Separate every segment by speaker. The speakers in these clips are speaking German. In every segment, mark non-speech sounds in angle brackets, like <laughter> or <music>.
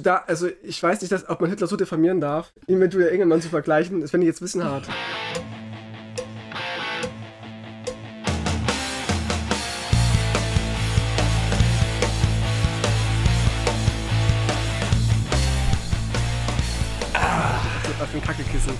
Speaker 1: da, also ich weiß nicht, dass, ob man Hitler so diffamieren darf, ihn mit Julia Engelmann zu vergleichen, das fände ich jetzt ein bisschen hart. Auf dem Ah. Kackekissen.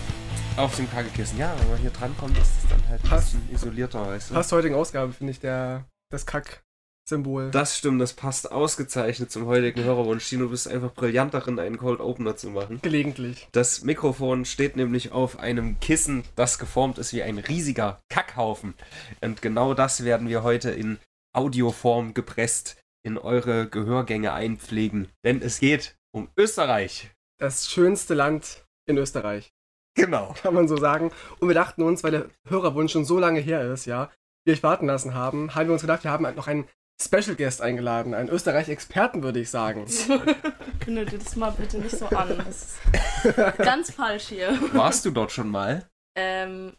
Speaker 2: Auf dem Kackekissen, ja, wenn man hier dran kommt, ist es dann halt ein
Speaker 1: Passt.
Speaker 2: bisschen isolierter, weißt du?
Speaker 1: Passt zur heutigen Ausgabe, finde ich, der, das Kack-Symbol.
Speaker 2: Das stimmt, das passt ausgezeichnet zum heutigen Hörerwunsch. Tino, du bist einfach brillant darin, einen Cold Opener zu machen.
Speaker 1: Gelegentlich.
Speaker 2: Das Mikrofon steht nämlich auf einem Kissen, das geformt ist wie ein riesiger Kackhaufen. Und genau das werden wir heute in Audioform gepresst in eure Gehörgänge einpflegen. Denn es geht um Österreich.
Speaker 1: Das schönste Land in Österreich.
Speaker 2: Genau.
Speaker 1: kann man so sagen. Und wir dachten uns, weil der Hörerwunsch schon so lange her ist, ja, wir euch warten lassen haben, haben wir uns gedacht, wir haben halt noch einen Special Guest eingeladen, einen Österreich-Experten, würde ich
Speaker 3: <laughs>
Speaker 1: sagen.
Speaker 3: Kündet ihr das mal bitte nicht so an. Das ist ganz falsch hier.
Speaker 2: Warst du dort schon mal?
Speaker 3: Ähm,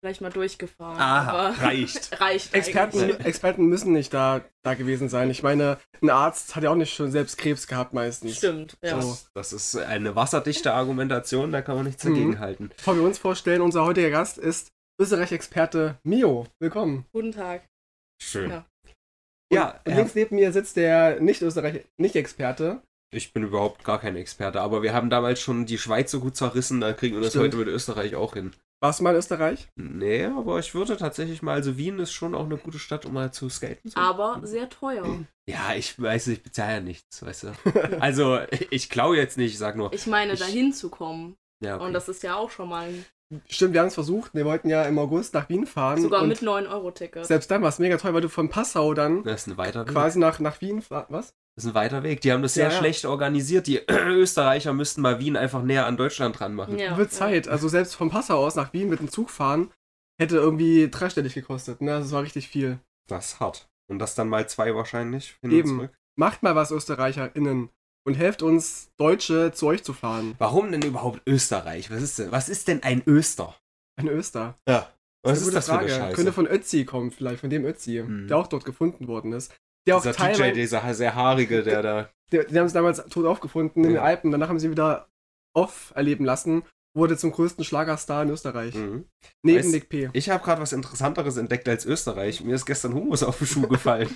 Speaker 3: vielleicht mal durchgefahren.
Speaker 2: Aha,
Speaker 3: aber
Speaker 2: reicht.
Speaker 3: reicht
Speaker 1: Experten,
Speaker 3: eigentlich.
Speaker 1: Experten müssen nicht da, da gewesen sein. Ich meine, ein Arzt hat ja auch nicht schon selbst Krebs gehabt meistens.
Speaker 3: Stimmt, ja.
Speaker 1: So.
Speaker 2: Das ist eine wasserdichte Argumentation, da kann man nichts
Speaker 1: Mhm.
Speaker 2: dagegen halten.
Speaker 1: Bevor wir uns vorstellen, unser heutiger Gast ist Österreich-Experte Mio. Willkommen.
Speaker 3: Guten Tag.
Speaker 2: Schön.
Speaker 3: Ja.
Speaker 2: Ja,
Speaker 1: Und
Speaker 2: ja
Speaker 1: links neben mir sitzt der Nicht-Österreich-Nicht-Experte.
Speaker 2: ich bin überhaupt gar kein Experte, aber wir haben damals schon die Schweiz so gut zerrissen, da kriegen wir das
Speaker 1: Stimmt.
Speaker 2: heute mit Österreich auch hin.
Speaker 1: Warst du mal in Österreich?
Speaker 2: Nee, aber ich würde tatsächlich mal, also Wien ist schon auch eine gute Stadt, um mal zu skaten. So.
Speaker 3: Aber sehr teuer.
Speaker 2: Ja, ich weiß, ich bezahle ja nichts, weißt
Speaker 1: <laughs>
Speaker 2: du. Also, ich klaue jetzt nicht, ich sag nur.
Speaker 3: Ich meine,
Speaker 2: Ich-
Speaker 3: dahin zu kommen.
Speaker 2: Ja, okay.
Speaker 3: Und das ist ja auch schon mal ein-
Speaker 1: Stimmt, wir haben es versucht. Wir wollten ja im August nach Wien fahren.
Speaker 3: sogar
Speaker 1: und
Speaker 3: mit 9-Euro-Ticket.
Speaker 1: Selbst dann war es mega teuer, weil du von Passau dann
Speaker 2: das ist ein weiter Weg.
Speaker 1: quasi nach, nach Wien fahr- Was?
Speaker 2: Das ist ein weiter Weg. Die haben das sehr
Speaker 1: Ja, ja.
Speaker 2: schlecht organisiert. Die <clears throat> Österreicher müssten mal Wien einfach näher an Deutschland dran machen.
Speaker 3: Ja.
Speaker 1: Wird Zeit. Also selbst von Passau aus nach Wien mit dem Zug fahren, hätte irgendwie dreistellig gekostet. Ne? Also es war richtig viel.
Speaker 2: Das ist hart. Und das dann mal zwei wahrscheinlich hin
Speaker 1: Eben.
Speaker 2: und zurück.
Speaker 1: Macht mal was, ÖsterreicherInnen. Und helft uns, Deutsche zu euch zu fahren.
Speaker 2: Warum denn überhaupt Österreich? Was ist denn, was ist denn ein Öster?
Speaker 1: Ein Öster.
Speaker 2: Ja. Was ist,
Speaker 1: eine gute
Speaker 2: das für eine Scheiße?
Speaker 1: Könnte von Ötzi kommen, vielleicht, von dem Ötzi,
Speaker 2: Mhm.
Speaker 1: der auch dort gefunden worden ist. Der auch
Speaker 2: dieser DJ,
Speaker 1: teilweise.
Speaker 2: dieser sehr haarige,
Speaker 1: <laughs>
Speaker 2: der da.
Speaker 1: Die, die haben es damals tot aufgefunden in
Speaker 2: Ja.
Speaker 1: den Alpen. Danach haben sie ihn wieder off erleben lassen. Wurde zum größten Schlagerstar in Österreich.
Speaker 2: Mhm.
Speaker 1: Neben
Speaker 2: Weiß-
Speaker 1: Nick P.
Speaker 2: Ich habe gerade was Interessanteres entdeckt als Österreich. Mir ist gestern Humus auf
Speaker 1: <laughs>
Speaker 2: den Schuh gefallen.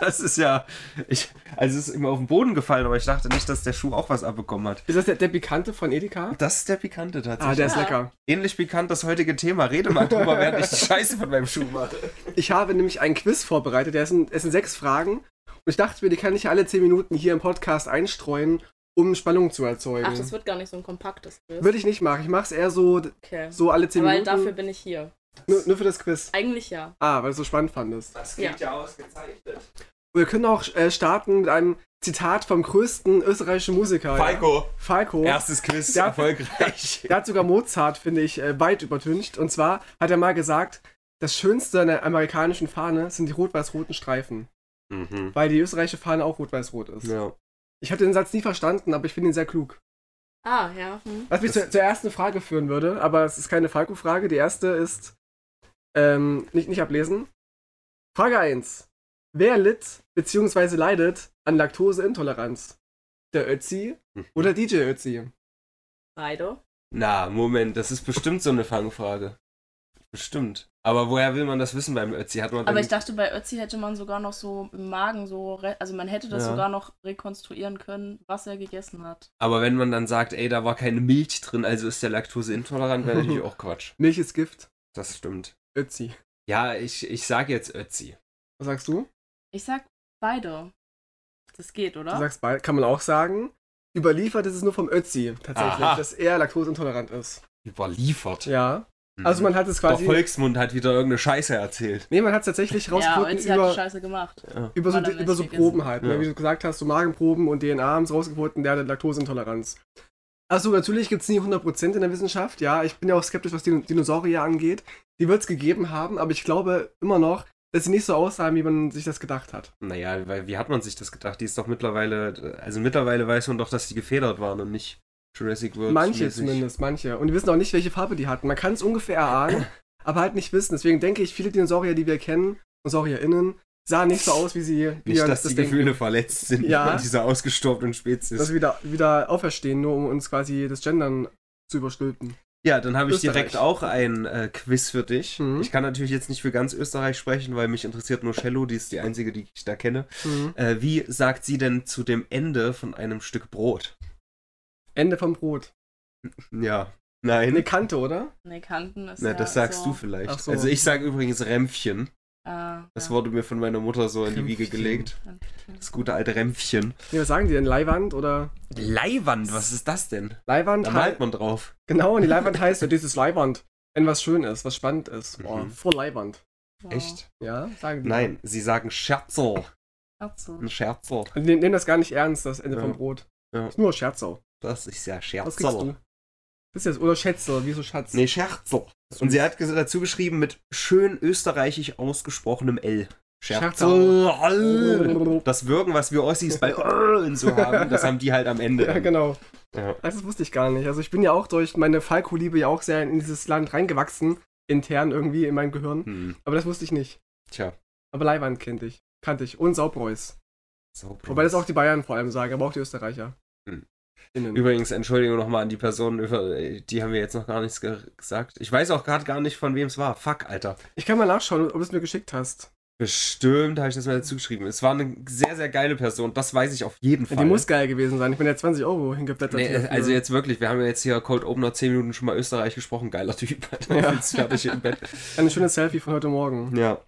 Speaker 2: das ist ja. Ich, also, es ist immer auf den Boden gefallen, aber ich dachte nicht, dass der Schuh auch was abbekommen hat.
Speaker 1: Ist das der, der Bekannte von Edeka?
Speaker 2: Das ist der Pikante
Speaker 1: Ah,
Speaker 2: tatsächlich.
Speaker 1: der ist
Speaker 3: Ja.
Speaker 1: lecker.
Speaker 2: Ähnlich pikant das heutige Thema. Rede mal drüber, während ich
Speaker 1: <laughs>
Speaker 2: die Scheiße von meinem Schuh mache.
Speaker 1: Ich habe nämlich einen Quiz vorbereitet. Der sind, es sind sechs Fragen. Und ich dachte mir, die kann ich ja alle zehn Minuten hier im Podcast einstreuen, um Spannung zu erzeugen.
Speaker 3: Ach, das wird gar nicht so ein kompaktes Quiz.
Speaker 1: Würde ich nicht machen. Ich mache es eher so,
Speaker 3: Okay.
Speaker 1: so alle zehn
Speaker 3: Weil
Speaker 1: Minuten.
Speaker 3: dafür bin ich hier.
Speaker 1: nur, nur für das Quiz.
Speaker 3: Eigentlich ja.
Speaker 1: Ah, weil du es so spannend fandest.
Speaker 2: Das
Speaker 3: klingt
Speaker 2: ja, ausgezeichnet.
Speaker 1: Und wir können auch äh, starten mit einem Zitat vom größten österreichischen Musiker.
Speaker 2: Falco,
Speaker 1: Ja? Falco.
Speaker 2: erstes Quiz,
Speaker 1: Ja.
Speaker 2: erfolgreich.
Speaker 1: Der hat sogar Mozart, finde ich, äh, weit übertüncht. Und zwar hat er mal gesagt, das Schönste an der amerikanischen Fahne sind die rot-weiß-roten Streifen.
Speaker 2: <laughs> Mhm.
Speaker 1: Weil die österreichische Fahne auch rot-weiß-rot ist.
Speaker 2: Ja.
Speaker 1: Ich hatte den Satz nie verstanden, aber ich finde ihn sehr klug.
Speaker 3: Ah, ja. Hm.
Speaker 1: Was mich
Speaker 2: Das-
Speaker 1: zur, zur ersten Frage führen würde, aber es ist keine Falco-Frage. Die erste ist ähm, nicht, nicht ablesen. Frage 1. Wer litt bzw. leidet an Laktoseintoleranz? Der Ötzi
Speaker 2: Mhm.
Speaker 1: oder DJ Ötzi?
Speaker 3: Beide.
Speaker 2: Na, Moment, das ist bestimmt so eine Fangfrage. Bestimmt. Aber woher will man das wissen beim Ötzi? Hat man
Speaker 3: Aber
Speaker 2: denn-
Speaker 3: ich dachte, bei Ötzi hätte man sogar noch so im Magen so, re- also man hätte das
Speaker 2: Ja.
Speaker 3: sogar noch rekonstruieren können, was er gegessen hat.
Speaker 2: Aber wenn man dann sagt, ey, da war keine Milch drin, also ist der laktoseintolerant,
Speaker 1: <laughs>
Speaker 2: wäre natürlich auch Quatsch.
Speaker 1: Milch ist Gift.
Speaker 2: Das stimmt.
Speaker 1: Ötzi.
Speaker 2: Ja, ich, ich sage jetzt Ötzi.
Speaker 1: Was sagst du?
Speaker 3: Ich sag beide. Das geht,
Speaker 1: Du
Speaker 3: oder?
Speaker 1: sagst bald, kann man auch sagen. Überliefert ist es nur vom Ötzi tatsächlich,
Speaker 2: Aha.
Speaker 1: dass er laktoseintolerant ist.
Speaker 2: Überliefert.
Speaker 1: Ja.
Speaker 2: Mhm.
Speaker 1: Also man hat es
Speaker 2: Der
Speaker 1: quasi.
Speaker 2: Volksmund hat wieder irgendeine Scheiße erzählt.
Speaker 1: Nee, man hat es tatsächlich
Speaker 3: ja,
Speaker 1: rausgefunden
Speaker 3: Ötzi hat die
Speaker 1: über,
Speaker 3: Scheiße gemacht.
Speaker 1: über, so,
Speaker 3: Weil er
Speaker 1: über so
Speaker 3: Milch
Speaker 1: Proben halt.
Speaker 2: Ja.
Speaker 1: Ne? Wie du gesagt hast, so Magenproben und DNA haben es rausgefunden, der hat Laktoseintoleranz. Also natürlich gibt es nie 100% in der Wissenschaft. Ja, ich bin ja auch skeptisch, was Din Dinosaurier angeht. Die wird es gegeben haben, aber ich glaube immer noch, dass sie nicht so aussahen, wie man sich das gedacht hat.
Speaker 2: Naja, weil wie hat man sich das gedacht? Die ist doch mittlerweile, also mittlerweile weiß man doch, dass die gefedert waren und nicht Jurassic World.
Speaker 1: Manche
Speaker 2: mäßig.
Speaker 1: zumindest, manche. Und die wissen auch nicht, welche Farbe die hatten. Man
Speaker 2: <clears throat>
Speaker 1: kann es ungefähr erahnen, aber halt nicht wissen. Deswegen denke ich, viele Dinosaurier, die wir kennen, DinosaurierInnen, sah nicht so aus, wie sie. Wie
Speaker 2: Nicht,
Speaker 1: uns
Speaker 2: dass
Speaker 1: das
Speaker 2: die
Speaker 1: denken.
Speaker 2: Gefühle verletzt sind
Speaker 1: Ja.
Speaker 2: von dieser ausgestorbenen Spezies.
Speaker 1: Dass wir wieder, wieder auferstehen, nur um uns quasi das Gendern zu überstülpen.
Speaker 2: Ja, dann habe ich
Speaker 1: Österreich.
Speaker 2: direkt auch ein äh, Quiz für dich.
Speaker 1: Mhm.
Speaker 2: Ich kann natürlich jetzt nicht für ganz Österreich sprechen, weil mich interessiert nur Cello, die ist die einzige, die ich da kenne.
Speaker 1: Mhm.
Speaker 2: Äh, wie sagt sie denn zu dem Ende von einem Stück Brot?
Speaker 1: Ende vom Brot.
Speaker 2: Ja. Nein.
Speaker 1: Eine Kante, oder?
Speaker 3: Nee, Kanten ist
Speaker 2: Na,
Speaker 3: ja
Speaker 2: das sagst
Speaker 3: so,
Speaker 2: du vielleicht.
Speaker 1: Ach so.
Speaker 2: Also ich sage übrigens Rämpfchen.
Speaker 3: Ah,
Speaker 2: Das
Speaker 3: ja.
Speaker 2: wurde mir von meiner Mutter so in die Wiege
Speaker 1: Rämpfchen.
Speaker 2: gelegt. Das gute alte Rämpfchen.
Speaker 1: Nee, was sagen die denn? Leihwand oder?
Speaker 2: Leiwand, was ist das denn?
Speaker 1: Leihwand?
Speaker 2: Da
Speaker 1: hei-
Speaker 2: malt man drauf.
Speaker 1: Genau, und die Leihwand heißt ja dieses Leihwand. Wenn was schön ist, was spannend ist. Boah,
Speaker 2: Mhm.
Speaker 1: vor Leihwand.
Speaker 3: Wow.
Speaker 2: Echt?
Speaker 1: Ja, sagen die.
Speaker 2: Nein, sie sagen Scherzel.
Speaker 3: Ach so.
Speaker 2: Ein Scherzel.
Speaker 1: Und die nehmen das gar nicht ernst, das Ende
Speaker 2: Ja.
Speaker 1: vom Brot.
Speaker 2: Ja.
Speaker 1: Ist nur Scherzau.
Speaker 2: Das ist ja Scherzel.
Speaker 1: Was kriegst du? Das ist jetzt, oder Schätzel, wieso Schatz?
Speaker 2: Nee, Scherzel. Und sie hat ges- dazu geschrieben mit schön österreichisch ausgesprochenem L. Scherzel. Das Wirken, was wir Ossis
Speaker 1: <laughs>
Speaker 2: bei Ölen so haben, das haben die halt am
Speaker 1: <laughs>
Speaker 2: Ende.
Speaker 1: Ja, genau.
Speaker 2: Ja.
Speaker 1: Also, das wusste ich gar nicht. Also ich bin ja auch durch meine Falco-Liebe ja auch sehr in dieses Land reingewachsen, intern irgendwie in mein Gehirn.
Speaker 2: Hm,
Speaker 1: Aber das wusste ich nicht.
Speaker 2: tja.
Speaker 1: Aber Leihwand kannte ich. Kannte ich. Und Saubreus.
Speaker 2: So
Speaker 1: Wobei das auch die Bayern vor allem sagen, aber auch die Österreicher.
Speaker 2: Hm.
Speaker 1: Innen.
Speaker 2: Übrigens, Entschuldigung nochmal an die Personen, über die haben wir jetzt noch gar nichts ge gesagt. Ich weiß auch gerade gar nicht, von wem es war. Fuck, Alter.
Speaker 1: Ich kann mal nachschauen, ob du es mir geschickt hast.
Speaker 2: Bestimmt habe ich das mal dazu geschrieben. Es war eine sehr, sehr geile Person. Das weiß ich auf jeden
Speaker 1: Ja,
Speaker 2: Fall.
Speaker 1: die muss geil gewesen sein. Ich bin ja 20 Euro hingeblättert.
Speaker 2: Nee,
Speaker 1: hier.
Speaker 2: also jetzt wirklich, wir haben ja jetzt hier Cold Open nach 10 Minuten schon mal Österreich gesprochen. Geiler Typ. <laughs>
Speaker 1: Ja.
Speaker 2: Jetzt fertig im Bett.
Speaker 1: Ein schönes Selfie von heute Morgen.
Speaker 2: Ja.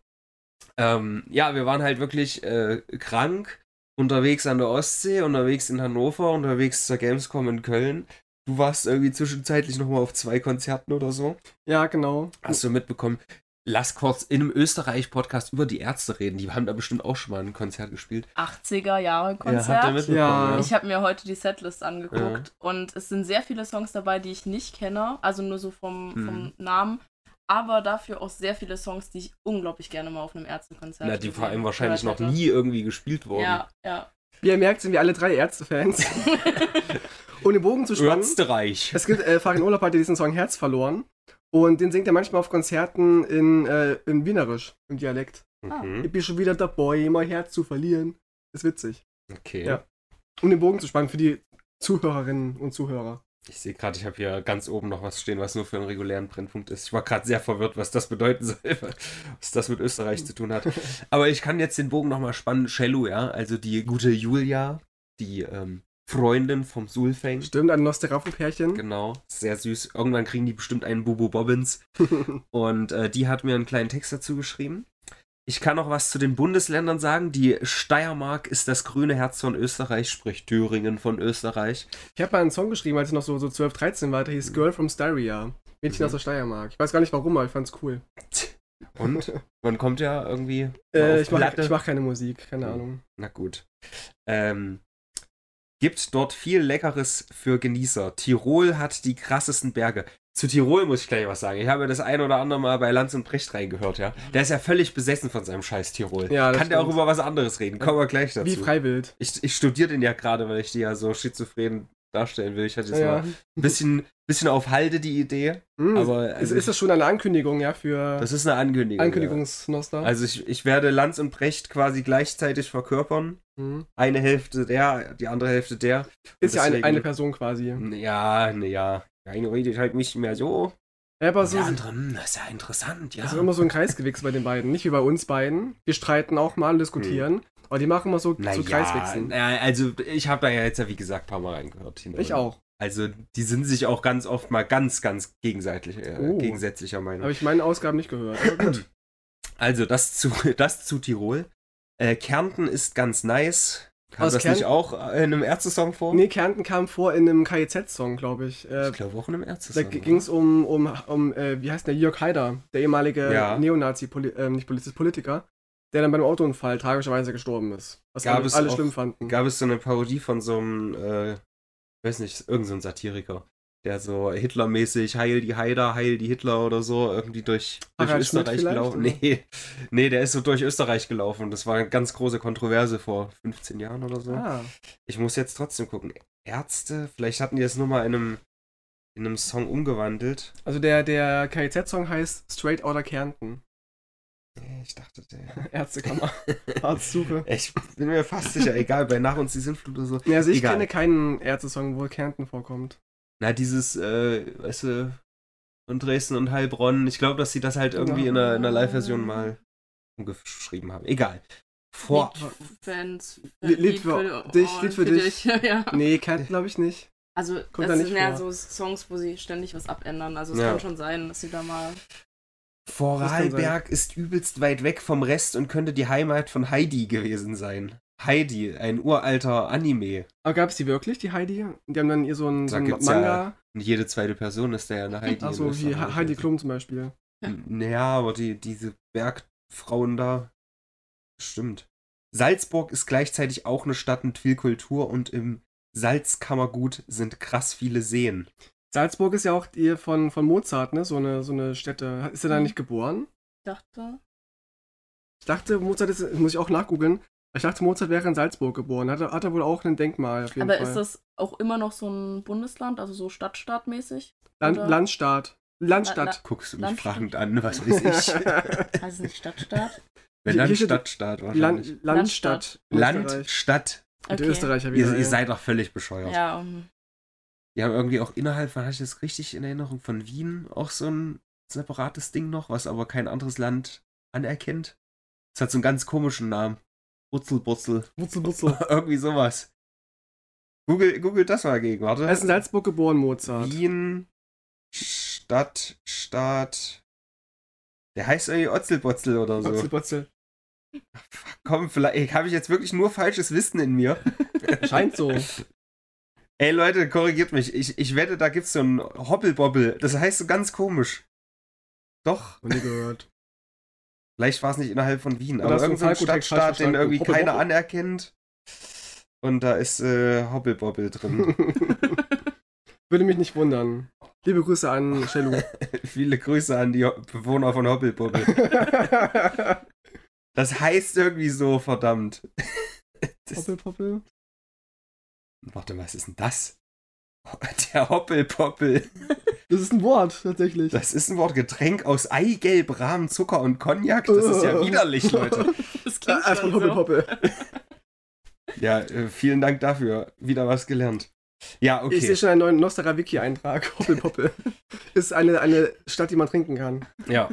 Speaker 2: Ähm, ja, wir waren halt wirklich äh, krank, unterwegs an der Ostsee, unterwegs in Hannover, unterwegs zur Gamescom in Köln. Du warst irgendwie zwischenzeitlich nochmal auf zwei Konzerten oder so.
Speaker 1: Ja, genau.
Speaker 2: Hast du mitbekommen? Lass kurz in einem Österreich-Podcast über die Ärzte reden. Die haben da bestimmt auch schon mal ein Konzert gespielt.
Speaker 3: 80er Jahre
Speaker 2: habt ihr
Speaker 3: Konzert.
Speaker 2: mitbekommen?
Speaker 1: Ja.
Speaker 3: ich habe mir heute die Setlist angeguckt und es sind sehr viele Songs dabei, die ich nicht kenne, also nur so vom, vom
Speaker 2: Mhm.
Speaker 3: Namen, aber dafür auch sehr viele Songs, die ich unglaublich gerne mal auf einem Ärztekonzert.
Speaker 2: Na, die vor
Speaker 3: gesehen
Speaker 2: allem wahrscheinlich noch
Speaker 3: gehört hätte.
Speaker 2: nie irgendwie gespielt worden.
Speaker 3: Ja, ja.
Speaker 1: Wie ihr merkt, sind wir alle drei
Speaker 2: <laughs>
Speaker 1: Ärztefans. Ohne Bogen zu spannen.
Speaker 2: Österreich.
Speaker 1: Es gibt, äh, Farin Urlaub hat ja diesen Song Herz verloren. Und den singt er manchmal auf Konzerten in, äh, in Wienerisch, im Dialekt. Ich
Speaker 2: Mhm.
Speaker 1: bin schon wieder dabei, mein Herz zu verlieren. Ist witzig.
Speaker 2: Okay.
Speaker 1: Ja. Um den Bogen zu spannen für die Zuhörerinnen und Zuhörer.
Speaker 2: Ich sehe gerade, ich habe hier ganz oben noch was stehen, was nur für einen regulären Brennpunkt ist. Ich war gerade sehr verwirrt, was das bedeuten <laughs> soll, was das mit Österreich zu tun hat. Aber ich kann jetzt den Bogen nochmal spannen. Cello, ja, also die gute Julia, die ähm, Freundin vom Sulfeng.
Speaker 1: Stimmt, ein Nosterafu-Pärchen.
Speaker 2: Genau, sehr süß. Irgendwann kriegen die bestimmt einen Bubu Bobbins. Und äh, die hat mir einen kleinen Text dazu geschrieben. Ich kann noch was zu den Bundesländern sagen. Die Steiermark ist das grüne Herz von Österreich, sprich Thüringen von Österreich.
Speaker 1: Ich habe mal einen Song geschrieben, als ich noch so, so 12, 13 war. Der hieß Girl from Styria. Mädchen
Speaker 2: Mhm.
Speaker 1: aus der Steiermark. Ich weiß gar nicht warum, aber ich fand's cool. <laughs>
Speaker 2: Und man kommt ja irgendwie.
Speaker 1: Äh,
Speaker 2: auf
Speaker 1: ich mache
Speaker 2: Platte.
Speaker 1: ich mach keine Musik, keine
Speaker 2: Mhm.
Speaker 1: Ahnung.
Speaker 2: Na gut. Ähm, gibt dort viel Leckeres für Genießer. Tirol hat die krassesten Berge. Zu Tirol muss ich gleich was sagen. Ich habe das ein oder andere Mal bei Lanz und Brecht reingehört, ja. Der ist ja völlig besessen von seinem scheiß Tirol.
Speaker 1: Ja, das
Speaker 2: Kann der auch
Speaker 1: stimmt.
Speaker 2: über was anderes reden. Kommen wir gleich dazu.
Speaker 1: Wie Freiwild.
Speaker 2: ich, ich studiere den ja gerade, weil ich die ja so schizophren darstellen will. Ich hatte jetzt
Speaker 1: Ja.
Speaker 2: mal ein bisschen, bisschen auf Halde die Idee,
Speaker 1: Mhm.
Speaker 2: aber
Speaker 1: ist,
Speaker 2: also,
Speaker 1: ist das schon eine Ankündigung, ja, für
Speaker 2: das ist eine Ankündigung.
Speaker 1: Ankündigungsnoster?
Speaker 2: Ja. Also ich, ich werde Lanz und Brecht quasi gleichzeitig verkörpern.
Speaker 1: Mhm.
Speaker 2: Eine Hälfte der, die andere Hälfte der.
Speaker 1: Ist ja eine,
Speaker 2: deswegen- Mhm.
Speaker 1: eine Person quasi.
Speaker 2: Ja, naja. Der eine redet halt nicht mehr so.
Speaker 1: Ja, aber
Speaker 2: Und
Speaker 1: so,
Speaker 2: der andere, hm, das ist ja interessant, ja.
Speaker 1: das ist immer so ein Kreisgewichse bei den beiden. Nicht wie bei uns beiden. Wir streiten auch mal, diskutieren. Aber die machen immer so, so
Speaker 2: naja,
Speaker 1: Kreiswechseln.
Speaker 2: Mhm. na, also ich habe da ja jetzt, ja wie gesagt, ein paar Mal reingehört. hin und
Speaker 1: Ich
Speaker 2: her.
Speaker 1: auch.
Speaker 2: Also die sind sich auch ganz oft mal ganz, ganz gegenseitig, äh,
Speaker 1: Oh.
Speaker 2: gegensätzlicher Meinung.
Speaker 1: Habe ich meine Ausgaben nicht gehört. Aber gut.
Speaker 2: Also das zu, <laughs> das zu Tirol. Äh, Kärnten ist ganz nice. Kam
Speaker 1: Aus
Speaker 2: das nicht
Speaker 1: Kärnten-
Speaker 2: auch in einem Ärzte-Song vor?
Speaker 1: nee, Kärnten kam vor in einem KIZ-Song, glaube ich. Äh,
Speaker 2: Ich glaube auch in einem
Speaker 1: da
Speaker 2: Ärzte-Song.
Speaker 1: ging es um, um, um äh, wie heißt der, Jörg Haider, der ehemalige
Speaker 2: Ja.
Speaker 1: Neonazi, Poli ähm, nicht Polizist, Politiker, der dann bei einem Autounfall tragischerweise gestorben ist. Was
Speaker 2: Gab
Speaker 1: alle,
Speaker 2: es
Speaker 1: alle
Speaker 2: auch-
Speaker 1: schlimm fanden.
Speaker 2: Gab es so eine Parodie von so einem, äh, weiß nicht, irgendein so ein Satiriker, der so Hitlermäßig Heil die Haider, Heil die Hitler oder so irgendwie durch, durch
Speaker 1: Harald Schmidt
Speaker 2: Österreich
Speaker 1: vielleicht,
Speaker 2: gelaufen.
Speaker 1: oder?
Speaker 2: Nee, nee, der ist so durch Österreich gelaufen. Das war eine ganz große Kontroverse vor 15 Jahren oder so.
Speaker 1: Ah,
Speaker 2: Ich muss jetzt trotzdem gucken. Ärzte, vielleicht hatten die das nur mal in einem, in einem Song umgewandelt.
Speaker 1: also der, der KIZ-Song heißt Straight Outta Kärnten. <laughs>
Speaker 2: Äh, Ich dachte, der. <laughs>
Speaker 1: Ärztekammer. Arztsuche.
Speaker 2: Ich bin mir fast sicher, egal, bei Nach uns die Sintflut oder so.
Speaker 1: Ja, also ich
Speaker 2: Egal.
Speaker 1: kenne keinen Ärzte-Song, wo Kärnten vorkommt.
Speaker 2: Na, dieses, äh, weißt du, und Dresden und Heilbronn. Ich glaube, dass sie das halt irgendwie in einer, in einer Live-Version mal umgeschrieben haben. Egal. Vor.
Speaker 3: Fans,
Speaker 1: Lied- Lied für dich,
Speaker 3: oh,
Speaker 1: Lied für dich.
Speaker 3: <laughs> ja.
Speaker 1: Nee, Kärnten glaube ich nicht.
Speaker 3: Also
Speaker 1: Kommt da
Speaker 3: das
Speaker 1: nicht
Speaker 3: sind ja so
Speaker 1: vor.
Speaker 3: Songs, wo sie ständig was abändern. Also es
Speaker 2: Ja.
Speaker 3: kann schon sein, dass sie da mal.
Speaker 2: Vorarlberg ist übelst weit weg vom Rest und könnte die Heimat von Heidi gewesen sein. Heidi, ein uralter Anime.
Speaker 1: Aber gab es die wirklich, die Heidi? Die haben dann ihr so einen, so
Speaker 2: Da
Speaker 1: einen
Speaker 2: gibt's
Speaker 1: Manga.
Speaker 2: Und jede zweite Person ist da ja eine Heidi. in
Speaker 1: also wie
Speaker 2: Österreich.
Speaker 1: Ha- Heidi Klum zum Beispiel.
Speaker 2: Naja, aber die, diese Bergfrauen da. Stimmt. Salzburg ist gleichzeitig auch eine Stadt mit viel Kultur und im Salzkammergut sind krass viele Seen.
Speaker 1: Salzburg ist ja auch die von, von Mozart, ne? So eine, so eine Stätte. Ist er da
Speaker 3: Mhm.
Speaker 1: nicht geboren?
Speaker 3: Ich dachte.
Speaker 1: Ich dachte, Mozart ist, muss ich auch nachgoogeln. Ich dachte, Mozart wäre in Salzburg geboren. Hat, er- hat er wohl auch ein Denkmal auf jeden
Speaker 3: Aber
Speaker 1: Fall.
Speaker 3: ist das auch immer noch so ein Bundesland, also so Stadtstaatmäßig?
Speaker 1: Land,
Speaker 3: oder-
Speaker 1: Landstaat. Landstadt.
Speaker 2: Guckst du mich
Speaker 3: Land-
Speaker 2: fragend an, was weiß
Speaker 1: <laughs>
Speaker 2: ich.
Speaker 3: Heißt Also, es nicht Stadtstaat?
Speaker 2: Wenn dann
Speaker 1: Hier steht-
Speaker 2: Stadtstaat wahrscheinlich.
Speaker 1: Land, Landstadt.
Speaker 2: Land,
Speaker 1: Österreich.
Speaker 2: Stadt.
Speaker 1: Und
Speaker 3: Okay.
Speaker 1: Österreicher wieder.
Speaker 2: Ihr,
Speaker 1: ja.
Speaker 2: ihr seid doch völlig bescheuert.
Speaker 3: Ja, um,
Speaker 2: Die haben irgendwie auch innerhalb, von, hatte ich das richtig in Erinnerung, von Wien auch so ein separates Ding noch, was aber kein anderes Land anerkennt. Es hat so einen ganz komischen Namen. Wurzelbutzel.
Speaker 1: Wurzel, Wurzel.
Speaker 2: <laughs> irgendwie sowas. Google, Google das mal gegen, warte.
Speaker 1: Er ist in Salzburg geboren, Mozart.
Speaker 2: Wien, Stadt, Staat. Der heißt irgendwie Otzelbotzel oder so.
Speaker 1: Wurzel, Wurzel.
Speaker 2: Komm, vielleicht habe ich jetzt wirklich nur falsches Wissen in
Speaker 1: <laughs>
Speaker 2: mir.
Speaker 1: Scheint so.
Speaker 2: Ey Leute, korrigiert mich. Ich, ich wette, da gibt's so ein Hoppelbobbel. Das heißt so ganz komisch. Doch,
Speaker 1: Noch nie gehört.
Speaker 2: vielleicht war es nicht innerhalb von Wien,
Speaker 1: Oder
Speaker 2: aber
Speaker 1: hast du
Speaker 2: irgendein
Speaker 1: Falco-Text falsch
Speaker 2: Stadtstaat, den
Speaker 1: verstanden?
Speaker 2: irgendwie
Speaker 1: Hoppelbobbel?
Speaker 2: keiner anerkennt. Und da ist äh,
Speaker 1: <laughs>
Speaker 2: Hoppelbobbel drin.
Speaker 1: Würde mich nicht wundern. Liebe Grüße an
Speaker 2: <laughs>
Speaker 1: Shelu.
Speaker 2: Viele Grüße an die Ho- Bewohner von Hoppelbobbel.
Speaker 1: Hoppel,
Speaker 2: Das heißt irgendwie so, verdammt. <laughs> Das,
Speaker 1: Poppel.
Speaker 2: warte mal, was ist denn das? <laughs> Der Hoppelpoppel.
Speaker 1: Das ist ein Wort, tatsächlich.
Speaker 2: Das ist ein Wort Getränk aus Eigelb, Rahm, Zucker und Cognac. Das ist ja
Speaker 1: Ugh.
Speaker 2: widerlich, Leute.
Speaker 3: das klingt
Speaker 1: Erstmal
Speaker 3: schon
Speaker 1: Hoppel,
Speaker 3: so.
Speaker 1: Poppel.
Speaker 2: Ja, äh, vielen Dank dafür. Wieder was gelernt. Ja, okay.
Speaker 1: Ich sehe schon einen neuen
Speaker 2: <laughs>
Speaker 1: Nostra-Wiki-Eintrag. Hoppel, Poppel. Ist eine, eine Stadt, die man trinken kann.
Speaker 2: ja.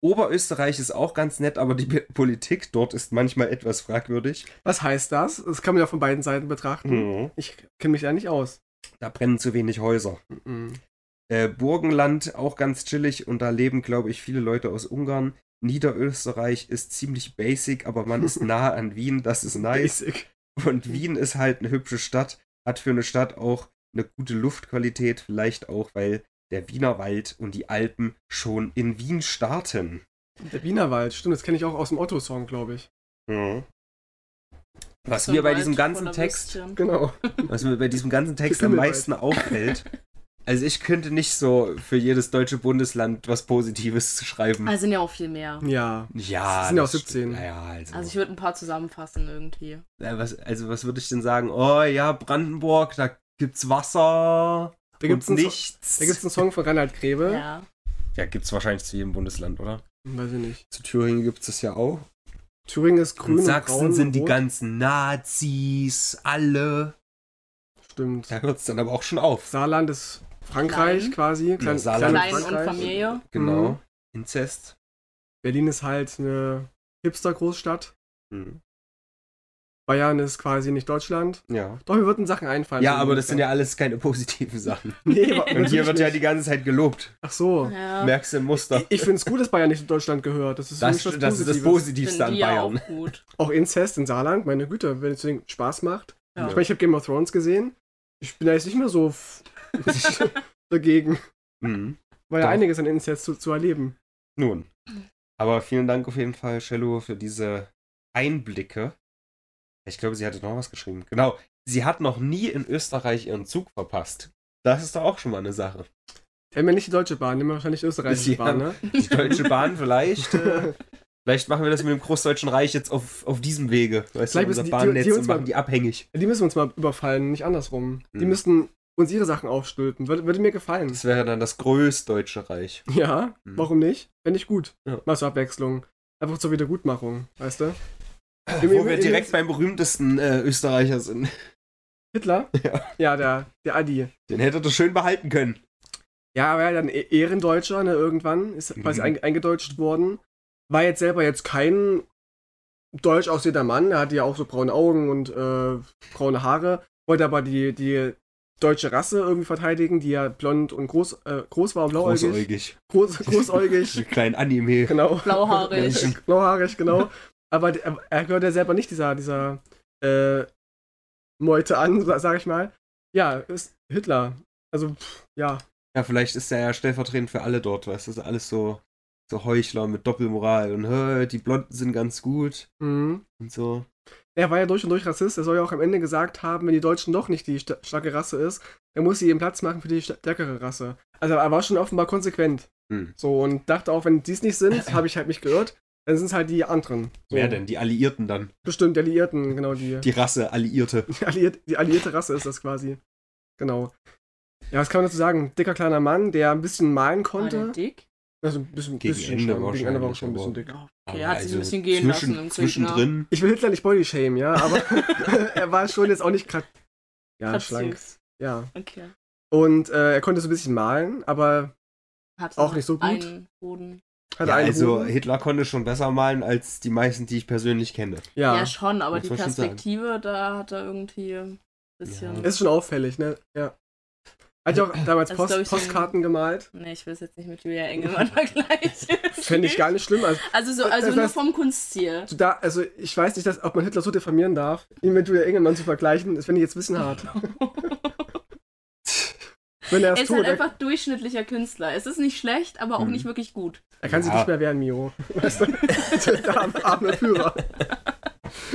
Speaker 2: Oberösterreich ist auch ganz nett, aber die P- Politik dort ist manchmal etwas fragwürdig.
Speaker 1: Was heißt das? Das kann man ja von beiden Seiten betrachten.
Speaker 2: Hm.
Speaker 1: Ich kenne mich da nicht aus.
Speaker 2: Da brennen zu wenig Häuser.
Speaker 1: Mhm.
Speaker 2: Äh, Burgenland auch ganz chillig und da leben, glaube ich, viele Leute aus Ungarn. Niederösterreich ist ziemlich basic, aber man ist nah an Wien, das ist nice.
Speaker 1: Basic.
Speaker 2: Und Wien ist halt eine hübsche Stadt, hat für eine Stadt auch eine gute Luftqualität, vielleicht auch, weil der Wiener Wald und die Alpen schon in Wien starten.
Speaker 1: Der Wienerwald, stimmt, das kenne ich auch aus dem Otto-Song, glaube ich.
Speaker 2: Was
Speaker 3: So
Speaker 2: mir
Speaker 3: ein
Speaker 2: bei
Speaker 3: Wald
Speaker 2: diesem ganzen
Speaker 3: voller
Speaker 2: Text,
Speaker 3: Würstchen.
Speaker 1: Genau.
Speaker 2: was mir bei diesem ganzen Text am
Speaker 1: Pimmelwald.
Speaker 2: meisten auffällt, also ich könnte nicht so für jedes deutsche Bundesland was Positives schreiben.
Speaker 3: Ah, es sind ja auch viel mehr.
Speaker 1: Ja.
Speaker 2: ja,
Speaker 1: es sind ja
Speaker 2: das
Speaker 1: auch 17.
Speaker 2: stimmt. Naja, also,
Speaker 3: Also ich würde ein paar zusammenfassen irgendwie.
Speaker 2: Äh, was, also was würde ich denn sagen? Oh ja, Brandenburg, da gibt's Wasser
Speaker 1: Da gibt es
Speaker 2: und
Speaker 1: einen,
Speaker 2: nichts.
Speaker 1: da gibt's einen Song von Reinhard Grebe.
Speaker 3: Ja.
Speaker 2: ja, gibt's wahrscheinlich zu jedem Bundesland, oder?
Speaker 1: Weiß ich nicht.
Speaker 2: Zu Thüringen gibt's das ja auch.
Speaker 1: Thüringen ist grün
Speaker 2: In
Speaker 1: und
Speaker 2: Sachsen
Speaker 1: braun und
Speaker 2: sind die
Speaker 1: rot.
Speaker 2: ganzen Nazis, alle.
Speaker 1: Stimmt.
Speaker 2: Da hört's dann aber auch schon auf.
Speaker 1: Saarland ist Frankreich
Speaker 3: Klein.
Speaker 1: quasi.
Speaker 2: Ja, Saarland.
Speaker 1: kleines
Speaker 3: Klein und
Speaker 1: Frankreich.
Speaker 3: Familie.
Speaker 2: Genau.
Speaker 1: Mhm.
Speaker 2: Inzest.
Speaker 1: Berlin ist halt eine Hipster-Großstadt.
Speaker 2: Mhm.
Speaker 1: Bayern ist quasi nicht Deutschland.
Speaker 2: Ja.
Speaker 1: Doch, mir würden Sachen einfallen.
Speaker 2: Ja, aber das sind ja alles keine positiven Sachen.
Speaker 1: Also Nee, aber
Speaker 2: Und hier wird ja die ganze Zeit gelobt.
Speaker 1: Ach so.
Speaker 3: Ja.
Speaker 2: Merkst du im Muster.
Speaker 1: Ich finde es gut, dass Bayern nicht zu Deutschland gehört. Das ist
Speaker 2: Das,
Speaker 1: für mich was
Speaker 2: das ist das
Speaker 1: Positives.
Speaker 2: Positivste
Speaker 3: Finden
Speaker 2: an
Speaker 3: die ja auch
Speaker 2: Bayern.
Speaker 3: gut.
Speaker 1: Auch Inzest in Saarland, meine Güte, wenn es den Spaß macht.
Speaker 3: Ja.
Speaker 1: Ich meine, ich habe Game of Thrones gesehen. Ich bin da jetzt nicht mehr so f- <laughs> dagegen,
Speaker 2: Mhm.
Speaker 1: weil ja
Speaker 2: Doch.
Speaker 1: einiges an Inzest zu, zu erleben.
Speaker 2: Nun.
Speaker 1: Hm.
Speaker 2: Aber vielen Dank auf jeden Fall, Cello, für diese Einblicke. Ich glaube, sie hatte noch was geschrieben. Genau. Sie hat noch nie in Österreich ihren Zug verpasst. Das ist doch auch schon mal eine Sache.
Speaker 1: Wir haben ja nicht die Deutsche Bahn, nehmen wir wahrscheinlich die österreichische
Speaker 2: Ja.
Speaker 1: Bahn, ne?
Speaker 2: Die Deutsche Bahn
Speaker 1: <laughs>
Speaker 2: vielleicht. Äh, vielleicht machen wir das mit dem Großdeutschen Reich jetzt auf, auf diesem Wege. Weißt
Speaker 1: Vielleicht
Speaker 2: du, unser
Speaker 1: müssen die- die-
Speaker 2: Bahnnetz
Speaker 1: die uns
Speaker 2: und
Speaker 1: mal-
Speaker 2: machen die abhängig.
Speaker 1: Die müssen wir uns mal überfallen, nicht andersrum. Die
Speaker 2: Mhm.
Speaker 1: müssten uns ihre Sachen aufstülpen. Würde, würde mir gefallen.
Speaker 2: Das wäre dann das Größdeutsche Reich.
Speaker 1: Ja,
Speaker 2: Mhm.
Speaker 1: warum nicht? Fände ich gut.
Speaker 2: Ja.
Speaker 1: Mal zur Abwechslung. Einfach zur Wiedergutmachung, weißt du? Im-
Speaker 2: Wo
Speaker 1: im-
Speaker 2: wir
Speaker 1: im-
Speaker 2: direkt beim berühmtesten äh, Österreicher sind.
Speaker 1: Hitler?
Speaker 2: Ja.
Speaker 1: Ja, der, der Adi.
Speaker 2: Den hättet ihr schön behalten können.
Speaker 1: Ja, war ja dann eh- Ehrendeutscher, ne, irgendwann, ist
Speaker 2: Mhm.
Speaker 1: quasi ein, eingedeutscht worden. War jetzt selber jetzt kein deutsch aussehender Mann, er hatte ja auch so braune Augen und äh, braune Haare, wollte aber die, die deutsche Rasse irgendwie verteidigen, die ja blond und groß, äh, groß war und blauäugig.
Speaker 2: Großäugig.
Speaker 1: Groß, großäugig,
Speaker 2: <laughs> Ein kleinen Anime.
Speaker 1: genau.
Speaker 2: <laughs>
Speaker 3: Blauhaarig.
Speaker 1: Blauhaarig, genau. Aber d- er- er gehört ja selber nicht dieser, dieser äh, Meute an, sa- sag ich mal. Ja, ist Hitler. Also, pff, ja.
Speaker 2: Ja, vielleicht ist er ja stellvertretend für alle dort, weißt du? Das ist alles so, so Heuchler mit Doppelmoral und hä, die Blonden sind ganz gut
Speaker 1: Mhm.
Speaker 2: und so.
Speaker 1: Er war ja durch und durch Rassist. Er soll ja auch am Ende gesagt haben, wenn die Deutschen doch nicht die sta- starke Rasse ist, dann muss sie eben Platz machen für die sta- stärkere Rasse. Also er war schon offenbar konsequent.
Speaker 2: Hm.
Speaker 1: So und dachte auch, wenn die es nicht
Speaker 2: <clears throat>
Speaker 1: sind, habe ich halt mich geirrt, dann sind es halt die anderen. So.
Speaker 2: Wer denn? Die Alliierten dann.
Speaker 1: Bestimmt die Alliierten, genau die.
Speaker 2: Die Rasse Alliierte.
Speaker 1: Die, alliiert, die alliierte Rasse ist das quasi. Genau. Ja, was kann man dazu sagen? Dicker kleiner Mann, der ein bisschen malen
Speaker 3: War der
Speaker 1: konnte.
Speaker 3: dick?
Speaker 1: Also ein bisschen,
Speaker 2: Gegen
Speaker 1: bisschen
Speaker 2: Ende
Speaker 1: schon, gegen Ende war auch schon ein bisschen
Speaker 2: wahrscheinlich,
Speaker 1: dick.
Speaker 3: Ja,
Speaker 2: Aber
Speaker 3: Genau. Okay, er hat sich ein bisschen gehen
Speaker 2: Oh, Also zwischen,
Speaker 3: lassen im Krieg. ne?
Speaker 2: Zwischendrin.
Speaker 1: Ich will Hitler nicht bodyshamen, ja,
Speaker 2: <laughs>
Speaker 1: aber <laughs> er war schon jetzt auch nicht gerade. Ja,
Speaker 3: Ja,
Speaker 1: schlank. Ja.
Speaker 3: Okay.
Speaker 1: Und äh, er konnte so ein bisschen malen, aber
Speaker 3: Hab's
Speaker 1: Auch nicht so gut?
Speaker 3: Einen Boden.
Speaker 1: hatte
Speaker 2: Ja,
Speaker 1: einen.
Speaker 2: also
Speaker 1: Huren.
Speaker 2: Hitler konnte schon besser malen als die meisten, die ich persönlich kenne.
Speaker 1: ja.
Speaker 3: Ja, schon, aber
Speaker 2: Muss
Speaker 3: die
Speaker 2: man schon sagen.
Speaker 3: Perspektive, da hat er irgendwie ein bisschen.
Speaker 2: Ja.
Speaker 1: Ist schon auffällig, ne? Ja. Hat ja auch damals
Speaker 3: Das ist,
Speaker 1: Post,
Speaker 3: glaub ich, so ein-
Speaker 1: Postkarten gemalt.
Speaker 3: Nee, ich will es jetzt nicht mit Julia Engelmann <laughs> vergleichen.
Speaker 1: Fände ich gar nicht schlimm. Also,
Speaker 3: Also, so, also
Speaker 1: Das
Speaker 3: nur
Speaker 1: heißt-
Speaker 3: vom Kunststil.
Speaker 1: so da, also ich weiß nicht, dass, ob man Hitler so diffamieren darf, ihn mit Julia Engelmann zu vergleichen, <laughs> das finde ich jetzt ein bisschen hart. Wenn er
Speaker 3: Er
Speaker 1: es
Speaker 3: ist
Speaker 1: tut,
Speaker 3: halt
Speaker 1: er,
Speaker 3: einfach durchschnittlicher Künstler. Es ist nicht schlecht, aber auch
Speaker 2: Mhm.
Speaker 3: nicht wirklich gut.
Speaker 1: er kann sich
Speaker 2: Ja.
Speaker 1: nicht mehr wehren, Miro. <laughs> Weißt du? Der arme, arme Führer.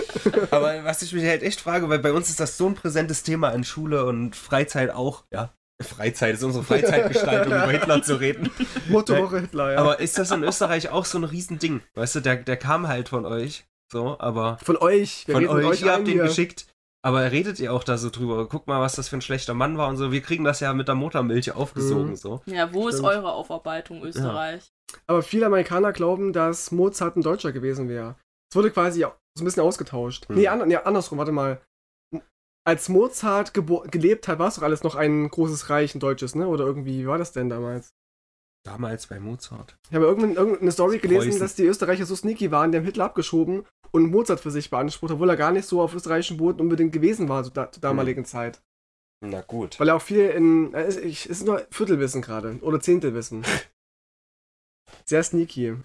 Speaker 2: <laughs> Aber was ich mich halt echt frage, weil bei uns ist das so ein präsentes Thema in Schule und Freizeit auch. Ja. Freizeit ist unsere Freizeitgestaltung, über Hitler zu <laughs> reden.
Speaker 1: Motto Woche Hitler, ja.
Speaker 2: Aber ist das in Österreich auch so ein Riesending? Weißt du, der, der kam halt von euch. So, aber
Speaker 1: von euch. Wir
Speaker 2: von
Speaker 1: reden
Speaker 2: euch, ihr
Speaker 1: ein
Speaker 2: habt den
Speaker 1: hier.
Speaker 2: geschickt. Aber redet ihr auch da so drüber? Guck mal, was das für ein schlechter Mann war und so. Wir kriegen das ja mit der Muttermilch aufgesogen.
Speaker 1: Mhm.
Speaker 2: So.
Speaker 3: Ja, wo ist
Speaker 1: Stimmt.
Speaker 3: eure Aufarbeitung, Österreich?
Speaker 1: Aber viele Amerikaner glauben, dass Mozart ein Deutscher gewesen wäre. Es wurde quasi so ein bisschen ausgetauscht.
Speaker 2: Hm.
Speaker 1: Nee, an, nee, andersrum, warte mal. Als Mozart gebo- gelebt hat, war es doch alles noch ein großes Reich, ein deutsches, ne? Oder irgendwie, wie war das denn damals?
Speaker 2: Damals bei Mozart.
Speaker 1: Ich habe irgendein- irgendeine Story gelesen,
Speaker 2: Preußen.
Speaker 1: dass die Österreicher so sneaky waren, die haben Hitler abgeschoben und Mozart für sich beansprucht, obwohl er gar nicht so auf österreichischem Boden unbedingt gewesen war zur da,
Speaker 2: Hm.
Speaker 1: zur damaligen Zeit.
Speaker 2: Na gut.
Speaker 1: Weil er auch viel in. Es ist, ich- ist nur Viertelwissen gerade. Oder
Speaker 2: <laughs>
Speaker 1: Zehntelwissen. Sehr sneaky.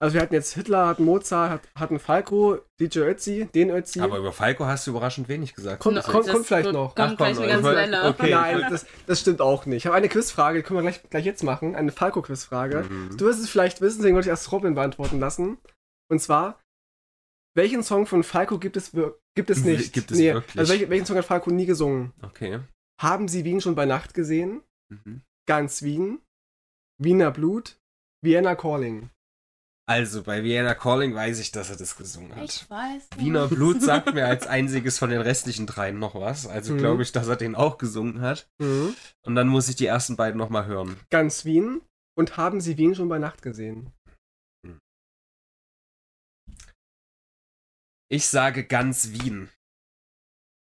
Speaker 1: Also wir hatten jetzt Hitler, hatten Mozart, hat, hatten Falco, DJ Ötzi, den Ötzi.
Speaker 2: Aber über Falco hast du überraschend wenig gesagt.
Speaker 1: Mhm.
Speaker 2: Also,
Speaker 1: Kommt-
Speaker 3: Na,
Speaker 1: kommt-
Speaker 3: das
Speaker 1: kommt vielleicht
Speaker 3: wird-
Speaker 1: noch.
Speaker 3: Kommt
Speaker 2: Ach,
Speaker 3: gleich
Speaker 2: komm,
Speaker 3: eine ganze
Speaker 2: ich wollt-
Speaker 3: Welle.
Speaker 2: okay.
Speaker 1: Nein, das, das stimmt auch nicht. Ich habe eine Quizfrage, die können wir gleich, gleich jetzt machen. Eine Falco-Quizfrage.
Speaker 2: Mhm.
Speaker 1: Du wirst es vielleicht wissen, deswegen wollte ich erst Robin beantworten lassen. Und zwar, welchen Song von Falco gibt es, wir- gibt es nicht?
Speaker 2: Gibt es wirklich?
Speaker 1: Also welchen, welchen Song hat Falco nie gesungen?
Speaker 2: Okay.
Speaker 1: Haben Sie Wien schon bei Nacht gesehen?
Speaker 2: Mhm.
Speaker 1: Ganz Wien, Wiener Blut, Vienna Calling.
Speaker 2: Also bei Vienna Calling weiß ich, dass er das gesungen hat.
Speaker 3: Ich weiß. nicht. <laughs>
Speaker 2: Wiener Blut sagt mir als einziges von den restlichen dreien noch was. Also
Speaker 1: Mhm.
Speaker 2: glaube ich, dass er den auch gesungen hat. Und dann muss ich die ersten beiden nochmal hören.
Speaker 1: Ganz Wien und haben Sie Wien schon bei Nacht gesehen?
Speaker 2: Ich sage ganz Wien.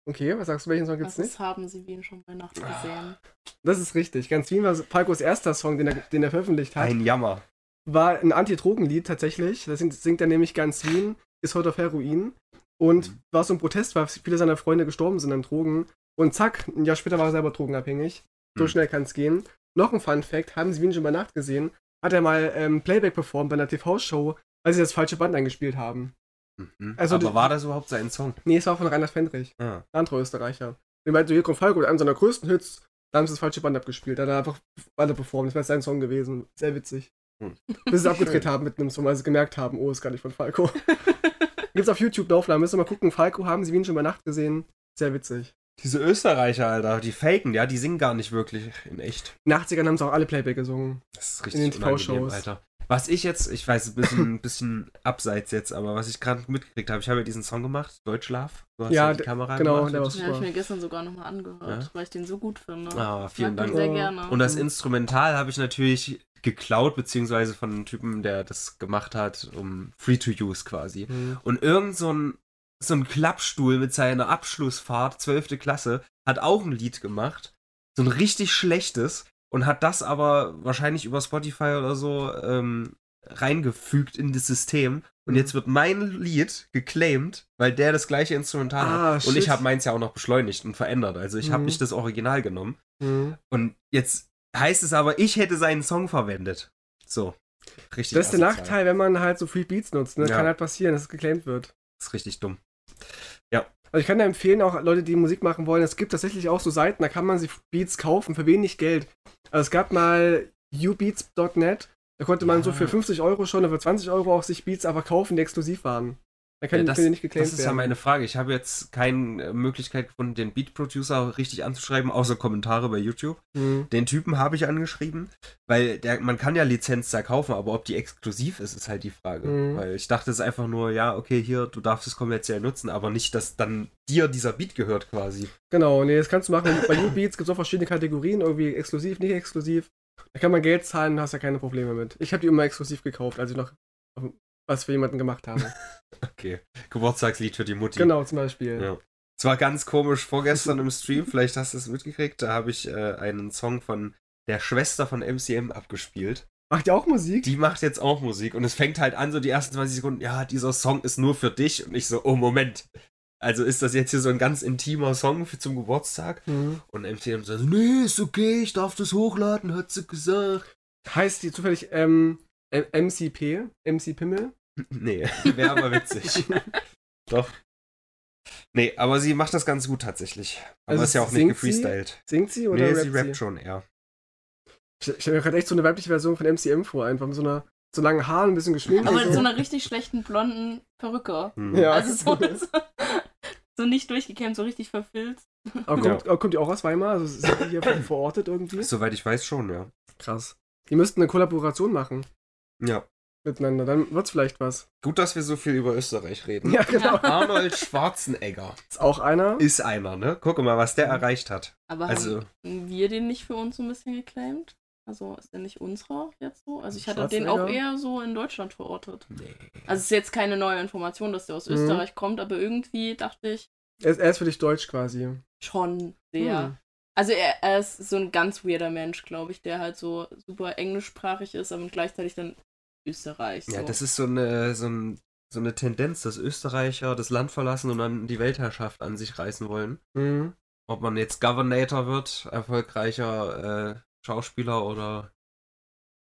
Speaker 1: Okay, was sagst du, welchen Song gibt's
Speaker 3: Was
Speaker 1: nicht?
Speaker 3: ist, haben sie Wien schon bei Nacht
Speaker 2: Ah.
Speaker 3: gesehen?
Speaker 1: Das ist richtig. Ganz Wien war Falcos erster Song, den er, den er veröffentlicht hat.
Speaker 2: Ein Jammer.
Speaker 1: War ein Anti-Drogen-Lied tatsächlich. Da singt, singt er nämlich Ganz Wien, ist heute auf Heroin. Und
Speaker 2: Mhm.
Speaker 1: war so ein Protest, weil viele seiner Freunde gestorben sind an Drogen. Und zack, ein Jahr später war er selber drogenabhängig. So
Speaker 2: Mhm.
Speaker 1: schnell kann's gehen. Noch ein Fun-Fact: Haben Sie Wien schon bei Nacht gesehen? Hat er mal ähm, Playback performt bei einer TV-Show, weil sie das falsche Band eingespielt haben.
Speaker 2: Mhm.
Speaker 1: Also
Speaker 2: Aber
Speaker 1: die-
Speaker 2: war das überhaupt sein Song?
Speaker 1: Nee, es war von Reinhard Fendrich,
Speaker 2: Ah.
Speaker 1: ein anderer Österreicher. Der meinte, hier kommt Falco mit einem seiner größten Hits. Da haben sie das falsche Band abgespielt. Da hat er einfach weiter performt. Das wäre sein Song gewesen. Sehr witzig.
Speaker 2: Hm. <laughs>
Speaker 1: Bis sie es abgedreht haben mit einem Song, weil sie gemerkt haben, oh, ist gar nicht von Falco. Gibt's auf YouTube eine Aufnahme. Müssen wir mal gucken. Falco, haben sie Wien schon bei Nacht gesehen? Sehr witzig.
Speaker 2: Diese Österreicher, Alter, die faken, ja, die singen gar nicht wirklich in echt.
Speaker 1: In den 80ern haben sie auch alle Playback gesungen.
Speaker 2: Das ist
Speaker 1: In
Speaker 2: richtig
Speaker 1: den
Speaker 2: unangenehm,
Speaker 1: TV-Shows.
Speaker 2: Alter. Was ich jetzt, ich weiß, ein bisschen, ein bisschen abseits jetzt, aber was ich gerade mitgekriegt habe, ich habe ja diesen Song gemacht, Deutschlaf. Du hast
Speaker 1: Ja,
Speaker 2: ja, die
Speaker 1: d-
Speaker 2: Kamera
Speaker 1: genau,
Speaker 2: gemacht.
Speaker 1: der war
Speaker 3: Den habe ich
Speaker 1: super.
Speaker 3: mir gestern sogar nochmal angehört,
Speaker 2: Ja?
Speaker 3: weil ich den so gut
Speaker 2: Ah,
Speaker 3: finde. Ich mag
Speaker 2: vielen
Speaker 3: den
Speaker 2: Dank.
Speaker 3: sehr gerne.
Speaker 2: Und das
Speaker 1: Mhm.
Speaker 2: Instrumental habe ich natürlich geklaut, beziehungsweise von einem Typen, der das gemacht hat, um free to use quasi. Und irgend so ein, so ein Klappstuhl mit seiner Abschlussfahrt, 12. Klasse, hat auch ein Lied gemacht. So ein richtig schlechtes. Und hat das aber wahrscheinlich über Spotify oder so ähm, reingefügt in das System. Und
Speaker 1: Mhm.
Speaker 2: jetzt wird mein Lied geclaimed, weil der das gleiche Instrumental
Speaker 1: Ah,
Speaker 2: hat. Und
Speaker 1: shit.
Speaker 2: ich habe meins ja auch noch beschleunigt und verändert. Also ich habe
Speaker 1: Mhm.
Speaker 2: nicht das Original genommen.
Speaker 1: Mhm.
Speaker 2: Und jetzt heißt es aber, ich hätte seinen Song verwendet. So. Richtig.
Speaker 1: Das ist der
Speaker 2: asozial.
Speaker 1: Nachteil, wenn man halt so Free Beats nutzt. Ne?
Speaker 2: Ja.
Speaker 1: Kann halt passieren, dass es geclaimed wird.
Speaker 2: Das ist richtig dumm.
Speaker 1: Also ich kann da empfehlen, auch Leute, die Musik machen wollen, es gibt tatsächlich auch so Seiten, da kann man sich Beats kaufen für wenig Geld. Also es gab mal ubeats.net, da konnte man so
Speaker 2: Ja.
Speaker 1: für 50 Euro schon oder für 20 Euro auch sich Beats einfach kaufen, die exklusiv waren. Da kann
Speaker 2: Ja,
Speaker 1: die
Speaker 2: Äh, das,
Speaker 1: können die nicht geclaimed
Speaker 2: das ist ja
Speaker 1: werden.
Speaker 2: meine Frage. Ich habe jetzt keine äh, Möglichkeit gefunden, den Beat-Producer richtig anzuschreiben, außer Kommentare bei YouTube.
Speaker 1: Hm.
Speaker 2: Den Typen habe ich angeschrieben, weil der, man kann ja Lizenz da kaufen, aber ob die exklusiv ist, ist halt die Frage.
Speaker 1: Mhm.
Speaker 2: Weil ich dachte es ist einfach nur, ja, okay, hier, du darfst es kommerziell nutzen, aber nicht, dass dann dir dieser Beat gehört quasi.
Speaker 1: Genau, nee, das kannst du machen. Bei Ubeats gibt es auch verschiedene Kategorien, irgendwie exklusiv, nicht exklusiv. Da kann man Geld zahlen, hast ja keine Probleme mit. Ich habe die immer exklusiv gekauft, als ich noch was für jemanden gemacht habe.
Speaker 2: Okay. Geburtstagslied für <laughs> die Mutti.
Speaker 1: genau, zum Beispiel.
Speaker 2: Ja. Es war ganz komisch
Speaker 1: <laughs>
Speaker 2: vorgestern im Stream, vielleicht hast du es mitgekriegt, da habe ich äh, einen Song von der Schwester von MCM abgespielt.
Speaker 1: Macht ihr auch Musik?
Speaker 2: Die macht jetzt auch Musik und es fängt halt an, so die ersten 20 Sekunden, ja, dieser Song ist nur für dich und ich so, oh Moment. Also ist das jetzt hier so ein ganz intimer Song für zum Geburtstag?
Speaker 1: Hm.
Speaker 2: Und MCM sagt, so, nee, ist okay, ich darf das hochladen, hat sie gesagt. <laughs>
Speaker 1: Heißt die zufällig ähm, M- MCP? MC Pimmel?
Speaker 2: Nee, wäre
Speaker 1: <laughs>
Speaker 2: aber witzig. Doch. Nee, aber sie macht das ganz gut tatsächlich. Aber
Speaker 1: Also
Speaker 2: ist ja auch nicht
Speaker 1: singt sie?
Speaker 2: gefreestylt.
Speaker 1: Singt sie oder
Speaker 2: Nee,
Speaker 1: rappt
Speaker 2: sie rappt
Speaker 1: sie?
Speaker 2: schon eher.
Speaker 1: Ich, ich stelle mir gerade echt so eine weibliche Version von MCM vor, einfach mit so einer so langen Haaren, ein bisschen geschminkt.
Speaker 3: Aber
Speaker 1: und
Speaker 3: in so einer richtig schlechten blonden Perücke.
Speaker 2: Hm.
Speaker 1: Ja.
Speaker 3: Also so, <laughs> so, so nicht durchgekämmt, so richtig verfilzt.
Speaker 1: aber kommt, aber kommt die auch aus Weimar? Also sind die
Speaker 2: <coughs>
Speaker 1: hier ver- verortet irgendwie?
Speaker 2: Soweit ich weiß schon, ja.
Speaker 1: Krass. Die müssten eine Kollaboration machen
Speaker 2: Ja.
Speaker 1: miteinander, dann wird's vielleicht was.
Speaker 2: Gut, dass wir so viel über Österreich reden.
Speaker 1: <laughs> Ja, genau.
Speaker 3: Ja.
Speaker 2: Arnold Schwarzenegger
Speaker 1: Ist auch einer.
Speaker 2: ist einer, ne? Guck mal, was der erreicht hat.
Speaker 3: Aber
Speaker 2: Also,
Speaker 3: haben wir den nicht für uns so ein bisschen geclaimed? Also ist der nicht unserer jetzt so? Also ich hatte den
Speaker 1: Schwarzenegger?
Speaker 3: auch eher so in Deutschland verortet.
Speaker 2: nee.
Speaker 3: Also es ist jetzt keine neue Information, dass der aus
Speaker 1: Mhm.
Speaker 3: Österreich kommt, aber irgendwie dachte ich
Speaker 1: Er ist, er ist für dich deutsch quasi.
Speaker 3: schon sehr.
Speaker 1: Hm.
Speaker 3: Also er, er ist so ein ganz weirder Mensch, glaube ich, der halt so super englischsprachig ist, aber gleichzeitig dann Österreich. So.
Speaker 2: Ja, das ist so eine, so, ein, so eine Tendenz, dass Österreicher das Land verlassen und dann die Weltherrschaft an sich reißen wollen.
Speaker 1: Mhm.
Speaker 2: Ob man jetzt Governator wird, erfolgreicher äh, Schauspieler oder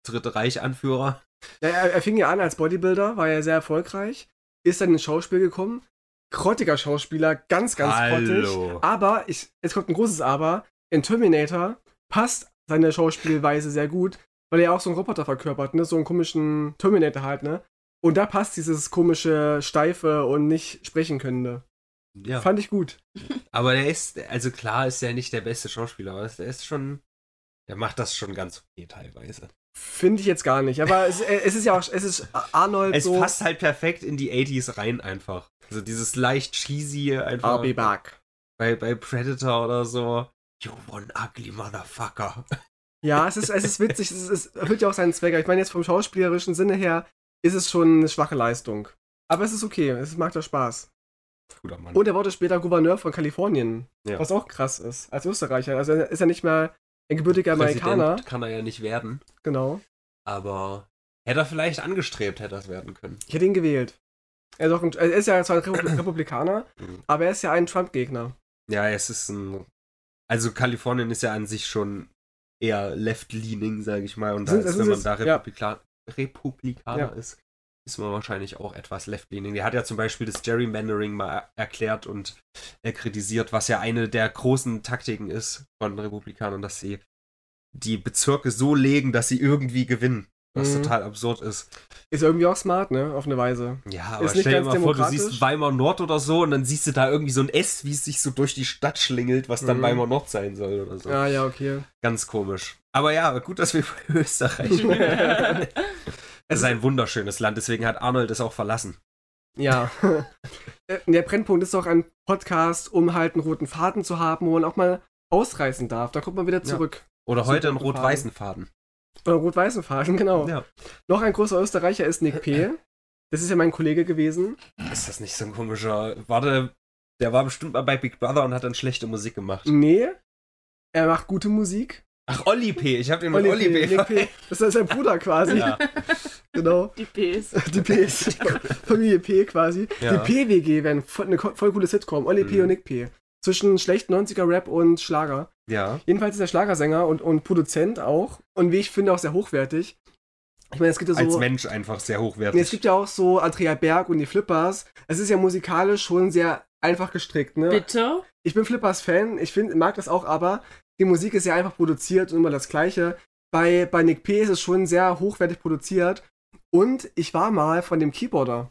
Speaker 2: Dritte Reich-Anführer.
Speaker 1: Ja, er, er fing ja an als Bodybuilder, war ja sehr erfolgreich, ist dann ins Schauspiel gekommen. Grottiger Schauspieler, ganz, ganz grottig. Aber, ich, jetzt kommt ein großes Aber, in Terminator passt seine Schauspielweise sehr gut, weil er auch so einen Roboter verkörpert, ne? So einen komischen Terminator halt, ne? Und da passt dieses komische, steife und nicht sprechen könnende.
Speaker 2: Ja.
Speaker 1: Fand ich gut.
Speaker 2: Aber der ist, also klar ist er nicht der beste Schauspieler, aber der ist schon, der macht das schon ganz okay teilweise.
Speaker 1: Finde ich jetzt gar nicht. Aber es, es ist ja auch, es ist Arnold
Speaker 2: Es
Speaker 1: so.
Speaker 2: passt halt perfekt in die 80s rein einfach. Also dieses leicht cheesy einfach.
Speaker 1: I'll be back.
Speaker 2: Bei, bei Predator oder so. You one ugly motherfucker.
Speaker 1: Ja, es ist, es ist witzig, es, ist, es erfüllt ja auch seinen Zweck. Ich meine, jetzt vom schauspielerischen Sinne her ist es schon eine schwache Leistung. Aber es ist okay, es macht ja Spaß.
Speaker 2: Guter Mann.
Speaker 1: Und er wurde später Gouverneur von Kalifornien.
Speaker 2: Ja.
Speaker 1: Was auch krass ist. Als Österreicher. Also er ist ja nicht mal ein gebürtiger
Speaker 2: Präsident
Speaker 1: Amerikaner.
Speaker 2: kann er ja nicht werden,
Speaker 1: Genau.
Speaker 2: aber hätte er vielleicht angestrebt, hätte er es werden können.
Speaker 1: Ich hätte ihn gewählt. Er ist, auch ein, er ist ja zwar ein Republi-
Speaker 2: <clears throat>
Speaker 1: Republikaner,
Speaker 2: Mhm.
Speaker 1: aber er ist ja ein Trump-Gegner.
Speaker 2: Ja, es ist ein. Also Kalifornien ist ja an sich schon eher left-leaning, sage ich mal. Und da
Speaker 1: Sind-
Speaker 2: ist,
Speaker 1: das
Speaker 2: wenn
Speaker 1: ist
Speaker 2: man
Speaker 1: es,
Speaker 2: da
Speaker 1: ja.
Speaker 2: Republika Republikaner
Speaker 1: Ja.
Speaker 2: ist, ist man wahrscheinlich auch etwas left-leaning. Der hat ja zum Beispiel das Gerrymandering mal er- erklärt und äh, kritisiert, was ja eine der großen Taktiken ist von Republikanern, dass sie die Bezirke so legen, dass sie irgendwie gewinnen. Was
Speaker 1: Mhm.
Speaker 2: total absurd ist.
Speaker 1: Ist irgendwie auch smart, ne? Auf eine Weise.
Speaker 2: Ja, aber
Speaker 1: Ist nicht
Speaker 2: stell dir
Speaker 1: ganz
Speaker 2: mal vor, du
Speaker 1: demokratisch.
Speaker 2: siehst Weimar Nord oder so und dann siehst du da irgendwie so ein S, wie es sich so durch die Stadt schlingelt, was dann
Speaker 1: Mhm.
Speaker 2: Weimar Nord sein soll oder so.
Speaker 1: Ah, ja, okay.
Speaker 2: Ganz komisch. Aber ja, gut, dass wir über
Speaker 1: <laughs>
Speaker 2: Österreich reden. es ist ein wunderschönes Land, deswegen hat Arnold es auch verlassen.
Speaker 1: Ja. <laughs> Äh, Der Brennpunkt ist auch ein Podcast, um halt einen roten Faden zu haben, wo man auch mal ausreißen darf. Da kommt man wieder zurück.
Speaker 2: Oder
Speaker 1: Zum
Speaker 2: heute einen
Speaker 1: roten Faden.
Speaker 2: rot-weißen Faden.
Speaker 1: Oder rot-weißen Farben, genau.
Speaker 2: Ja.
Speaker 1: Noch ein großer Österreicher ist Nick
Speaker 2: <laughs>
Speaker 1: P. Das ist ja mein Kollege gewesen.
Speaker 2: Ist das nicht so ein komischer. Warte, der war bestimmt mal bei Big Brother und hat dann schlechte Musik gemacht.
Speaker 1: Nee, er macht gute Musik.
Speaker 2: Ach, Olli P. Ich hab den mit
Speaker 1: Olli
Speaker 2: Olli
Speaker 1: P.
Speaker 2: P.
Speaker 1: Nick P. Das ist sein Bruder quasi.
Speaker 2: <laughs> Ja.
Speaker 1: <laughs> Genau.
Speaker 3: Die Bs.
Speaker 1: Die P
Speaker 2: <laughs>
Speaker 1: ist Familie P quasi.
Speaker 2: Ja.
Speaker 1: Die P-WG wären voll, eine ko- voll coole Sitcom. Olli P.
Speaker 2: Mhm.
Speaker 1: und Nick P. Zwischen schlecht 90er-Rap und Schlager.
Speaker 2: ja.
Speaker 1: Jedenfalls ist er Schlagersänger und, und Produzent auch. Und wie ich finde, auch sehr hochwertig. Ich meine, es gibt ja so.
Speaker 2: Als Mensch einfach sehr
Speaker 1: Nee,
Speaker 2: hochwertig.
Speaker 1: es gibt ja auch so Andrea Berg und die Flippers. Es ist ja musikalisch schon sehr einfach gestrickt, ne?
Speaker 3: Bitte?
Speaker 1: Ich bin Flippers-Fan, ich find, mag das auch, aber die Musik ist ja einfach produziert und immer das Gleiche. Bei, bei Nick P. ist es schon sehr hochwertig produziert. Und ich war mal von dem Keyboarder.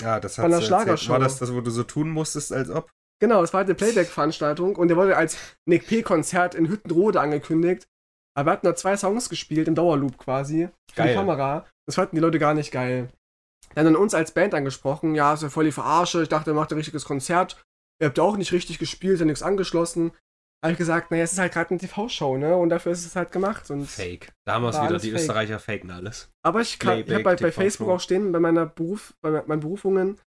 Speaker 2: ja, das
Speaker 1: Von der
Speaker 2: hat's ja erzählt.
Speaker 1: Schlagershow.
Speaker 2: War das das, wo du so tun musstest, als ob?
Speaker 1: Genau, es war halt eine Playback-Veranstaltung und der wurde als Nick P-Konzert in Hüttenrode angekündigt. Aber wir hatten da zwei Songs gespielt, im Dauerloop quasi, für die
Speaker 2: Geil.
Speaker 1: Kamera. Das fanden die Leute gar nicht geil. Dann an uns als Band angesprochen, ja, ist ja voll die Verarsche, ich dachte, ihr macht ein richtiges Konzert. Ihr habt auch nicht richtig gespielt, ihr nichts angeschlossen. Habe ich gesagt, naja, es ist halt gerade eine TV-Show, ne? Und dafür ist es halt gemacht. Und
Speaker 2: Fake. Damals
Speaker 1: War
Speaker 2: wieder,
Speaker 1: alles
Speaker 2: die
Speaker 1: fake.
Speaker 2: Österreicher faken alles.
Speaker 1: aber ich, kann- ich habe
Speaker 2: Playback,
Speaker 1: bei, bei
Speaker 2: TV-Show.
Speaker 1: Facebook auch stehen, bei meiner Beruf, bei me- meinen Berufungen,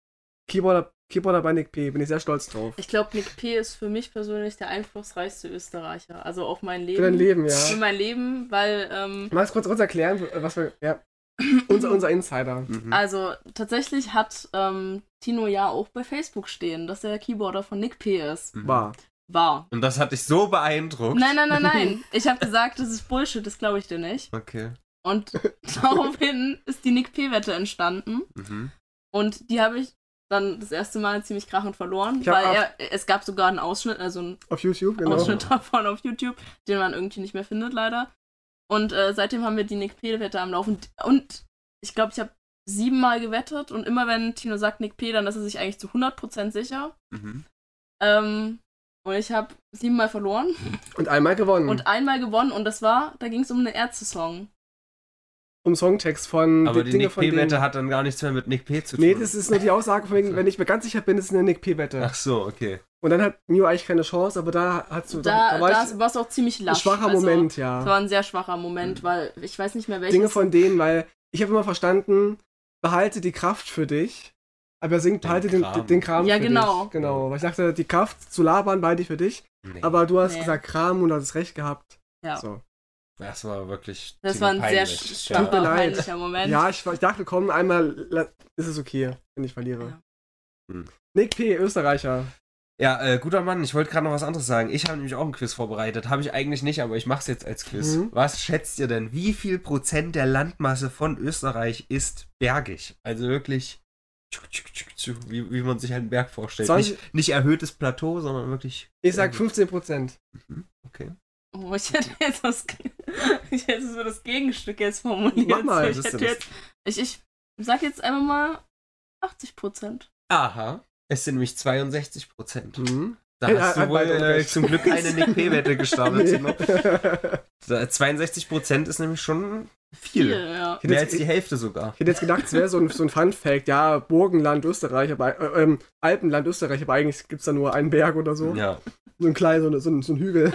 Speaker 1: Keyboarder, Keyboarder bei Nick P. Bin ich sehr stolz drauf.
Speaker 3: Ich glaube, Nick P. ist für mich persönlich der einflussreichste Österreicher. Also auf mein Leben.
Speaker 1: Für dein Leben, ja. Mhm.
Speaker 3: Für mein Leben, weil, ähm,
Speaker 1: Magst du kurz uns erklären, was wir.
Speaker 3: <clears throat>
Speaker 1: Ja. Unser, unser Insider.
Speaker 2: Mhm.
Speaker 3: also tatsächlich hat ähm, Tino ja auch bei Facebook stehen, dass er Keyboarder von Nick P. ist.
Speaker 2: Mhm.
Speaker 1: War.
Speaker 3: War.
Speaker 2: Und das hat dich so beeindruckt.
Speaker 3: Nein, nein,
Speaker 1: <laughs>
Speaker 3: nein, nein. Ich habe gesagt, das ist Bullshit, das glaube ich dir nicht.
Speaker 2: Okay.
Speaker 1: <laughs>
Speaker 3: Und daraufhin ist die Nick P-Wette entstanden.
Speaker 2: Mhm.
Speaker 3: Und die habe ich dann das erste Mal ziemlich krachend verloren,
Speaker 1: Ich hab
Speaker 3: weil
Speaker 1: auch-
Speaker 3: er, es gab sogar einen Ausschnitt, also einen
Speaker 1: Auf YouTube, genau.
Speaker 3: Ausschnitt <laughs> davon auf YouTube, den man irgendwie nicht mehr findet, leider. Und äh, seitdem haben wir die Nick P-Wette am Laufen. Und ich glaube, ich habe siebenmal gewettet und immer wenn Tino sagt Nick P, dann ist er sich eigentlich zu 100% sicher.
Speaker 2: Mhm.
Speaker 3: Ähm, und ich habe siebenmal verloren
Speaker 1: Und einmal gewonnen.
Speaker 3: und einmal gewonnen und das war, da ging es um einen Ärzte-Song.
Speaker 1: um Songtext von
Speaker 2: Aber
Speaker 1: die
Speaker 2: die
Speaker 1: Dinge
Speaker 2: Nick
Speaker 1: von denen.
Speaker 2: P-Wette hat dann gar nichts mehr mit Nick P zu tun.
Speaker 1: Nee, das ist nur die Aussage, von wegen, wenn ich mir ganz sicher bin, ist es eine Nick P-Wette.
Speaker 2: Ach so, okay.
Speaker 1: Und dann hat Mio eigentlich keine Chance, aber da hast du.
Speaker 3: Da, da,
Speaker 1: war ich-
Speaker 3: war es auch ziemlich
Speaker 1: ein
Speaker 3: lasch.
Speaker 1: schwacher
Speaker 3: Also,
Speaker 1: Moment,
Speaker 3: Das
Speaker 1: ja.
Speaker 3: war ein sehr schwacher Moment, weil ich weiß nicht mehr welches.
Speaker 1: Dinge von denen, weil ich habe immer verstanden, behalte die Kraft für dich, aber singt,
Speaker 2: Den
Speaker 1: behalte den
Speaker 2: Kram.
Speaker 1: Kram, den Kram
Speaker 3: Ja,
Speaker 1: für
Speaker 3: genau.
Speaker 1: dich. Genau. Weil ich dachte, die Kraft zu labern behalte ich für dich,
Speaker 2: Nee.
Speaker 1: aber du hast
Speaker 3: Nee.
Speaker 1: gesagt Kram und hast recht gehabt.
Speaker 3: Ja.
Speaker 1: So.
Speaker 2: das war wirklich.
Speaker 3: das
Speaker 2: Tino,
Speaker 3: war ein sehr
Speaker 2: peinlich.
Speaker 3: sch-
Speaker 2: Ja.
Speaker 3: schwacher,
Speaker 1: Tut mir leid.
Speaker 3: peinlicher Moment.
Speaker 1: Ja, ich, ich dachte, komm, einmal la- ist es okay, wenn ich verliere.
Speaker 3: Ja.
Speaker 2: Hm.
Speaker 1: Nick P., Österreicher.
Speaker 2: Ja, äh, guter Mann, ich wollte gerade noch was anderes sagen. Ich habe nämlich auch ein Quiz vorbereitet. Habe ich eigentlich nicht, aber ich mache es jetzt als Quiz.
Speaker 1: Mhm.
Speaker 2: Was schätzt ihr denn? Wie viel Prozent der Landmasse von Österreich ist bergig? Also wirklich, tschuk, tschuk, tschuk, tschuk, wie, wie man sich halt einen Berg vorstellt.
Speaker 1: 20
Speaker 2: Nicht, nicht erhöhtes Plateau, sondern wirklich.
Speaker 1: Ich sag 15%.
Speaker 2: Okay.
Speaker 3: Oh, ich hätte jetzt das, <laughs> ich hätte so das Gegenstück jetzt formuliert.
Speaker 1: Mach mal,
Speaker 2: was ist
Speaker 3: So, Oh, ich, hätte
Speaker 2: denn
Speaker 3: jetzt, ich, ich sag jetzt einfach mal 80 Prozent.
Speaker 2: Aha. Es sind nämlich 62
Speaker 1: <laughs>
Speaker 2: Prozent.
Speaker 1: Mhm.
Speaker 2: Da
Speaker 1: Hey,
Speaker 2: hast
Speaker 1: äh,
Speaker 2: du
Speaker 1: äh,
Speaker 2: wohl
Speaker 1: beide
Speaker 2: äh,
Speaker 1: recht.
Speaker 2: zum Glück eine Nick P-Wette gestartet. Tino.
Speaker 1: ich
Speaker 2: Da- 62 Prozent ist nämlich schon viel.
Speaker 3: ja.
Speaker 1: hätte jetzt,
Speaker 2: Mehr
Speaker 1: eh-
Speaker 2: als die
Speaker 1: ich
Speaker 2: Hälfte sogar.
Speaker 1: hätte jetzt gedacht, es wäre so ein, so ein Fun-Fact. Ja, Burgenland, Österreich, aber, äh, ähm, Alpenland, Österreich, aber eigentlich gibt es da nur einen Berg oder so.
Speaker 2: Ja.
Speaker 1: So ein kleiner, so, ein- so, ein- so ein Hügel.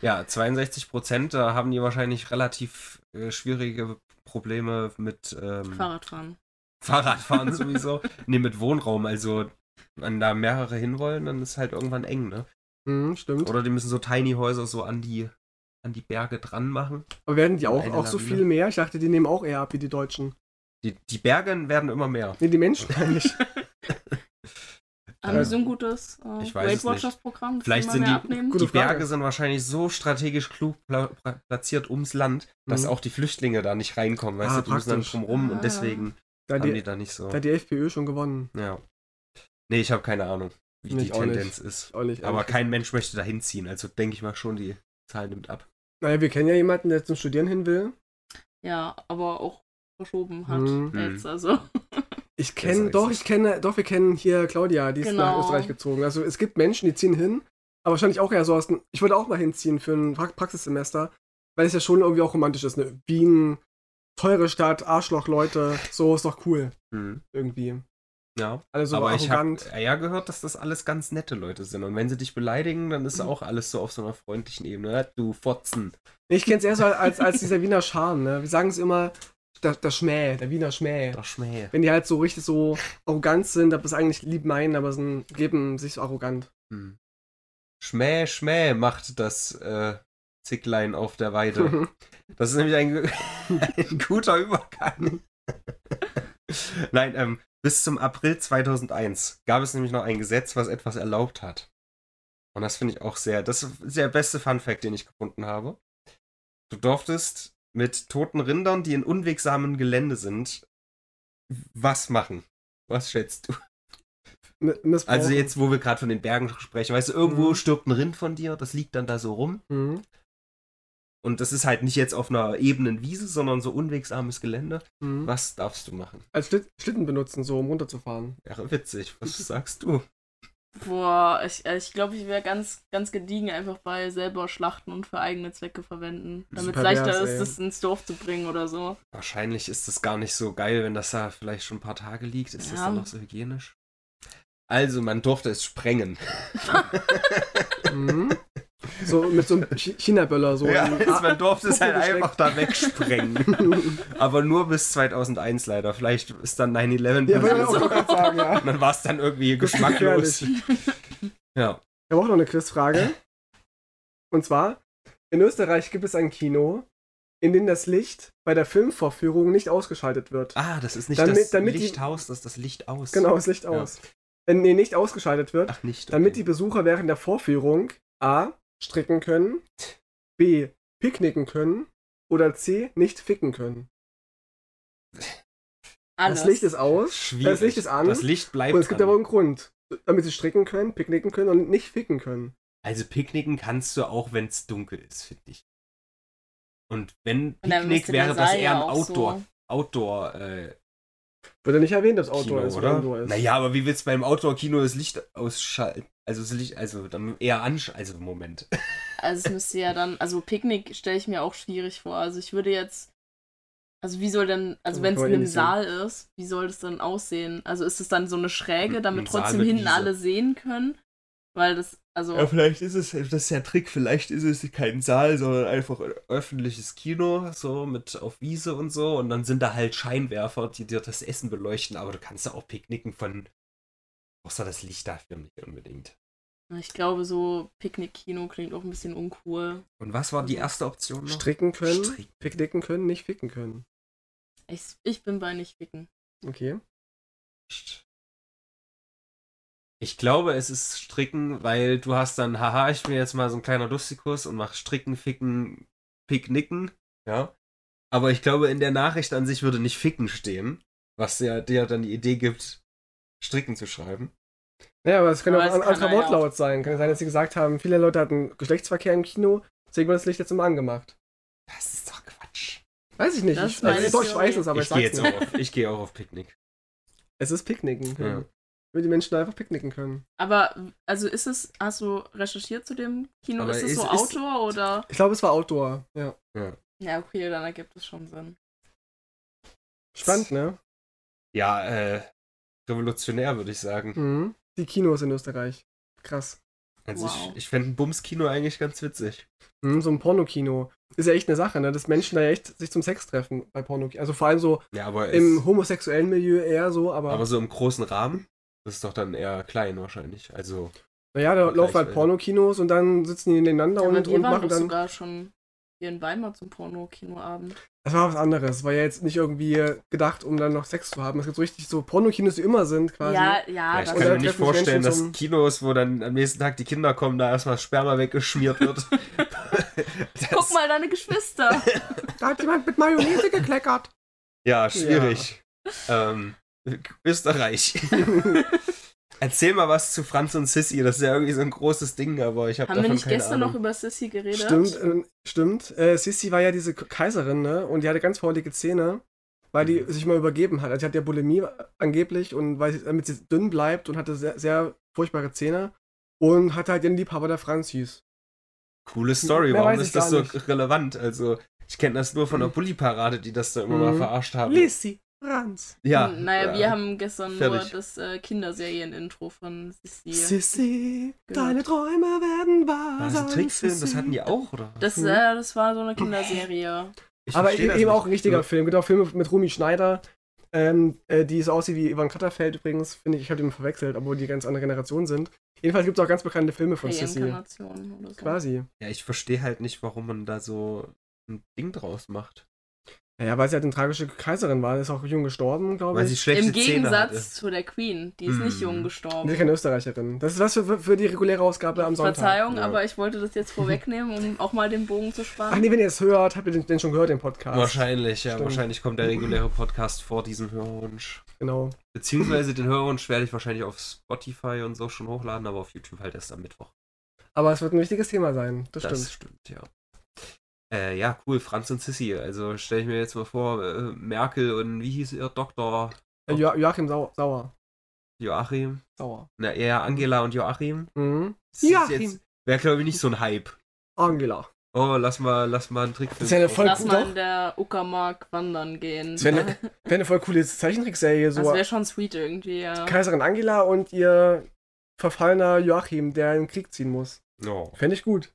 Speaker 2: Ja, 62 Prozent, da haben die wahrscheinlich relativ äh, schwierige Probleme mit
Speaker 1: Hm.
Speaker 2: ähm,
Speaker 3: Fahrradfahren.
Speaker 1: <laughs>
Speaker 2: Fahrradfahren sowieso. nee, mit Wohnraum. Also, wenn da mehrere hinwollen, dann ist halt irgendwann eng, ne?
Speaker 1: Mhm, stimmt.
Speaker 2: Oder die müssen so Tiny Häuser so an die, an die Berge dran machen.
Speaker 1: Aber werden die auch,
Speaker 2: Eine
Speaker 1: auch so
Speaker 2: Lawine.
Speaker 1: viel mehr? Ich dachte, die nehmen auch eher ab wie die Deutschen.
Speaker 2: Die, die Berge werden immer mehr.
Speaker 1: Nee, die Menschen
Speaker 2: <laughs>
Speaker 1: eigentlich. Ähm,
Speaker 3: Haben
Speaker 2: Ja.
Speaker 3: die so ein gutes äh,
Speaker 2: Ich weiß es
Speaker 3: Weight Watchers Programm, dass
Speaker 2: Vielleicht
Speaker 3: die
Speaker 2: sind
Speaker 3: immer mehr
Speaker 2: die-
Speaker 3: abnehmen?
Speaker 1: Gute
Speaker 2: die Berge
Speaker 1: Frage.
Speaker 2: sind wahrscheinlich so strategisch klug pla pla- platziert ums Land, dass
Speaker 1: Mhm.
Speaker 2: auch die Flüchtlinge da nicht reinkommen. Weißt
Speaker 1: Ah,
Speaker 2: du, die müssen dann
Speaker 1: praktisch.
Speaker 2: drumrum
Speaker 3: Ah.
Speaker 2: und deswegen
Speaker 1: Da hat
Speaker 2: haben die
Speaker 1: die,
Speaker 2: da nicht so.
Speaker 1: da hat die FPÖ schon gewonnen.
Speaker 2: Ja. Nee, ich habe keine Ahnung, wie
Speaker 1: Nee,
Speaker 2: die
Speaker 1: ich auch nicht.
Speaker 2: Tendenz ist.
Speaker 1: Auch nicht.
Speaker 2: Aber
Speaker 1: ehrlich.
Speaker 2: kein Mensch möchte da hinziehen, also denke ich mal schon, die Zahl nimmt ab.
Speaker 1: Naja, wir kennen ja jemanden, der zum Studieren hin will.
Speaker 3: Ja, aber auch verschoben hat
Speaker 1: Mhm.
Speaker 3: jetzt.
Speaker 2: Hm.
Speaker 3: Also
Speaker 1: Ich
Speaker 2: Das
Speaker 1: kenne,
Speaker 2: heißt
Speaker 1: doch,
Speaker 2: es.
Speaker 1: ich kenne, doch, wir kennen hier Claudia, die ist nach
Speaker 3: Genau.
Speaker 1: Österreich gezogen. Also es gibt Menschen, die ziehen hin, aber wahrscheinlich auch eher so aus, dem- ich würde auch mal hinziehen für ein Pra- Praxissemester, weil es ja schon irgendwie auch romantisch ist. Ne? Wien, teure Stadt, Arschloch-Leute, so ist doch cool irgendwie.
Speaker 2: Ja.
Speaker 1: Alle so
Speaker 2: aber ich habe
Speaker 1: Mhm. Also arrogant.
Speaker 2: ja gehört, dass das alles ganz nette Leute sind. Und wenn sie dich beleidigen, dann
Speaker 1: Mhm.
Speaker 2: ist auch alles so auf so einer freundlichen Ebene. Ja, Du Fotzen.
Speaker 1: Nee, Ich kenn's erst mal als, als dieser Wiener Charme, ne? Wir sagen es immer, der, der Schmäh, der Wiener Schmäh.
Speaker 2: Doch Schmäh.
Speaker 1: Wenn die halt so richtig so arrogant sind, aber es eigentlich lieb meinen, aber sind, geben sich so arrogant.
Speaker 2: Hm. Schmäh, Schmäh macht das äh, Zicklein auf der
Speaker 1: <laughs>
Speaker 2: Weide. Das ist nämlich ein, <laughs> ein guter Übergang. Nein, ähm, bis zum April 2001 gab es nämlich noch ein Gesetz, was etwas erlaubt hat. Und das finde ich auch sehr, das ist der beste Funfact, den ich gefunden habe. Du durftest mit toten Rindern, die in unwegsamen Gelände sind, was machen? Was schätzt du?
Speaker 1: Mi- Missbrauch.
Speaker 2: Also jetzt, wo wir gerade von den Bergen sprechen, weißt du, irgendwo
Speaker 1: Oh. Mhm.
Speaker 2: stirbt ein Rind von dir, das liegt dann da so rum.
Speaker 1: Mhm.
Speaker 2: Und das ist halt nicht jetzt auf einer ebenen Wiese, sondern so unwegsames Gelände.
Speaker 1: Mhm.
Speaker 2: Was darfst du machen?
Speaker 1: Als Schlitt, Schlitten benutzen, so um runterzufahren.
Speaker 2: Wäre witzig.
Speaker 1: <laughs>
Speaker 2: Was sagst du?
Speaker 3: Boah, ich, äh, ich glaube, ich wäre ganz, ganz gediegen einfach bei selber schlachten und für eigene Zwecke verwenden. Damit
Speaker 1: Super
Speaker 3: es
Speaker 1: wär's,
Speaker 3: leichter ist,
Speaker 1: ey.
Speaker 3: das ins Dorf zu bringen oder so.
Speaker 2: Wahrscheinlich ist das gar nicht so geil, wenn das da vielleicht schon ein paar Tage liegt. Ist das
Speaker 3: Ja.
Speaker 2: dann noch so hygienisch? Also, man durfte es sprengen.
Speaker 1: Mhm. So mit so einem Chi- China-Böller, so.
Speaker 2: ja,
Speaker 1: im
Speaker 2: also
Speaker 1: Ar-
Speaker 2: man
Speaker 1: <laughs>
Speaker 2: durfte es halt
Speaker 1: Kuchen
Speaker 2: einfach da
Speaker 1: <laughs>
Speaker 2: wegsprengen. Aber nur bis 2001 leider. Vielleicht ist dann 9-11
Speaker 1: ja, wollte ich
Speaker 2: passiert.
Speaker 1: auch gerade sagen, ja.
Speaker 2: Und dann war es dann irgendwie geschmacklos. <laughs> Ja.
Speaker 1: Ich habe auch noch eine Quizfrage. Und zwar: In Österreich gibt es ein Kino, in dem das Licht bei der Filmvorführung nicht ausgeschaltet wird.
Speaker 2: Ah, das ist nicht
Speaker 1: Damit-
Speaker 2: das
Speaker 1: damit die-
Speaker 2: Lichthaus, das ist das Licht aus.
Speaker 1: Genau, das Licht
Speaker 2: Ja.
Speaker 1: aus. Wenn nee, nicht ausgeschaltet wird,
Speaker 2: Ach, nicht.
Speaker 1: damit die
Speaker 2: okay.
Speaker 1: Besucher während der Vorführung A. stricken können, B. picknicken können oder C. nicht ficken können.
Speaker 3: Alles.
Speaker 1: Das Licht ist aus,
Speaker 2: Schwierig.
Speaker 1: das Licht ist an
Speaker 2: Das Licht bleibt
Speaker 1: und es gibt
Speaker 2: an.
Speaker 1: aber einen Grund. Damit sie stricken können, picknicken können und nicht ficken können.
Speaker 2: Also picknicken kannst du auch, wenn es dunkel ist, finde ich. Und wenn
Speaker 3: Und dann
Speaker 2: Picknick
Speaker 3: müsste der
Speaker 2: wäre das
Speaker 3: Saal
Speaker 2: eher ein
Speaker 3: ja auch so-
Speaker 2: Outdoor, Outdoor äh,
Speaker 1: Wird ja nicht erwähnt, dass
Speaker 2: Kino,
Speaker 1: Outdoor ist
Speaker 2: oder?
Speaker 1: Indoor ist.
Speaker 2: Naja, aber wie willst du beim Outdoor Kino das Licht ausschalten? Also das Licht, also dann eher ansch, also Moment.
Speaker 3: Also es müsste ja dann, also Picknick stelle ich mir auch schwierig vor. Also ich würde jetzt, also wie soll denn,
Speaker 1: Also
Speaker 3: also wenn es
Speaker 1: kann man
Speaker 3: in
Speaker 1: eh
Speaker 3: einem
Speaker 1: nicht sehen.
Speaker 3: Saal ist, wie soll das dann aussehen? Also ist es dann so eine Schräge,
Speaker 2: Ein- ein
Speaker 3: damit
Speaker 2: Saal
Speaker 3: trotzdem
Speaker 2: mit
Speaker 3: hinten
Speaker 2: Wiese.
Speaker 3: alle sehen können? Weil das, also,
Speaker 2: vielleicht ist es, das ist ja Trick, vielleicht ist es kein Saal, sondern einfach ein öffentliches Kino, so mit auf Wiese und so. Und dann sind da halt Scheinwerfer, die dir das Essen beleuchten, aber du kannst ja auch picknicken von. Außer das Licht dafür nicht unbedingt.
Speaker 3: ich glaube so Picknick-Kino klingt auch ein bisschen uncool.
Speaker 2: Und was war die erste Option noch?
Speaker 1: Stricken können,
Speaker 2: Stricken.
Speaker 1: picknicken können, nicht ficken können.
Speaker 3: Ich, ich bin bei nicht ficken.
Speaker 1: Okay.
Speaker 2: Ich glaube, es ist Stricken, weil du hast dann, haha, ich bin jetzt mal so ein kleiner Lustikus und mach Stricken, Ficken, Picknicken. Ja. Aber ich glaube, in der Nachricht an sich würde nicht Ficken stehen, was ja dir dann die Idee gibt, Stricken zu schreiben.
Speaker 1: Naja, aber es kann
Speaker 3: Aber
Speaker 1: auch
Speaker 3: es
Speaker 1: ein
Speaker 3: kann
Speaker 1: anderer
Speaker 3: ja auch-
Speaker 1: Wortlaut sein. Kann ja sein, dass sie gesagt haben, viele Leute hatten Geschlechtsverkehr im Kino, deswegen wird das Licht jetzt immer angemacht.
Speaker 2: Das ist doch Quatsch.
Speaker 1: Weiß ich nicht.
Speaker 3: Das
Speaker 1: Ich,
Speaker 3: ist meine
Speaker 1: also, doch, ich
Speaker 3: Theorie.
Speaker 1: weiß es, aber ich,
Speaker 2: ich gehe
Speaker 1: sag's
Speaker 2: jetzt
Speaker 1: nicht.
Speaker 2: auch auf, ich gehe auch auf Picknick.
Speaker 1: Es ist Picknicken.
Speaker 2: Ja.
Speaker 1: Ja. Damit die Menschen einfach picknicken können.
Speaker 3: Aber, also ist es, hast du recherchiert zu dem Kino?
Speaker 2: Aber
Speaker 3: ist es
Speaker 2: ist-
Speaker 3: so
Speaker 2: ist-
Speaker 3: Outdoor oder?
Speaker 1: Ich glaube, es war Outdoor. Ja.
Speaker 3: Ja, okay, dann ergibt es schon Sinn.
Speaker 1: Spannend, ne?
Speaker 2: Ja, äh, revolutionär würde ich sagen.
Speaker 1: Mhm. Die Kinos in Österreich. Krass.
Speaker 2: Also
Speaker 3: Wow.
Speaker 2: ich, ich fände ein Bums-Kino eigentlich ganz witzig.
Speaker 1: Mhm, so ein Pornokino. Ist ja echt eine Sache, ne? Dass Menschen da echt sich zum Sex treffen bei Pornokino. Also vor allem so
Speaker 2: Ja, aber es-
Speaker 1: im homosexuellen Milieu eher so, aber,
Speaker 2: Aber so im großen Rahmen, das ist doch dann eher klein wahrscheinlich. Also,
Speaker 1: naja, da laufen
Speaker 2: Vergleichsweise.
Speaker 1: halt Pornokinos und dann sitzen die nebeneinander
Speaker 3: aber
Speaker 1: und,
Speaker 3: wir
Speaker 1: und
Speaker 3: waren
Speaker 1: machen
Speaker 3: doch
Speaker 1: dann.
Speaker 3: sogar schon hier in Weimar zum Porno-Kinoabend.
Speaker 1: Das war was anderes. War ja jetzt nicht irgendwie gedacht, um dann noch Sex zu haben. Es gibt so richtig so Pornokinos, die immer sind quasi.
Speaker 3: Ja,
Speaker 2: ja,
Speaker 3: ja,
Speaker 2: ich
Speaker 3: Ah, das
Speaker 1: oder
Speaker 2: kann mir
Speaker 1: treffen
Speaker 2: nicht
Speaker 1: sich
Speaker 2: vorstellen,
Speaker 1: Menschen
Speaker 2: dass
Speaker 1: zum-
Speaker 2: Kinos, wo dann am nächsten Tag die Kinder kommen, da erstmal Sperma weggeschmiert
Speaker 3: <laughs>
Speaker 2: wird. <laughs>
Speaker 3: Guck mal, deine Geschwister.
Speaker 1: Da hat jemand mit Mayonnaise gekleckert.
Speaker 2: Ja, schwierig. Ähm,
Speaker 3: <laughs>
Speaker 2: Österreich. Erzähl mal was zu Franz und Sissy. Das ist ja irgendwie so ein großes Ding, aber ich habe
Speaker 3: Haben wir
Speaker 2: davon
Speaker 3: nicht
Speaker 2: keine
Speaker 3: gestern noch
Speaker 2: Ahnung.
Speaker 3: über Sissy geredet?
Speaker 1: Stimmt, äh, stimmt. Äh, Sissi war ja diese K- Kaiserin, ne? Und die hatte ganz faulige Zähne, weil die
Speaker 2: Mhm.
Speaker 1: sich mal übergeben hat. Also die hat ja Bulimie angeblich und weil sie, damit sie dünn bleibt und hatte sehr, sehr furchtbare Zähne und hatte halt ihren Liebhaber, der Franz hieß.
Speaker 2: Coole Story.
Speaker 1: Mehr
Speaker 2: Warum
Speaker 1: weiß
Speaker 2: ist
Speaker 1: ich
Speaker 2: das so
Speaker 1: gar nicht.
Speaker 3: Mhm.
Speaker 2: relevant? Also, ich kenne das nur von der Bulli-Parade, die das da immer mal
Speaker 1: Mhm.
Speaker 2: verarscht haben.
Speaker 1: Lissi. Franz.
Speaker 2: Ja.
Speaker 3: Hm, Naja,
Speaker 2: ja.
Speaker 3: wir haben gestern
Speaker 2: Fertig.
Speaker 3: nur das äh, Kinderserien-Intro von Sissi.
Speaker 1: Sissy,
Speaker 3: Genau.
Speaker 1: deine Träume werden
Speaker 2: War
Speaker 1: wahr.
Speaker 2: das Ah, ein
Speaker 1: sein,
Speaker 2: Trickfilm? Das
Speaker 1: Sissy.
Speaker 2: hatten die auch, oder?
Speaker 3: Das, äh, das
Speaker 2: <laughs>
Speaker 3: war so eine Kinderserie.
Speaker 2: Ich
Speaker 1: Aber e-
Speaker 2: versteh
Speaker 1: eben
Speaker 2: das nicht.
Speaker 1: auch ein richtiger Film. Genau, Filme mit Rumi Schneider, ähm, äh, die so aussieht wie Ivan Katterfeld übrigens. Finde ich, ich habe den verwechselt, obwohl die ganz andere Generation sind. Jedenfalls gibt es auch ganz bekannte Filme von Sissy.
Speaker 3: Reinkarnation oder so.
Speaker 1: Quasi.
Speaker 2: Ja, ich verstehe halt nicht, warum man da so ein Ding draus macht.
Speaker 1: Naja, weil sie halt eine tragische Kaiserin war, ist auch jung gestorben, glaube
Speaker 2: Weil sie
Speaker 1: ich.
Speaker 2: schlechte
Speaker 3: Im
Speaker 2: Zähne hatte.
Speaker 3: Gegensatz zu der Queen, die ist nicht
Speaker 2: Hm.
Speaker 3: jung
Speaker 1: Sie ist
Speaker 3: gestorben.
Speaker 1: keine Österreicherin. Das ist was für, für die reguläre Ausgabe am Sonntag.
Speaker 3: Verzeihung,
Speaker 2: ja.
Speaker 3: aber ich wollte das jetzt vorwegnehmen, um auch mal den Bogen zu spannen.
Speaker 1: Ach nee, wenn ihr es hört, habt ihr den, den schon gehört, den Podcast.
Speaker 2: Wahrscheinlich, ja.
Speaker 1: Stimmt.
Speaker 2: Wahrscheinlich kommt der reguläre Podcast vor diesem Hörwunsch.
Speaker 1: Genau.
Speaker 2: Beziehungsweise den Hörwunsch werde ich wahrscheinlich auf Spotify und so schon hochladen, aber auf YouTube halt erst am Mittwoch.
Speaker 1: Aber es wird ein wichtiges Thema sein. Das,
Speaker 2: Das
Speaker 1: stimmt.
Speaker 2: stimmt, ja. Äh, ja, cool, Franz und Sissi. Also stelle ich mir jetzt mal vor, äh, Merkel und wie hieß ihr Doktor
Speaker 1: Äh, Jo Joachim Sau Sauer.
Speaker 2: Joachim?
Speaker 1: Sauer.
Speaker 2: Na, eher Angela und Joachim.
Speaker 1: Mhm.
Speaker 2: Das ist
Speaker 1: Joachim.
Speaker 2: jetzt- Wäre, glaube ich, nicht so ein Hype.
Speaker 1: Angela.
Speaker 2: Oh, lass mal, lass mal einen Trickfilm.
Speaker 1: Das ist ja eine
Speaker 2: draus
Speaker 1: voll
Speaker 3: Lass
Speaker 1: gut
Speaker 3: mal
Speaker 1: doch.
Speaker 3: in der Uckermark wandern gehen.
Speaker 1: Das wäre eine,
Speaker 2: ne-
Speaker 1: wär eine voll coole Zeichentrickserie. So
Speaker 3: das wäre schon sweet irgendwie, ja.
Speaker 1: Kaiserin Angela und ihr verfallener Joachim, der in den Krieg ziehen muss.
Speaker 2: Oh.
Speaker 1: Fände ich gut.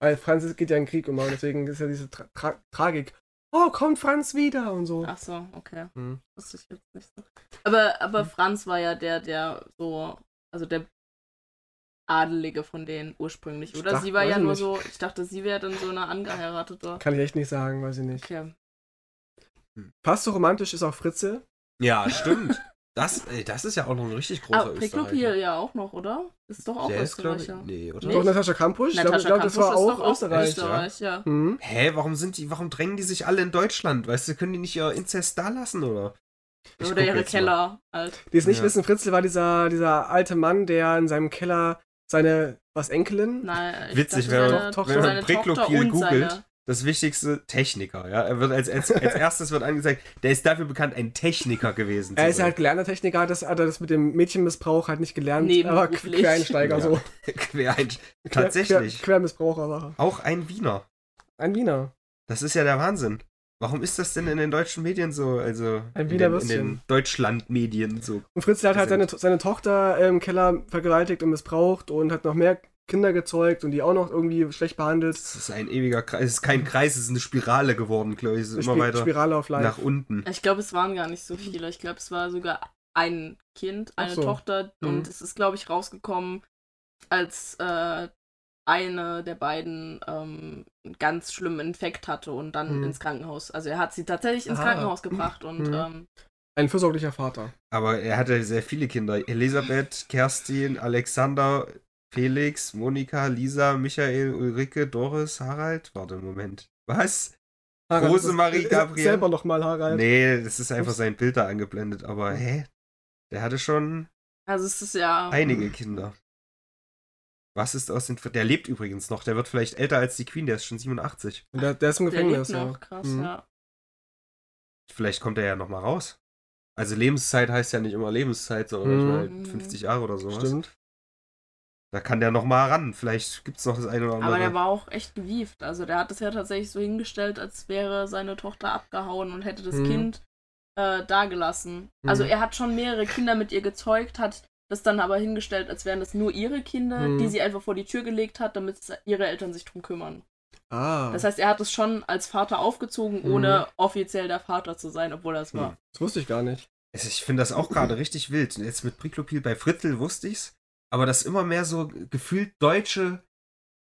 Speaker 1: Weil Franz geht ja in den Krieg immer und deswegen ist ja diese Tra Tra Tragik. Oh, kommt Franz wieder und so.
Speaker 3: Ach so, okay.
Speaker 1: Hm.
Speaker 3: Wusste ich jetzt nicht so. Aber, aber Franz war ja der, der so, also der Adelige von denen ursprünglich,
Speaker 1: Ich
Speaker 3: oder?
Speaker 1: dachte-
Speaker 3: sie war
Speaker 1: weiß
Speaker 3: ja
Speaker 1: ich
Speaker 3: nur
Speaker 1: nicht.
Speaker 3: so, ich dachte, sie wäre dann so eine angeheiratete.
Speaker 1: Kann ich echt nicht sagen, weiß ich nicht.
Speaker 3: Okay.
Speaker 1: Fast so romantisch ist auch Fritze.
Speaker 2: Ja, stimmt. Das, ey, das ist ja auch noch ein richtig großer
Speaker 3: Ah,
Speaker 2: ah,
Speaker 3: Preklopier ja auch noch, oder? Ist doch auch
Speaker 2: Der ist, glaube ich.
Speaker 3: Österreicher.
Speaker 2: Nee, oder?
Speaker 3: Nee.
Speaker 1: Doch Natascha Kampusch. Ich glaube,
Speaker 3: Natascha
Speaker 1: glaub, das war
Speaker 3: Kampusch ist doch
Speaker 1: auch Österreich.
Speaker 2: Österreich.
Speaker 3: ja.
Speaker 1: Hm?
Speaker 2: Hä, warum sind die, warum drängen die sich alle in Deutschland? Weißt du, können die nicht ihr Inzest da lassen, oder? Ich
Speaker 3: Oder
Speaker 2: guck
Speaker 3: ihre
Speaker 2: jetzt mal.
Speaker 3: Keller halt.
Speaker 1: Die es nicht
Speaker 2: Ja.
Speaker 1: wissen, Fritzl war dieser, dieser alte Mann, der in seinem Keller seine, was, Enkelin?
Speaker 3: Nein, ich
Speaker 2: Witzig,
Speaker 3: dachte,
Speaker 2: wenn man-
Speaker 3: seine,
Speaker 1: Tochter-
Speaker 2: Wenn man
Speaker 1: seine
Speaker 2: Preklopier
Speaker 3: und
Speaker 2: googelt,
Speaker 3: seine-
Speaker 2: das wichtigste Techniker, ja. Er wird als, als, als erstes wird angezeigt, der ist dafür bekannt, ein Techniker gewesen
Speaker 1: Er ist ja halt gelernter Techniker, das hat er das mit dem Mädchenmissbrauch halt nicht gelernt, aber
Speaker 3: Neberuflich.
Speaker 1: Quereinsteiger
Speaker 2: Ja.
Speaker 1: so.
Speaker 2: <laughs> Quer ein,
Speaker 1: Quer-
Speaker 2: <laughs> tatsächlich.
Speaker 1: Quer, Quermissbraucher war er.
Speaker 2: Auch ein Wiener.
Speaker 1: Ein Wiener.
Speaker 2: Das ist ja der Wahnsinn. Warum ist das denn in den deutschen Medien so? Also
Speaker 1: Ein
Speaker 2: in
Speaker 1: Wiener
Speaker 2: den, in den
Speaker 1: Würstchen.
Speaker 2: Deutschlandmedien so.
Speaker 1: Und Fritzl hat halt
Speaker 2: Sehr
Speaker 1: seine, seine Tochter im Keller vergewaltigt und missbraucht und hat noch mehr Kinder gezeugt und die auch noch irgendwie schlecht behandelt.
Speaker 2: Das ist ein ewiger Kreis. Es ist kein Kreis, es ist eine Spirale geworden, glaube ich. Es ist immer
Speaker 1: Spi-
Speaker 2: weiter
Speaker 1: Spirale auf Live.
Speaker 2: nach unten.
Speaker 3: Ich glaube, es waren gar nicht so viele. Ich glaube, es war sogar ein Kind,
Speaker 1: Ach
Speaker 3: eine
Speaker 1: so.
Speaker 3: Tochter.
Speaker 1: Mhm.
Speaker 3: Und es ist, glaube ich, rausgekommen, als äh, eine der beiden ähm, einen ganz schlimmen Infekt hatte und dann
Speaker 1: Mhm.
Speaker 3: ins Krankenhaus. Also er hat sie tatsächlich ins
Speaker 1: Ah.
Speaker 3: Krankenhaus gebracht und
Speaker 1: Mhm.
Speaker 3: ähm,
Speaker 1: Ein fürsorglicher Vater.
Speaker 2: Aber er hatte sehr viele Kinder. Elisabeth, Kerstin, Alexander, Felix, Monika, Lisa, Michael, Ulrike, Doris, Harald. Warte, Moment. Was?
Speaker 1: Harald,
Speaker 2: Große
Speaker 1: das-
Speaker 2: Marie
Speaker 1: äh,
Speaker 2: Gabriel.
Speaker 1: Selber nochmal Harald.
Speaker 2: Nee, das ist einfach sein Bild da angeblendet. Aber hä? Der hatte schon
Speaker 3: also es ist ja.
Speaker 2: Einige Kinder. Was ist aus den. Der lebt übrigens noch. Der wird vielleicht älter als die Queen. Der ist schon 87.
Speaker 1: Und Der, der ist im
Speaker 3: der lebt
Speaker 1: Gefängnis.
Speaker 3: noch,
Speaker 1: ja.
Speaker 3: krass,
Speaker 1: Mhm.
Speaker 3: ja.
Speaker 2: Vielleicht kommt er ja nochmal raus. Also Lebenszeit heißt ja nicht immer Lebenszeit, sondern
Speaker 1: Mhm.
Speaker 2: manchmal halt 50 Jahre oder sowas.
Speaker 1: Stimmt.
Speaker 2: Da kann der nochmal ran. Vielleicht gibt's noch das eine oder andere.
Speaker 3: Aber der war auch echt gewieft. Also der hat das ja tatsächlich so hingestellt, als wäre seine Tochter abgehauen und hätte das
Speaker 1: Mhm.
Speaker 3: Kind äh, dagelassen. Also
Speaker 1: Mhm.
Speaker 3: er hat schon mehrere Kinder mit ihr gezeugt, hat das dann aber hingestellt, als wären das nur ihre Kinder,
Speaker 1: Mhm.
Speaker 3: die sie einfach vor die Tür gelegt hat, damit s- ihre Eltern sich drum kümmern.
Speaker 1: Ah,
Speaker 3: Das heißt, er hat es schon als Vater aufgezogen,
Speaker 1: Mhm.
Speaker 3: ohne offiziell der Vater zu sein, obwohl er es war.
Speaker 1: das wusste ich gar nicht.
Speaker 2: Also Ich finde das auch gerade richtig wild. Und Jetzt mit Priklopil bei Frittl wusste ich's, aber dass immer mehr so gefühlt deutsche,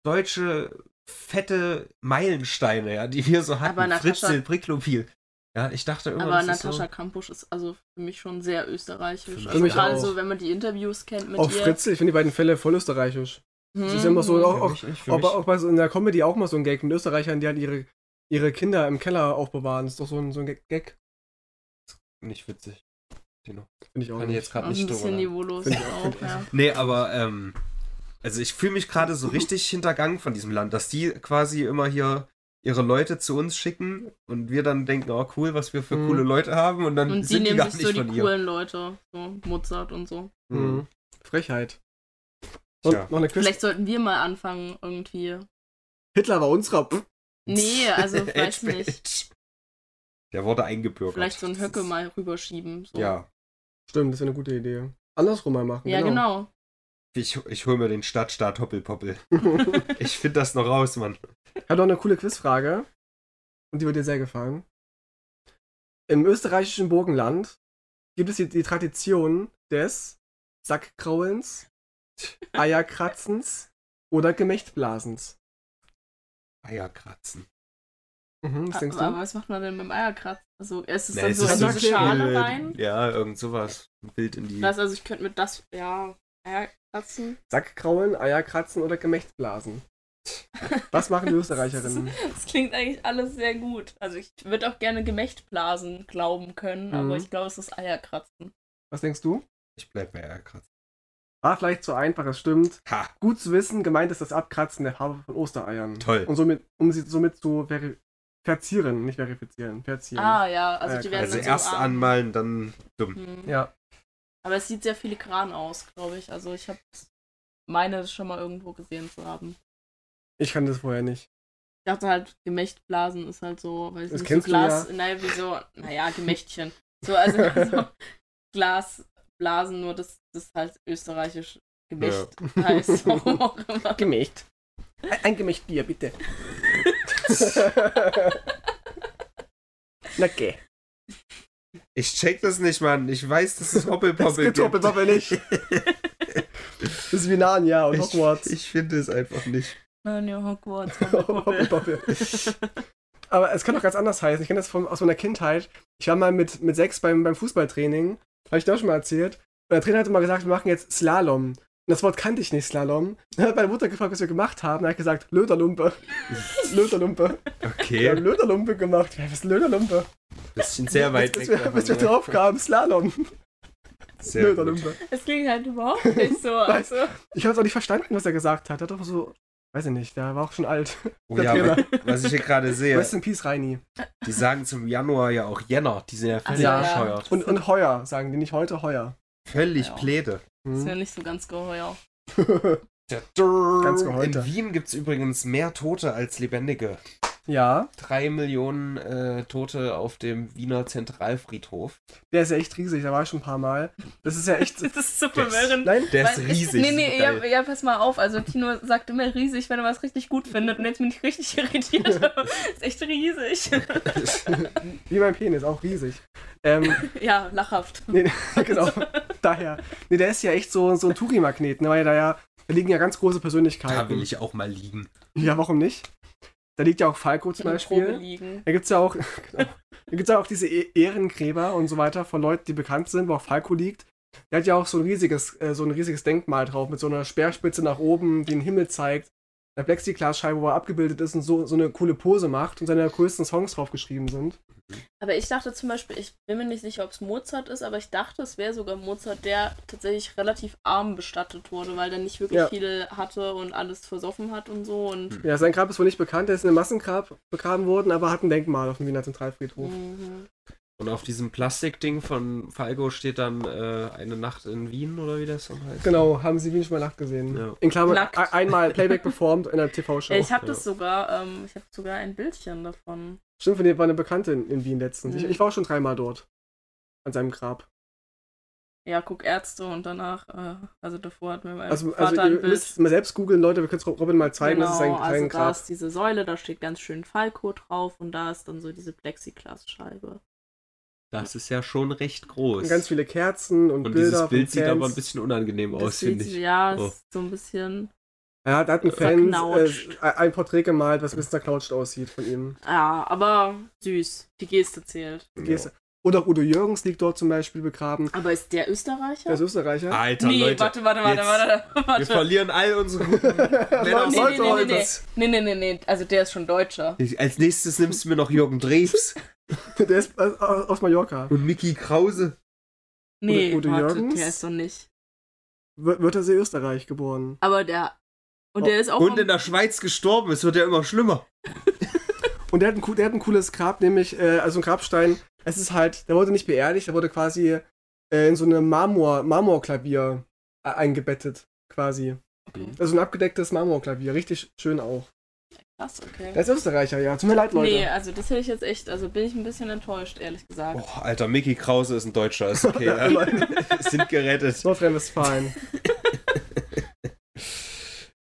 Speaker 2: deutsche fette Meilensteine, ja, die wir so hatten.
Speaker 3: Aber Natascha-
Speaker 2: Fritzl, Priklopil. Ja, ich dachte immer,
Speaker 3: Aber
Speaker 2: das ist
Speaker 3: Natascha
Speaker 2: so,
Speaker 3: Kampusch ist also für mich schon sehr österreichisch.
Speaker 2: Für
Speaker 3: Also
Speaker 1: mich
Speaker 3: gerade
Speaker 1: auch.
Speaker 3: so, wenn man die Interviews kennt mit
Speaker 1: Auch
Speaker 3: ihr.
Speaker 1: Fritzl, Oh, ich finde die beiden Fälle voll österreichisch. Es ist immer so,
Speaker 3: Mhm.
Speaker 1: auch-
Speaker 2: Für mich, ich- für mich-
Speaker 1: Aber auch bei so in der Comedy auch mal so ein Gag mit Österreichern, die halt ihre, ihre Kinder im Keller aufbewahren. Das ist doch so ein, so ein Gag- Gag.
Speaker 2: nicht witzig. Tino.
Speaker 1: Finde ich auch.
Speaker 2: Kann ich
Speaker 1: nicht.
Speaker 2: jetzt gerade
Speaker 3: Und ein
Speaker 2: nicht drüber.
Speaker 3: bisschen
Speaker 2: lachen.
Speaker 3: niveaulos
Speaker 1: Finde ich auch,
Speaker 3: auch,
Speaker 1: finde ich
Speaker 3: ja.
Speaker 2: Nee, aber ähm, also ich fühle mich gerade so <laughs> richtig hintergangen von diesem Land, dass die quasi immer hier ihre Leute zu uns schicken und wir dann denken, oh cool, was wir für
Speaker 1: Mhm.
Speaker 2: coole Leute haben und dann
Speaker 3: Und die
Speaker 2: sind die
Speaker 3: nehmen
Speaker 2: gar
Speaker 3: sich
Speaker 2: nicht
Speaker 3: so die
Speaker 2: von hier.
Speaker 3: coolen Leute, so Mozart und so.
Speaker 1: Mhm. Frechheit. Und
Speaker 2: Tja.
Speaker 1: noch eine Quiz.
Speaker 3: Vielleicht sollten wir mal anfangen irgendwie.
Speaker 1: Hitler war unserer.
Speaker 2: <laughs>
Speaker 3: Nee, also weiß
Speaker 2: Edge,
Speaker 3: nicht.
Speaker 2: Edge. Der wurde eingebürgert.
Speaker 3: Vielleicht so einen Höcke mal rüberschieben. So.
Speaker 2: Ja.
Speaker 1: Stimmt, das wäre eine gute Idee. Andersrum mal machen.
Speaker 3: Ja, genau.
Speaker 2: Ich, ich hol mir den Stadtstaat <laughs> Hoppelpoppel. ich finde das noch raus, Mann.
Speaker 1: Ich habe noch eine coole Quizfrage. Und die wird dir sehr gefallen. Im österreichischen Burgenland gibt es die, die Tradition des
Speaker 2: <laughs>
Speaker 1: Sackkraulens, Eierkratzens oder Gemächtblasens.
Speaker 2: Eier kratzen.
Speaker 1: Mhm,
Speaker 2: Ah,
Speaker 1: was denkst
Speaker 3: Aber, aber
Speaker 1: du?
Speaker 3: was macht man denn mit dem Eierkratz? Also, es ist
Speaker 2: Nee,
Speaker 3: dann
Speaker 2: es
Speaker 3: so
Speaker 1: ist
Speaker 3: in
Speaker 1: so
Speaker 3: diese
Speaker 1: ein
Speaker 3: Schale
Speaker 2: Bild.
Speaker 3: rein.
Speaker 2: Ja, irgend sowas. Ein Bild in die.
Speaker 3: Das, also, ich könnte mit das, ja, Eierkratzen.
Speaker 1: Sackkraulen, Eierkratzen oder Gemächtblasen. Was machen
Speaker 2: <laughs>
Speaker 1: die Österreicherinnen?
Speaker 3: Das klingt eigentlich alles sehr gut. Also, ich würde auch gerne Gemächtblasen glauben können,
Speaker 1: Mhm.
Speaker 3: aber ich glaube, es ist Eierkratzen.
Speaker 1: Was denkst du?
Speaker 2: Ich bleib bei Eier kratzen.
Speaker 1: War vielleicht zu einfach, es stimmt.
Speaker 2: Ha!
Speaker 1: Gut zu wissen, gemeint ist das Abkratzen der Farbe von Ostereiern.
Speaker 2: Toll.
Speaker 1: Und somit, um sie somit zu veri- verzieren, nicht verifizieren, verzieren.
Speaker 3: Ah, ja, also, die
Speaker 1: Eierkratzen.
Speaker 3: werden
Speaker 2: Also
Speaker 3: dann so
Speaker 2: erst
Speaker 3: arm.
Speaker 2: anmalen, dann dumm.
Speaker 3: Mhm.
Speaker 1: Ja.
Speaker 3: Aber es sieht sehr filigran aus, glaube ich. Also, ich habe meine schon mal irgendwo gesehen zu haben.
Speaker 1: Ich kann das vorher nicht.
Speaker 3: Ich dachte halt, Gemächtblasen ist halt so, weiß ich
Speaker 1: Das
Speaker 3: nicht,
Speaker 1: kennst
Speaker 3: so
Speaker 1: du
Speaker 3: Glas,
Speaker 1: ja.
Speaker 3: naja, wie so, naja, Gemächtchen.
Speaker 1: <laughs>
Speaker 3: So, also so Glasblasen, nur dass das halt österreichisch Gemächt
Speaker 1: <laughs>
Speaker 3: heißt. Warum auch immer.
Speaker 1: Gemächt. Ein, ein Gemächtbier, <laughs> bitte. Na geh.
Speaker 2: Ich check das nicht, Mann. Ich weiß, dass es
Speaker 1: Das
Speaker 2: Hoppelpoppel
Speaker 1: gibt
Speaker 2: gibt.
Speaker 1: Hoppelpoppel nicht. <laughs> Das ist wie Narnia und Hogwarts.
Speaker 2: Ich, ich finde es einfach nicht.
Speaker 3: Nein, ja, <laughs> Hogwarts, Hoppelpoppel.
Speaker 1: Hoppelpoppel. <laughs> Aber es kann auch ganz anders heißen. Ich kenne das von, aus meiner Kindheit. Ich war mal mit, mit sechs beim, beim Fußballtraining. Habe ich dir auch schon mal erzählt. Und der Trainer hat immer gesagt, wir machen jetzt Slalom. Und das Wort kannte ich nicht, Slalom. Dann hat meine Mutter gefragt, was wir gemacht haben. Dann hat gesagt, Löderlumpe. Löderlumpe. Wir haben
Speaker 2: Okay,
Speaker 1: Löderlumpe gemacht. Ja, was ist Löderlumpe?
Speaker 2: bisschen sehr weit
Speaker 1: bis,
Speaker 2: weg.
Speaker 1: wir, bis wir
Speaker 2: davon, ne?
Speaker 1: drauf kamen, Slalom.
Speaker 2: Sehr gut.
Speaker 1: Löderlumpe.
Speaker 3: Es klingt halt überhaupt nicht so.
Speaker 1: Weißt-
Speaker 3: Also,
Speaker 1: Ich habe es auch nicht verstanden, was er gesagt hat. Er hat doch so, weiß ich nicht, der war auch schon alt.
Speaker 2: Oh
Speaker 1: Der
Speaker 2: ja,
Speaker 1: Trainer.
Speaker 2: aber was ich hier gerade sehe,
Speaker 1: Rest in Peace, Reini.
Speaker 2: die sagen zum Januar ja auch Jänner. Die sind ja völlig
Speaker 1: Ja.
Speaker 2: bescheuert.
Speaker 1: Und, und Heuer, sagen die nicht heute, Heuer.
Speaker 2: Völlig
Speaker 3: Ja.
Speaker 2: Pläde.
Speaker 3: das wäre
Speaker 1: Hm.
Speaker 3: nicht so ganz geheuer.
Speaker 2: Ganz
Speaker 1: geheuter.
Speaker 2: In Wien gibt es übrigens mehr Tote als Lebendige.
Speaker 1: <laughs> Ja,
Speaker 2: Drei Millionen äh, Tote auf dem Wiener Zentralfriedhof.
Speaker 1: der ist ja echt riesig, da war ich schon ein paar Mal. Das ist ja
Speaker 3: <laughs>
Speaker 1: echt.
Speaker 3: Das ist so
Speaker 2: Das-
Speaker 3: verwirrend.
Speaker 1: Nein,
Speaker 2: Der ist
Speaker 3: Weil
Speaker 2: riesig.
Speaker 3: Ich, nee, nee, ja,
Speaker 2: Geil.
Speaker 3: ja, pass mal auf. Also Tino sagt immer riesig, wenn er was richtig gut findet. Und jetzt bin ich
Speaker 1: <laughs>
Speaker 3: richtig irritiert. aber ist echt riesig.
Speaker 1: wie mein Penis, auch riesig. Ähm,
Speaker 3: <laughs> <laughs> Ja, lachhaft.
Speaker 1: nee, genau, daher. Nee, der ist ja echt so, so ein Touri-Magnet, ne, weil da ja, da liegen ja ganz große Persönlichkeiten.
Speaker 2: Da will ich auch mal liegen.
Speaker 1: Ja, warum nicht? Da liegt ja auch Falco zum
Speaker 3: In der Probe
Speaker 1: Beispiel.
Speaker 3: liegen.
Speaker 1: Da gibt's ja auch, <laughs> genau, da gibt's ja auch diese E- Ehrengräber und so weiter von Leuten, die bekannt sind, wo auch Falco liegt. Der hat ja auch so ein riesiges, äh, so ein riesiges Denkmal drauf mit so einer Speerspitze nach oben, die den Himmel zeigt, einer Plexiglasscheibe, wo er abgebildet ist und so, so eine coole Pose macht und seine größten Songs draufgeschrieben sind.
Speaker 3: Aber ich dachte zum Beispiel, ich bin mir nicht sicher, ob es Mozart ist, aber ich dachte, es wäre sogar Mozart, der tatsächlich relativ arm bestattet wurde, weil der nicht wirklich
Speaker 1: Ja. Hm.
Speaker 3: viel hatte und alles versoffen hat und so. Und
Speaker 1: Ja, sein Grab ist wohl nicht bekannt, er ist in einem Massengrab begraben worden, aber hat ein Denkmal auf dem Wiener Zentralfriedhof.
Speaker 3: Mhm.
Speaker 2: Und auf diesem Plastikding von Falco steht dann äh, eine Nacht in Wien oder wie das dann heißt.
Speaker 1: Genau, haben Sie Wien schon mal nackt gesehen.
Speaker 2: Ja.
Speaker 1: In Klammern,
Speaker 3: Nackt.
Speaker 1: ein- einmal Playback performt in einer TV-Show.
Speaker 3: <laughs> Ja, ich habe
Speaker 2: ja.
Speaker 3: das sogar, ähm, ich habe sogar ein Bildchen davon.
Speaker 1: Stimmt, von dir war eine Bekannte in, in Wien letztens. Ich,
Speaker 3: Mhm.
Speaker 1: ich war auch schon dreimal dort. An seinem Grab.
Speaker 3: Ja, guck Ärzte und danach, äh, also davor hat mir mein
Speaker 1: Also,
Speaker 3: Vater
Speaker 1: also
Speaker 3: ein
Speaker 1: ihr
Speaker 3: Bild.
Speaker 1: müsst mal selbst googeln, Leute, wir können es Robin mal zeigen,
Speaker 3: genau,
Speaker 1: das ist sein,
Speaker 3: also
Speaker 1: sein
Speaker 3: da
Speaker 1: Grab.
Speaker 3: ist diese Säule, da steht ganz schön Falco drauf und da ist dann so diese Plexiglasscheibe.
Speaker 2: Das ist ja schon recht groß.
Speaker 1: Und ganz viele Kerzen und,
Speaker 2: Und
Speaker 1: Bilder
Speaker 2: dieses Bild
Speaker 1: von
Speaker 2: sieht
Speaker 1: Fans.
Speaker 2: aber ein bisschen
Speaker 1: Oh,
Speaker 2: unangenehm
Speaker 3: Das
Speaker 2: aus, finde
Speaker 3: sieht,
Speaker 2: ich.
Speaker 3: ja,
Speaker 2: Oh.
Speaker 3: ist so ein bisschen,
Speaker 1: Er hat, hat ein Fan äh,
Speaker 3: verknautscht.
Speaker 1: ein Porträt gemalt, was Mr. Knautscht aussieht von ihm.
Speaker 3: ja, aber süß. Die Geste zählt.
Speaker 2: Genau.
Speaker 1: Geste. Und auch Udo Jürgens liegt dort zum Beispiel begraben.
Speaker 3: Aber ist der Österreicher?
Speaker 1: Der ist Österreicher. <laughs>
Speaker 2: Alter,
Speaker 3: nee,
Speaker 2: Leute.
Speaker 3: warte, warte, warte,
Speaker 2: jetzt-
Speaker 3: warte, <laughs>
Speaker 2: Wir
Speaker 3: warte.
Speaker 2: verlieren all unsere
Speaker 1: <laughs>
Speaker 2: guten Männer
Speaker 1: Mann,
Speaker 2: aus
Speaker 3: Nee, nee,
Speaker 1: sollte
Speaker 3: nee,
Speaker 1: heute.
Speaker 3: nee, nee, nee, nee, nee, also der ist schon Deutscher.
Speaker 2: Ich- Als nächstes nimmst du mir noch Jürgen Drews
Speaker 1: Der ist aus, aus Mallorca.
Speaker 2: und Mickey Krause.
Speaker 3: Nee,
Speaker 1: Udo
Speaker 3: warte,
Speaker 1: Jürgens?
Speaker 3: der ist doch nicht.
Speaker 1: W Wörthersee, Österreich geboren.
Speaker 3: Aber der, und
Speaker 1: Oh,
Speaker 3: der ist auch um
Speaker 2: Und in der Schweiz gestorben. Es wird ja immer schlimmer.
Speaker 1: Und der hat ein, coo- der hat ein cooles Grab, nämlich, äh, also ein Grabstein. Es ist halt, der wurde nicht beerdigt, der wurde quasi äh, in so eine Marmor, Marmorklavier äh, eingebettet, quasi.
Speaker 3: Okay.
Speaker 1: Also ein abgedecktes Marmorklavier, richtig schön auch.
Speaker 3: Krass, okay.
Speaker 1: Der ist Österreicher, ja. Tut mir leid, Leute.
Speaker 3: Nee, also das hätte ich jetzt echt, also bin ich ein bisschen enttäuscht, ehrlich gesagt.
Speaker 2: Boah, alter, Mickey Krause ist ein Deutscher, ist
Speaker 3: <laughs>
Speaker 2: okay. ja. Sind gerettet.
Speaker 1: Nordrhein-Westfalen.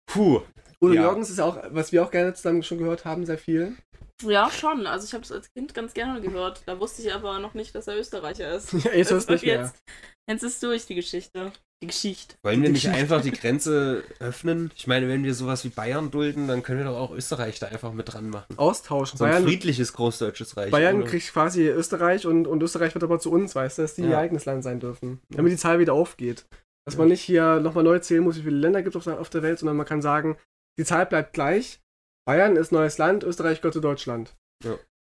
Speaker 2: Puh.
Speaker 1: Udo
Speaker 2: Ja.
Speaker 1: Jürgens ist auch, was wir auch gerne zusammen schon gehört haben, sehr viel.
Speaker 3: Ja, schon. Also ich habe es als Kind ganz gerne gehört. Da wusste ich aber noch nicht, dass er Österreicher ist.
Speaker 1: Ja, jetzt hörst du
Speaker 3: Und
Speaker 1: nicht mehr.
Speaker 3: Jetzt, jetzt ist durch die Geschichte. Die Geschichte.
Speaker 2: Wollen
Speaker 1: <laughs>
Speaker 2: wir nicht
Speaker 1: Geschichte.
Speaker 2: einfach die Grenze öffnen? Ich meine, wenn wir sowas wie Bayern dulden, dann können wir doch auch Österreich da einfach mit dran machen.
Speaker 1: Austauschen.
Speaker 2: So ein
Speaker 1: Bayern,
Speaker 2: friedliches großdeutsches Reich.
Speaker 1: Bayern
Speaker 2: ohne-
Speaker 1: kriegt quasi Österreich und, und Österreich wird aber zu uns, weißt du, dass die
Speaker 2: Ja.
Speaker 1: ihr eigenes Land sein dürfen. Damit die Zahl wieder aufgeht. Dass man nicht hier nochmal neu zählen muss, wie viele Länder gibt es auf, der- auf der Welt, sondern man kann sagen, die Zahl bleibt gleich. Bayern ist neues Land, Österreich gehört zu Deutschland.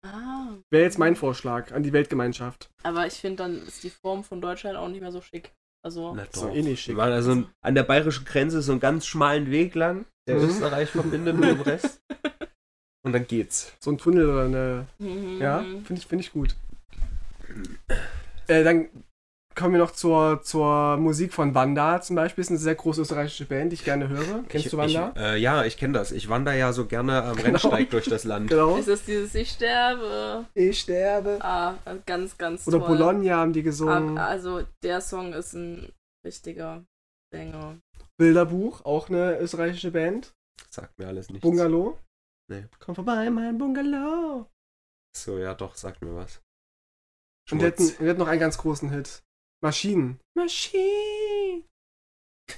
Speaker 3: Ah.
Speaker 1: Wäre jetzt mein Vorschlag an die Weltgemeinschaft.
Speaker 3: Aber ich finde, dann ist die Form von Deutschland auch nicht mehr so schick. Also,
Speaker 2: Na
Speaker 1: So
Speaker 2: doch.
Speaker 1: eh nicht
Speaker 2: Wir
Speaker 1: schick.
Speaker 2: machen also ein- an der bayerischen Grenze so einen ganz schmalen Weg lang, der
Speaker 1: Mhm.
Speaker 2: Österreich verbindet mit
Speaker 3: <laughs>
Speaker 1: <laughs>
Speaker 2: dem Rest. Und dann geht's.
Speaker 1: So ein Tunnel oder eine.
Speaker 3: mhm.
Speaker 1: Ja, finde ich, find ich gut. Äh, dann kommen wir noch zur, zur Musik von Wanda zum Beispiel. Ist eine sehr große österreichische Band, die ich gerne höre. Kennst
Speaker 2: ich,
Speaker 1: du Wanda?
Speaker 2: Ich, äh, ja, ich kenne das. Ich wandere ja so gerne am Rennsteig durch
Speaker 1: <laughs>
Speaker 2: das Land.
Speaker 1: genau.
Speaker 3: Ist das dieses Ich sterbe?
Speaker 1: Ich sterbe.
Speaker 3: Ah, ganz, ganz
Speaker 1: Oder
Speaker 3: toll.
Speaker 1: Bologna haben die
Speaker 3: Ab,
Speaker 1: gesungen.
Speaker 3: also der Song ist ein richtiger Sänger.
Speaker 1: Bilderbuch, auch eine österreichische Band.
Speaker 2: Sagt mir alles nichts.
Speaker 1: Bungalow.
Speaker 2: Nee.
Speaker 1: Komm vorbei, mein Bungalow.
Speaker 2: So, ja doch, sagt mir was.
Speaker 1: Und wir hatten,
Speaker 2: Schmutz.
Speaker 1: wir hatten noch einen ganz großen Hit. Maschinen. Maschinen.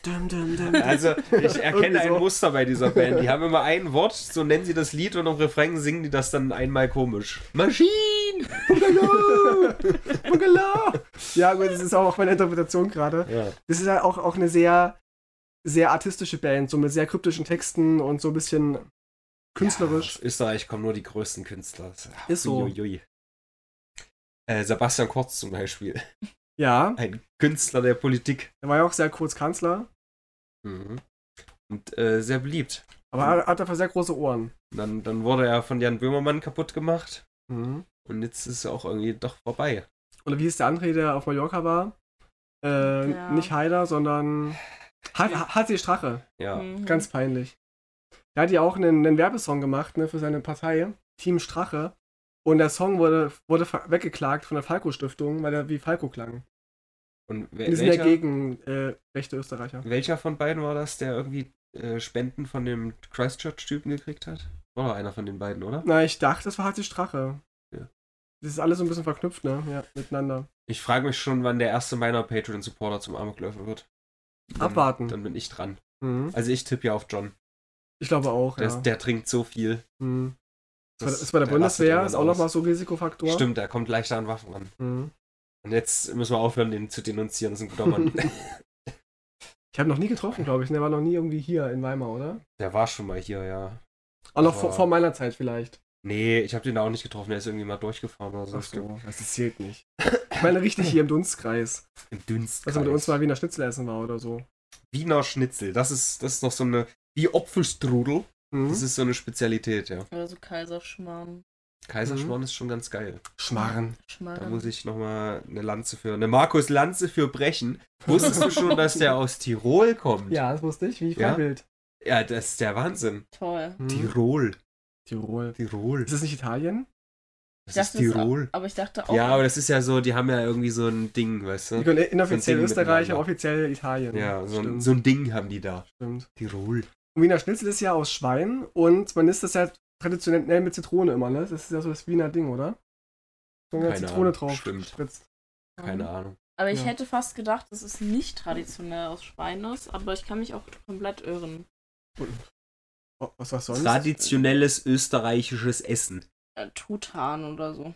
Speaker 1: Dum, dum, dum, dum.
Speaker 2: Also, ich
Speaker 1: Irgendwie
Speaker 2: erkenne ein
Speaker 1: so.
Speaker 2: Muster bei dieser Band. Die haben immer ein Wort, so nennen sie das Lied und im Refrain singen die das dann einmal komisch. Maschinen!
Speaker 1: <laughs> Bungalow! Bungalow! Ja, gut, das ist auch meine Interpretation gerade.
Speaker 2: Ja.
Speaker 1: Das ist <laughs> ja auch, auch eine sehr, sehr artistische Band, so mit sehr kryptischen Texten und so ein bisschen künstlerisch.
Speaker 2: Aus Österreich kommen nur die größten Künstler. Ach,
Speaker 1: Ist so.
Speaker 2: uiuiui. Äh, Sebastian Kurz zum Beispiel. <laughs>
Speaker 1: Ja,
Speaker 2: Ein Künstler der Politik.
Speaker 1: er war ja auch sehr kurz Kanzler, Mhm.
Speaker 2: Und äh, sehr beliebt.
Speaker 1: aber er hat dafür sehr große Ohren.
Speaker 2: Dann, dann wurde er von Jan Böhmermann kaputt gemacht.
Speaker 1: Mhm.
Speaker 2: Und jetzt ist er auch irgendwie doch vorbei.
Speaker 1: Oder wie hieß der andere, der auf Mallorca war? Äh,
Speaker 3: Ja.
Speaker 1: Nicht Haider, sondern H- HC Strache.
Speaker 2: Ja.
Speaker 3: Mhm.
Speaker 1: Ganz peinlich. Da hat ja auch einen, einen Werbesong gemacht ne, für seine Partei, Team Strache. Und der Song wurde, wurde ver- weggeklagt von der Falco-Stiftung, weil er wie Falco klang.
Speaker 2: Und wer,
Speaker 1: Die sind ja
Speaker 2: welcher,
Speaker 1: gegen äh, rechte Österreicher.
Speaker 2: welcher von beiden war das, der irgendwie äh, Spenden von dem Christchurch-Typen gekriegt hat? War doch einer von den beiden, oder?
Speaker 1: Na, ich dachte, das war HC Strache.
Speaker 2: Ja.
Speaker 1: Das ist alles so ein bisschen verknüpft, ne? Ja, miteinander.
Speaker 2: Ich frage mich schon, wann der erste meiner Patreon-Supporter zum Amokläufer wird. Dann-
Speaker 1: Abwarten.
Speaker 2: Dann bin ich dran.
Speaker 1: Mhm.
Speaker 2: Also ich tippe ja auf John.
Speaker 1: Ich glaube auch,
Speaker 2: Der,
Speaker 1: ja.
Speaker 2: der trinkt so viel.
Speaker 1: mhm. Ist bei-
Speaker 2: Das-
Speaker 1: ist bei der,
Speaker 2: lastet
Speaker 1: Bundeswehr,
Speaker 2: irgendwann
Speaker 1: ist auch
Speaker 2: aus.
Speaker 1: nochmal so ein Risikofaktor.
Speaker 2: Stimmt, der kommt leichter an Waffen ran.
Speaker 1: Mhm.
Speaker 2: Und jetzt müssen wir aufhören, den zu denunzieren. Das ist ein guter Mann.
Speaker 1: <laughs> Ich habe noch nie getroffen, glaube ich. ne? Der war noch nie irgendwie hier in Weimar, oder?
Speaker 2: der war schon mal hier, ja.
Speaker 1: Auch noch
Speaker 2: Aber-
Speaker 1: vor, vor meiner Zeit vielleicht.
Speaker 2: Nee, ich habe den da auch nicht getroffen. Der ist irgendwie mal durchgefahren oder so.
Speaker 1: das das zählt nicht. Ich meine richtig hier im Dunstkreis.
Speaker 2: Im Dünst.
Speaker 1: Als er mit uns mal Wiener Schnitzel essen war oder so.
Speaker 2: Wiener Schnitzel. Das ist, das ist noch so eine. Wie Opfelstrudel.
Speaker 1: Mhm.
Speaker 2: Das ist so eine Spezialität, ja.
Speaker 3: Oder so Kaiserschmarrn.
Speaker 2: Kaiserschmarrn
Speaker 1: Mhm.
Speaker 2: ist schon ganz geil.
Speaker 1: Schmarren.
Speaker 3: Schmarrn.
Speaker 2: Da muss ich nochmal eine Lanze für. Eine Markus Lanze
Speaker 1: <laughs>
Speaker 2: für brechen. Wusstest du schon, dass der aus Tirol kommt?
Speaker 1: Ja, das wusste ich, wie ich
Speaker 2: Ja?
Speaker 1: ja? Bild.
Speaker 2: Ja, das ist der Wahnsinn.
Speaker 3: Toll.
Speaker 1: Mhm.
Speaker 2: Tirol.
Speaker 1: Tirol.
Speaker 2: Tirol.
Speaker 1: Ist das nicht Italien?
Speaker 2: Das
Speaker 3: Das
Speaker 2: ist Tirol.
Speaker 3: Aber ich dachte auch.
Speaker 2: Ja, aber das ist ja so, die haben ja irgendwie so ein Ding, weißt
Speaker 1: Die
Speaker 2: du?
Speaker 1: können inoffiziell
Speaker 2: Ding
Speaker 1: Österreich,
Speaker 2: miteinander.
Speaker 1: aber offiziell Italien.
Speaker 2: Ja, so ein,
Speaker 1: stimmt.
Speaker 2: so ein Ding haben die da.
Speaker 1: stimmt.
Speaker 2: Tirol.
Speaker 1: Und Wiener Schnitzel ist ja aus Schwein und man isst das ja traditionell mit Zitrone immer, ne? Das ist ja so das Wiener Ding, oder? Wenn man
Speaker 2: Keine
Speaker 1: Zitrone
Speaker 2: Ahnung,
Speaker 1: drauf
Speaker 2: stimmt.
Speaker 1: spritzt. Mhm.
Speaker 2: Keine Ahnung.
Speaker 3: aber ich
Speaker 1: Ja.
Speaker 3: hätte fast gedacht, das ist nicht traditionell aus Schweines, aber ich kann mich auch komplett irren.
Speaker 1: Oh, was was sonst?
Speaker 2: Traditionelles österreichisches Essen.
Speaker 3: Äh, Tutan oder so.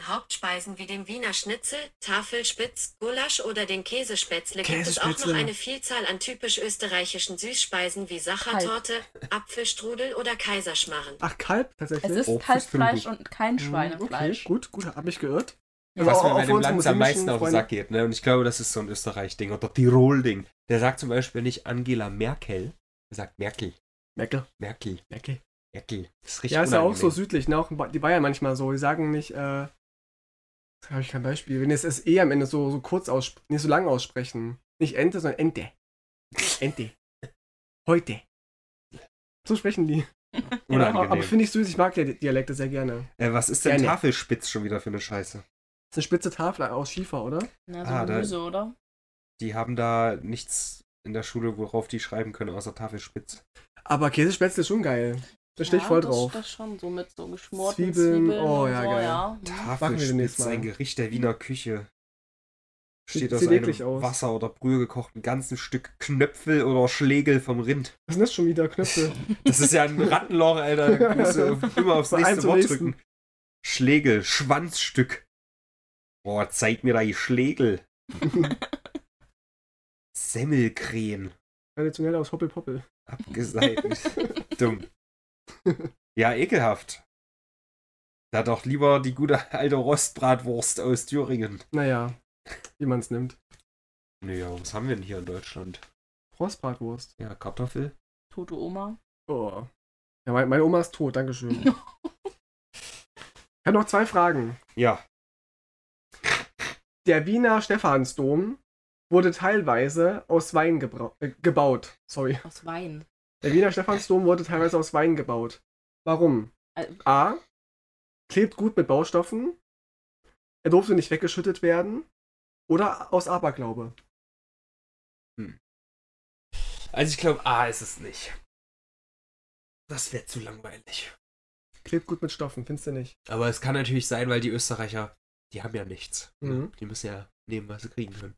Speaker 4: Hauptspeisen wie dem Wiener Schnitzel, Tafelspitz, Gulasch oder den Käsespätzle gibt es auch noch
Speaker 1: Käsespätzle.
Speaker 4: eine Vielzahl an typisch österreichischen Süßspeisen wie Sachertorte, Apfelstrudel oder Kaiserschmarren.
Speaker 1: Ach, Kalb
Speaker 3: Es
Speaker 1: tatsächlich.
Speaker 3: ist
Speaker 2: Oh,
Speaker 3: Kalbfleisch
Speaker 2: bestimmt.
Speaker 3: und kein
Speaker 1: Mhm,
Speaker 3: Schweinefleisch.
Speaker 1: Okay, gut, gut, hab mich geirrt.
Speaker 3: Ja.
Speaker 2: Was
Speaker 1: Aber
Speaker 2: mir
Speaker 1: auch
Speaker 2: bei
Speaker 1: für
Speaker 2: dem
Speaker 1: unsere
Speaker 2: Lanz am meisten
Speaker 1: muslimischen
Speaker 2: auf den
Speaker 1: Freunde-
Speaker 2: Sack geht, ne? Und ich glaube, das ist so ein Österreich-Ding oder Tirol-Ding. Der sagt zum Beispiel nicht Angela Merkel, der sagt Merkel,
Speaker 1: Merkel,
Speaker 2: Merkel,
Speaker 1: Merkel.
Speaker 2: Merkel. Das ist richtig
Speaker 1: Ja, ist ja auch so
Speaker 2: unangenehm.
Speaker 1: südlich, ne? Auch in Ba- die Bayern manchmal so. Die sagen nicht, äh. Da habe ich kein Beispiel. Wenn jetzt das E am Ende so, so kurz aussprechen, nicht so lang
Speaker 2: <laughs>
Speaker 1: aussprechen. Nicht Ente, sondern Ente. Ente. Heute. So sprechen die.
Speaker 2: Unangenehm.
Speaker 1: Aber, aber finde ich süß, ich mag ja die Dialekte sehr gerne.
Speaker 2: äh, was ist denn
Speaker 1: Ja, nee.
Speaker 2: Tafelspitz schon wieder für eine Scheiße?
Speaker 1: Ist eine spitze Tafel aus Schiefer, oder?
Speaker 3: Na, so
Speaker 2: Ah, da-
Speaker 3: Gemüse, oder?
Speaker 2: Die haben da nichts in der Schule, worauf die sschreiben können, außer Tafelspitz.
Speaker 1: Aber Käsespätzle ist schon geil. Da stehe ich
Speaker 3: Ja,
Speaker 1: voll
Speaker 3: das,
Speaker 1: drauf.
Speaker 3: Das schon, so mit so geschmorten
Speaker 1: Zwiebeln,
Speaker 3: Zwiebeln.
Speaker 1: oh,
Speaker 3: und
Speaker 1: ja,
Speaker 3: so,
Speaker 1: geil.
Speaker 3: Ja.
Speaker 1: wir demnächst
Speaker 2: Tafelspitz,
Speaker 1: mal.
Speaker 2: ein Gericht der Wiener Küche.
Speaker 1: Sieht-
Speaker 2: Steht aus
Speaker 1: sieht
Speaker 2: einem
Speaker 1: eklig aus.
Speaker 2: Wasser oder Brühe gekochten ganzen Stück Knöpfel oder Schlegel vom Rind.
Speaker 1: Was ist denn das schon wieder? Knöpfe. <laughs>
Speaker 2: Das ist ja ein Rattenloch, Alter. Da musst du immer aufs
Speaker 1: Von einem
Speaker 2: nächste
Speaker 1: zum
Speaker 2: Wort
Speaker 1: nächsten.
Speaker 2: drücken. Schlegel, Schwanzstück. Boah, zeig mir da die Schlegel. Semmelkrähen.
Speaker 1: Traditionell aus Hoppel Poppel.
Speaker 2: Abgeseitigt.
Speaker 1: <laughs>
Speaker 2: Dumm. Ja, ekelhaft. Da doch lieber die gute alte Rostbratwurst aus Thüringen.
Speaker 1: Naja, wie man es nimmt.
Speaker 2: Naja, was haben wir denn hier in Deutschland?
Speaker 1: Rostbratwurst.
Speaker 2: Ja, Kartoffel.
Speaker 3: <laughs> Tote Oma.
Speaker 1: Oh. Ja, mein, meine Oma ist tot, Dankeschön. Ich habe noch zwei Fragen.
Speaker 2: Ja.
Speaker 1: Der Wiener Stephansdom wurde teilweise aus Wein gebrau- äh, gebaut. Sorry.
Speaker 3: Aus Wein.
Speaker 1: Der Wiener Stephansdom wurde teilweise aus Wein gebaut. Warum?
Speaker 3: Also-
Speaker 1: A. Klebt gut mit Baustoffen. Er durfte nicht weggeschüttet werden. Oder aus Aberglaube.
Speaker 2: Also ich glaube, A ist es nicht. Das wäre zu langweilig.
Speaker 1: Klebt gut mit Stoffen, findest du nicht?
Speaker 2: Aber es kann natürlich sein, weil die Österreicher, die haben ja nichts. ne?
Speaker 1: Mhm.
Speaker 2: Die müssen ja nehmen, was sie kriegen können.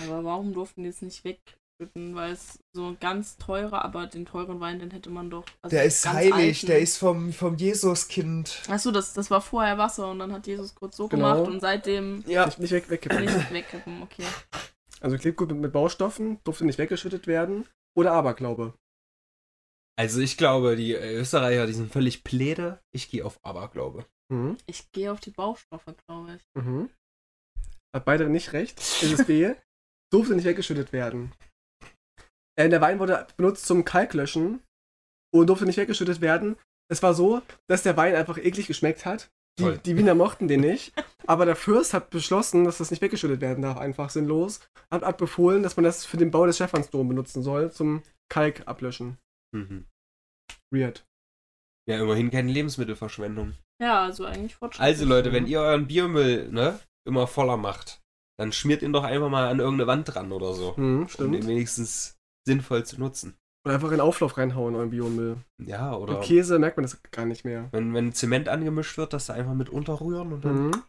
Speaker 3: Aber warum durften die es nicht wegschütten? Weil es so ein ganz teurer, aber den teuren Wein, den hätte man doch. also
Speaker 5: Der
Speaker 3: den
Speaker 5: ist
Speaker 3: ganz
Speaker 5: heilig,
Speaker 3: alten.
Speaker 5: der ist vom, vom Jesuskind.
Speaker 3: Achso, das, das war vorher Wasser und dann hat Jesus kurz so
Speaker 1: Genau.
Speaker 3: gemacht und seitdem
Speaker 5: Ja.
Speaker 1: Nicht, nicht weg, wegkippen.
Speaker 3: nicht wegkippen, okay.
Speaker 1: Also klebt gut mit, mit Baustoffen, durfte nicht weggeschüttet werden. Oder Aberglaube.
Speaker 2: Also ich glaube, die Österreicher, die sind völlig pläde. Ich gehe auf Aberglaube.
Speaker 1: Mhm.
Speaker 3: Ich gehe auf die Baustoffe, glaube ich.
Speaker 1: Mhm. Hat beide nicht recht. Es ist B. durfte nicht weggeschüttet werden. Äh, der Wein wurde benutzt zum Kalklöschen und durfte nicht weggeschüttet werden. Es war so, dass der Wein einfach eklig geschmeckt hat. Die,
Speaker 2: Toll.
Speaker 1: die Wiener mochten den nicht. Aber der Fürst hat beschlossen, dass das nicht weggeschüttet werden darf, einfach sinnlos. Hat, hat befohlen, dass man das für den Bau des Stephansdom benutzen soll, zum Kalk ablöschen.
Speaker 2: Mhm.
Speaker 1: Weird.
Speaker 2: Ja, immerhin keine Lebensmittelverschwendung.
Speaker 3: Ja, also eigentlich fortschrittlich.
Speaker 2: Also Leute,
Speaker 1: Mhm.
Speaker 3: ne?
Speaker 2: wenn ihr euren Biermüll ne, immer voller macht, dann schmiert ihn doch einfach mal an irgendeine Wand dran oder so.
Speaker 1: Hm,
Speaker 2: Um den
Speaker 1: stimmt.
Speaker 2: wenigstens sinnvoll zu nutzen.
Speaker 1: Oder einfach in Auflauf reinhauen, euren Biomüll.
Speaker 2: Ja, oder
Speaker 1: Und Käse merkt man das gar nicht mehr.
Speaker 2: wenn, wenn Zement angemischt wird, das da einfach mit unterrühren
Speaker 5: Hm.
Speaker 2: und dann
Speaker 1: Mhm.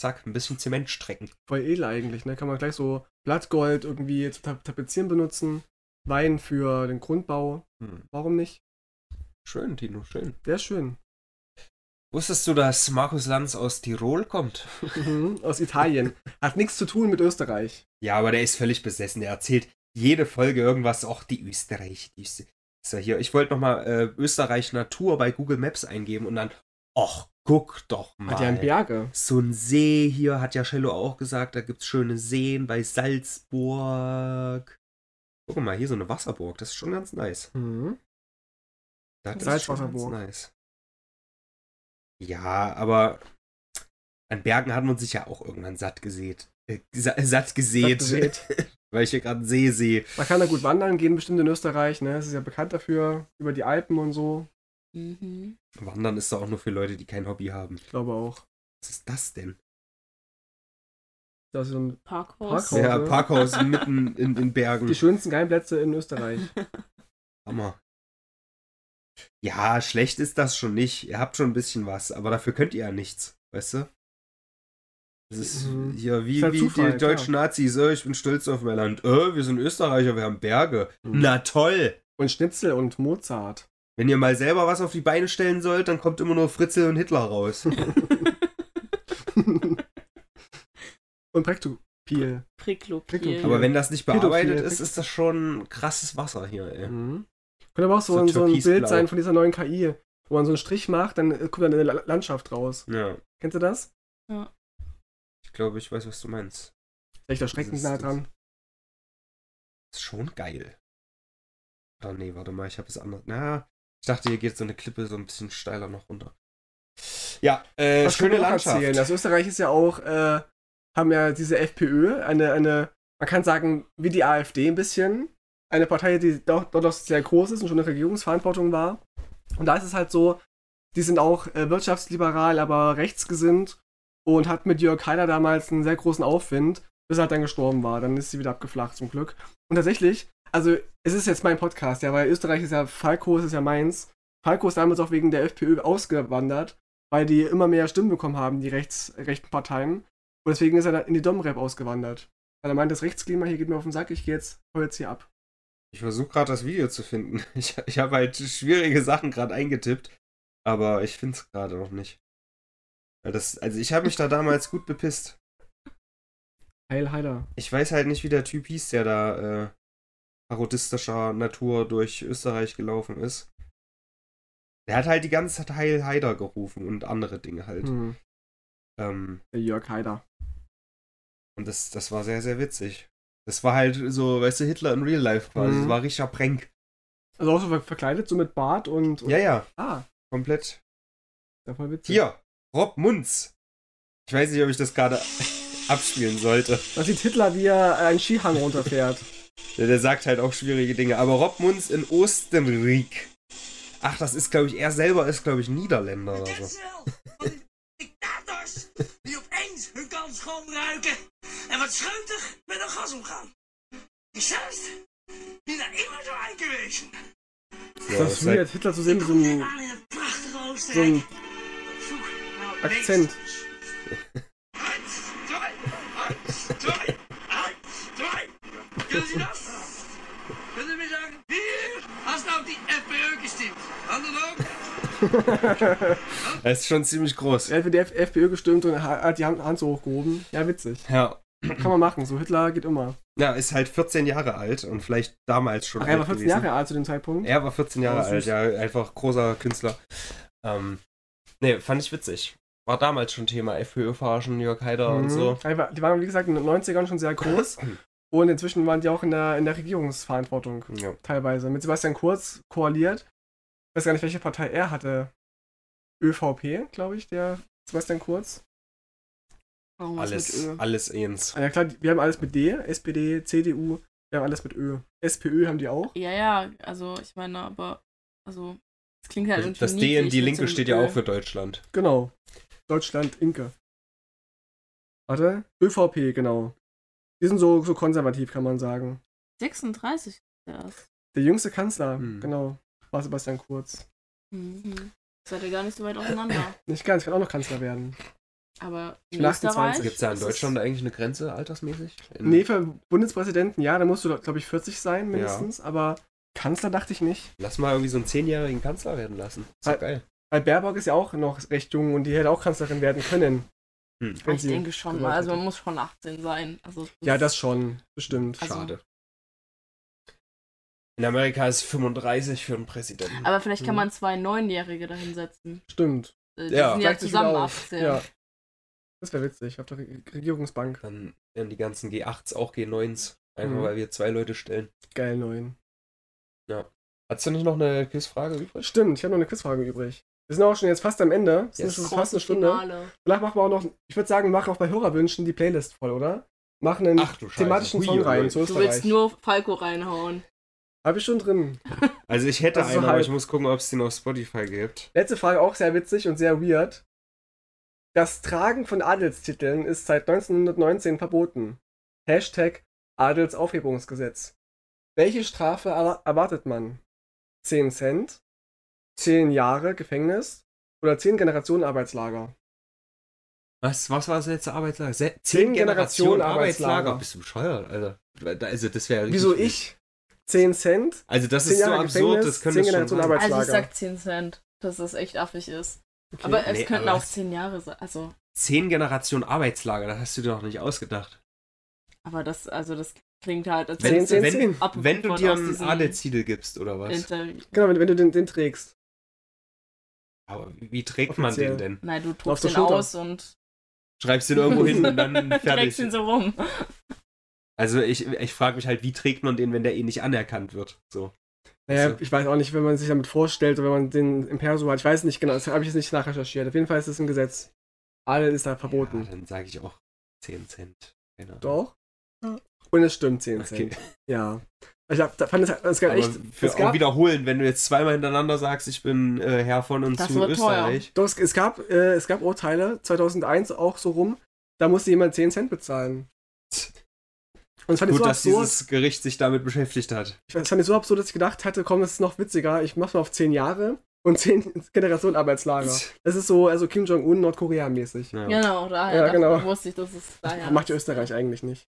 Speaker 2: zack, ein bisschen Zement strecken.
Speaker 1: voll edel eigentlich, ne? Kann man gleich so Blattgold irgendwie zum Tap Tapezieren benutzen, Wein für den Grundbau,
Speaker 2: Hm.
Speaker 1: warum nicht?
Speaker 2: Schön, Tino, schön.
Speaker 1: Sehr schön.
Speaker 2: Wusstest du, dass Markus Lanz aus Tirol kommt?
Speaker 1: Mhm, <laughs> Aus Italien. Hat nichts zu tun mit Österreich.
Speaker 2: Ja, aber der ist völlig besessen. Der erzählt jede Folge irgendwas. Auch die Österreich. Die Öster so, hier, ich wollte nochmal äh, Österreich Natur bei Google Maps eingeben und dann, ach, guck doch mal.
Speaker 1: Hat ja einen Berge.
Speaker 2: So ein See hier, hat ja Cello auch gesagt, da gibt's schöne Seen bei Salzburg. Guck mal, hier so eine Wasserburg, das ist schon ganz nice.
Speaker 1: Mhm.
Speaker 2: Das ist schon ganz
Speaker 1: Salzwasserburg.
Speaker 2: nice. Ja, aber an Bergen hat man sich ja auch irgendwann satt gesät. Äh, sa- satt gesät,
Speaker 1: gesät.
Speaker 2: <laughs> weil ich hier gerade einen See sehe.
Speaker 1: Man kann da gut wandern gehen, bestimmt in Österreich, ne? Es ist ja bekannt dafür, über die Alpen und so.
Speaker 3: Mhm.
Speaker 2: Wandern ist doch auch nur für Leute, die kein Hobby haben.
Speaker 1: Ich glaube auch.
Speaker 2: Was ist das denn?
Speaker 1: Das ist so ein,
Speaker 3: Parkhaus.
Speaker 1: Parkhaus.
Speaker 2: Ja, Parkhaus mitten in den Bergen.
Speaker 1: die schönsten Geimplätze in Österreich.
Speaker 3: <laughs>
Speaker 2: Hammer. Ja, schlecht ist das schon nicht. Ihr habt schon ein bisschen was, aber dafür könnt ihr ja nichts, weißt du? Das ist
Speaker 1: Mhm.
Speaker 2: hier wie,
Speaker 1: Ist halt
Speaker 2: wie
Speaker 1: Zufall,
Speaker 2: die deutschen Nazis. Oh, ich bin stolz auf mein Land. Oh, wir sind Österreicher, wir haben Berge.
Speaker 1: Mhm.
Speaker 2: Na toll!
Speaker 1: Und Schnitzel und <laughs> Mozart.
Speaker 2: Wenn ihr mal selber was auf die Beine stellen sollt, dann kommt immer nur Fritzel und Hitler
Speaker 1: <laughs>
Speaker 2: raus.
Speaker 1: und Prektopil.
Speaker 3: Priklopil.
Speaker 2: aber wenn das nicht bearbeitet
Speaker 1: Pädophil.
Speaker 2: ist, ist das schon krasses Wasser hier, ey.
Speaker 1: Mhm. Könnte aber auch so,
Speaker 2: So
Speaker 1: ein, so ein
Speaker 2: türkisblau.
Speaker 1: Bild sein von dieser neuen KI, wo man so einen Strich macht, dann äh, kommt dann eine La- Landschaft raus.
Speaker 2: Ja,
Speaker 1: Kennst du das?
Speaker 2: ich glaube, ich weiß, was du meinst.
Speaker 1: Echt erschreckend
Speaker 2: Das ist-
Speaker 1: nah dran.
Speaker 2: Ist schon geil. Oder nee, warte mal, ich habe es anders. Na, ich dachte, hier geht so eine Klippe so ein bisschen steiler noch runter. Ja, äh,
Speaker 1: können
Speaker 2: schöne
Speaker 1: wir noch
Speaker 2: Landschaft.
Speaker 1: erzählen? Also Österreich ist ja auch, äh, haben ja diese FPÖ, eine, eine, man kann sagen, wie die AfD ein bisschen. eine Partei, die doch, doch noch sehr groß ist und schon in der Regierungsverantwortung war. Und da ist es halt so, die sind auch äh, wirtschaftsliberal, aber rechtsgesinnt und hat mit Jörg Haider damals einen sehr großen Aufwind, bis er halt dann gestorben war. Dann ist sie wieder abgeflacht, zum Glück. Und tatsächlich, also es ist jetzt mein Podcast, ja, weil Österreich ist ja Falco, es ist ja meins. Falco ist damals auch wegen der FPÖ ausgewandert, weil die immer mehr Stimmen bekommen haben, die rechts, rechten Parteien. Und deswegen ist er dann in die Domrep ausgewandert. Weil er meint, das Rechtsklima hier geht mir auf den Sack, ich gehe jetzt, hol jetzt hier ab.
Speaker 2: Ich versuche gerade das Video zu finden. <laughs> Ich, ich habe halt schwierige Sachen gerade eingetippt, aber ich finde es gerade noch nicht. Weil Das, also ich habe mich da damals gut bepisst.
Speaker 1: Heil Heider.
Speaker 2: Ich weiß halt nicht, wie der Typ hieß, der da äh, parodistischer Natur durch Österreich gelaufen ist. Der hat halt die ganze Zeit Heil Heider gerufen und andere Dinge halt.
Speaker 1: Hm,
Speaker 2: Ähm,
Speaker 1: der Jörg Haider.
Speaker 2: und das, das war sehr, sehr witzig. Das war halt so, weißt du, Hitler in Real Life quasi.
Speaker 1: Mhm.
Speaker 2: Das war Richard Prenk.
Speaker 1: Also auch so ver verkleidet, so mit Bart und. und
Speaker 2: Ja, ja,
Speaker 1: Ah,
Speaker 2: komplett.
Speaker 1: der voll witzig.
Speaker 2: Hier, Rob Munz. Ich weiß nicht, ob ich das gerade <laughs> abspielen sollte.
Speaker 1: Da sieht Hitler, wie er äh, einen Skihang
Speaker 2: <laughs>
Speaker 1: runterfährt.
Speaker 2: Der, der sagt halt auch schwierige Dinge. Aber Rob Munz in Ostenriek. Ach, das ist, glaube ich, er selber ist, glaube ich, Niederländer oder so.
Speaker 6: Zelf, van die dictators die opeens hun kans gewoon ruiken en wat scheutig met hun gas omgaan. Die zelfs die naar immer zo eiken wezen.
Speaker 2: Ja,
Speaker 1: das ist
Speaker 2: halt-
Speaker 1: weird, Hitler zu sehen mit so einem,
Speaker 6: Aan in het prachtige
Speaker 1: so einem
Speaker 6: Oostenrijk. Op zoek nou naar het
Speaker 1: Akzent.
Speaker 6: Eins, zwei, eins, zwei, eins, zwei. Kunnen Sie das? Können Sie mir sagen, hier, hast du auf die FPÖ gestimmt? Anderen ook?
Speaker 2: halt, Er ist schon ziemlich groß.
Speaker 1: Er hat für die F FPÖ gestimmt und ha- hat die Hand, Hand so hochgehoben. Ja, witzig.
Speaker 2: Ja.
Speaker 1: Kann man machen. So Hitler geht immer.
Speaker 2: ja, ist halt 14 Jahre alt und vielleicht damals schon.
Speaker 1: Ach, er
Speaker 2: alt
Speaker 1: war 14
Speaker 2: gewesen.
Speaker 1: Jahre alt zu dem Zeitpunkt.
Speaker 2: Er war 14 Jahre
Speaker 1: Oh, süß.
Speaker 2: alt, ja, einfach großer Künstler. Ähm, nee, fand ich witzig. War damals schon Thema FPÖ-Verarschen, Jörg Haider
Speaker 1: Mhm.
Speaker 2: und so.
Speaker 1: Er war- Die waren, wie gesagt, in den 90ern schon sehr
Speaker 2: <clears throat>
Speaker 1: groß. und inzwischen waren die auch in der, in der Regierungsverantwortung.
Speaker 2: Ja.
Speaker 1: Teilweise. Mit Sebastian Kurz koaliert. Ich weiß gar nicht, welche Partei er hatte. ÖVP, glaube ich, der Sebastian Kurz.
Speaker 3: Warum was
Speaker 2: Alles,
Speaker 3: Oh, mit Ö?
Speaker 2: alles eins.
Speaker 1: Ah, ja, klar, die- wir haben alles mit D. SPD, CDU. Wir haben alles mit Ö. SPÖ haben die auch.
Speaker 3: Ja, ja, also ich meine, aber. Also, das klingt halt irgendwie.
Speaker 2: Das D in die
Speaker 3: niedlich mit so
Speaker 2: Linke
Speaker 3: einem
Speaker 2: steht ja
Speaker 3: Ö.
Speaker 2: auch für Deutschland.
Speaker 1: Genau. Deutschland, Inke. Warte, ÖVP, genau. Die sind so, so konservativ, kann man sagen.
Speaker 3: 36 erst.
Speaker 1: Der jüngste Kanzler,
Speaker 2: Hm.
Speaker 1: genau, war Sebastian Kurz.
Speaker 3: Mhm. Seid ihr gar nicht so weit auseinander.
Speaker 1: Nicht ganz, kann auch noch Kanzler werden.
Speaker 3: Aber
Speaker 1: Ich
Speaker 3: in
Speaker 1: bin
Speaker 3: Österreich.
Speaker 1: 28.
Speaker 2: Gibt es da in
Speaker 3: ist es-
Speaker 2: Deutschland eigentlich eine Grenze altersmäßig? In-
Speaker 1: Nee, für Bundespräsidenten, ja, da musst du, glaube ich, 40 sein mindestens, aber Kanzler dachte ich nicht.
Speaker 2: Lass mal irgendwie so einen zehnjährigen Kanzler werden lassen. Ist doch
Speaker 1: Halt-
Speaker 2: geil.
Speaker 1: Weil Baerbock ist ja auch noch recht jung und die hätte auch Kanzlerin werden können.
Speaker 2: Hm.
Speaker 1: wenn
Speaker 3: Ich
Speaker 1: sie
Speaker 3: denke schon
Speaker 1: gewollt
Speaker 3: mal. Also,
Speaker 1: hätte.
Speaker 3: man muss schon 18 sein. Also,
Speaker 1: Ja, das schon, bestimmt.
Speaker 3: Also-
Speaker 2: Schade. In Amerika ist 35 für einen Präsidenten.
Speaker 3: Aber vielleicht kann
Speaker 1: Mhm.
Speaker 3: man zwei Neunjährige dahinsetzen.
Speaker 1: Stimmt.
Speaker 3: Äh, Die
Speaker 2: Ja.
Speaker 3: sind ja
Speaker 1: Vielleicht die
Speaker 3: zusammen
Speaker 1: Schüler auch.
Speaker 3: 18.
Speaker 1: Ja. Das wäre witzig, auf der Re- Regierungsbank.
Speaker 2: Dann werden die ganzen G8s auch G9s. Einfach
Speaker 1: Mhm.
Speaker 2: weil wir zwei Leute stellen.
Speaker 1: Geil, neun.
Speaker 2: Hast du nicht noch eine Quizfrage übrig?
Speaker 1: Stimmt, ich habe noch eine Quizfrage übrig. Wir sind auch schon jetzt fast am Ende. Es
Speaker 2: Yes.
Speaker 1: ist schon fast
Speaker 3: Große
Speaker 1: eine Stunde.
Speaker 3: Finale.
Speaker 1: Danach machen wir auch noch, ich würde sagen, machen auch bei Hörerwünschen die Playlist voll, oder? Machen einen
Speaker 2: Ach du Scheiße.
Speaker 1: thematischen
Speaker 2: Hui,
Speaker 1: Song
Speaker 2: ui, ui.
Speaker 1: rein zu
Speaker 3: Du willst
Speaker 1: Österreich.
Speaker 3: nur Falco reinhauen.
Speaker 1: Habe ich schon drin.
Speaker 2: Also ich hätte
Speaker 1: Das ist halt so
Speaker 2: einen, aber
Speaker 1: halb.
Speaker 2: ich muss gucken, ob es den auf Spotify gibt.
Speaker 1: Letzte Frage, auch sehr witzig und sehr weird. Das Tragen von Adelstiteln ist seit 1919 verboten. Hashtag Adelsaufhebungsgesetz. Welche Strafe erwa- erwartet man? 10 Cent? 10 Jahre Gefängnis? Oder 10 Generationen Arbeitslager?
Speaker 2: Was, was war das letzte Arbeitslager? Se
Speaker 1: Zehn Generationen Arbeitslager.
Speaker 2: Bist du bescheuert, Alter? Da- Also das wäre
Speaker 1: Wieso ich? 10 Cent?
Speaker 2: Also das
Speaker 1: Zehn
Speaker 2: ist so
Speaker 1: Jahre
Speaker 2: absurd,
Speaker 1: Gefängnis,
Speaker 2: das könnte
Speaker 1: zehn
Speaker 2: es schon
Speaker 1: Generationen
Speaker 2: sein.
Speaker 1: Arbeitslager.
Speaker 3: Also ich sag 10 Cent, dass das echt affig ist. aber es
Speaker 2: Nee,
Speaker 3: könnten
Speaker 2: aber
Speaker 3: auch
Speaker 2: es-
Speaker 3: 10 Jahre sein. Also,
Speaker 2: Zehn Generationen Arbeitslager, das hast du dir noch nicht ausgedacht.
Speaker 3: aber das, also das klingt halt, als
Speaker 1: Zehn,
Speaker 3: wenn,
Speaker 1: zehn,
Speaker 2: wenn-
Speaker 1: zehn.
Speaker 3: ab
Speaker 2: Wenn du
Speaker 3: von
Speaker 2: dir
Speaker 3: aus
Speaker 2: einen
Speaker 3: diesem
Speaker 2: Adelstitel gibst oder was.
Speaker 3: Interview.
Speaker 1: Genau, wenn, wenn du den, den trägst.
Speaker 2: Aber wie trägt man den
Speaker 1: Offiziell.
Speaker 2: denn?
Speaker 3: Nein, du
Speaker 1: Auf
Speaker 3: druckst
Speaker 1: der
Speaker 3: den
Speaker 1: Schulter.
Speaker 3: aus und
Speaker 2: Schreibst den irgendwo hin
Speaker 1: <laughs>
Speaker 3: <laughs>
Speaker 2: und dann
Speaker 3: trägst
Speaker 2: fertig.
Speaker 3: ihn so rum.
Speaker 2: Also ich, ich frage mich halt, wie trägt man den, wenn der eh nicht anerkannt wird? So.
Speaker 1: Naja,
Speaker 2: Also-
Speaker 1: ich weiß auch nicht, wenn man sich damit vorstellt oder wenn man den im Perso hat. Ich weiß nicht genau, das habe ich jetzt nicht nachrecherchiert. Auf jeden Fall ist es ein Gesetz. Adel ist da verboten.
Speaker 2: Ja, dann sage ich auch 10 Cent. Keine Ahnung.
Speaker 1: Doch. Und es stimmt 10 Cent.
Speaker 2: Okay.
Speaker 1: Ja. Ich hab, da fand es, halt, es gab
Speaker 2: Aber
Speaker 1: echt.
Speaker 2: für,
Speaker 1: Es
Speaker 2: auch
Speaker 1: gab,
Speaker 2: wiederholen, wenn du jetzt zweimal hintereinander sagst, ich bin äh, Herr von und
Speaker 3: Das
Speaker 2: zu
Speaker 3: wird teuer.
Speaker 2: Österreich.
Speaker 1: doch, es, es, gab äh, es gab Urteile, 2001 auch so rum, da musste jemand 10 Cent bezahlen. Und das fand ich so
Speaker 2: Gut, dass
Speaker 1: absurd.
Speaker 2: dieses Gericht sich damit beschäftigt hat.
Speaker 1: Ich- Das fand ich so absurd, dass ich gedacht hatte, komm, es ist noch witziger, ich mach's mal auf 10 Jahre und <laughs> 10 Generationen Arbeitslager.
Speaker 2: <laughs>
Speaker 1: Das ist so, also Kim Jong-un Nordkorea-mäßig.
Speaker 2: Ja,
Speaker 3: Genau, daher
Speaker 1: Ja,
Speaker 3: dachte-
Speaker 1: genau.
Speaker 3: wusste ich, dass es daher.
Speaker 1: Macht ja Österreich eigentlich nicht.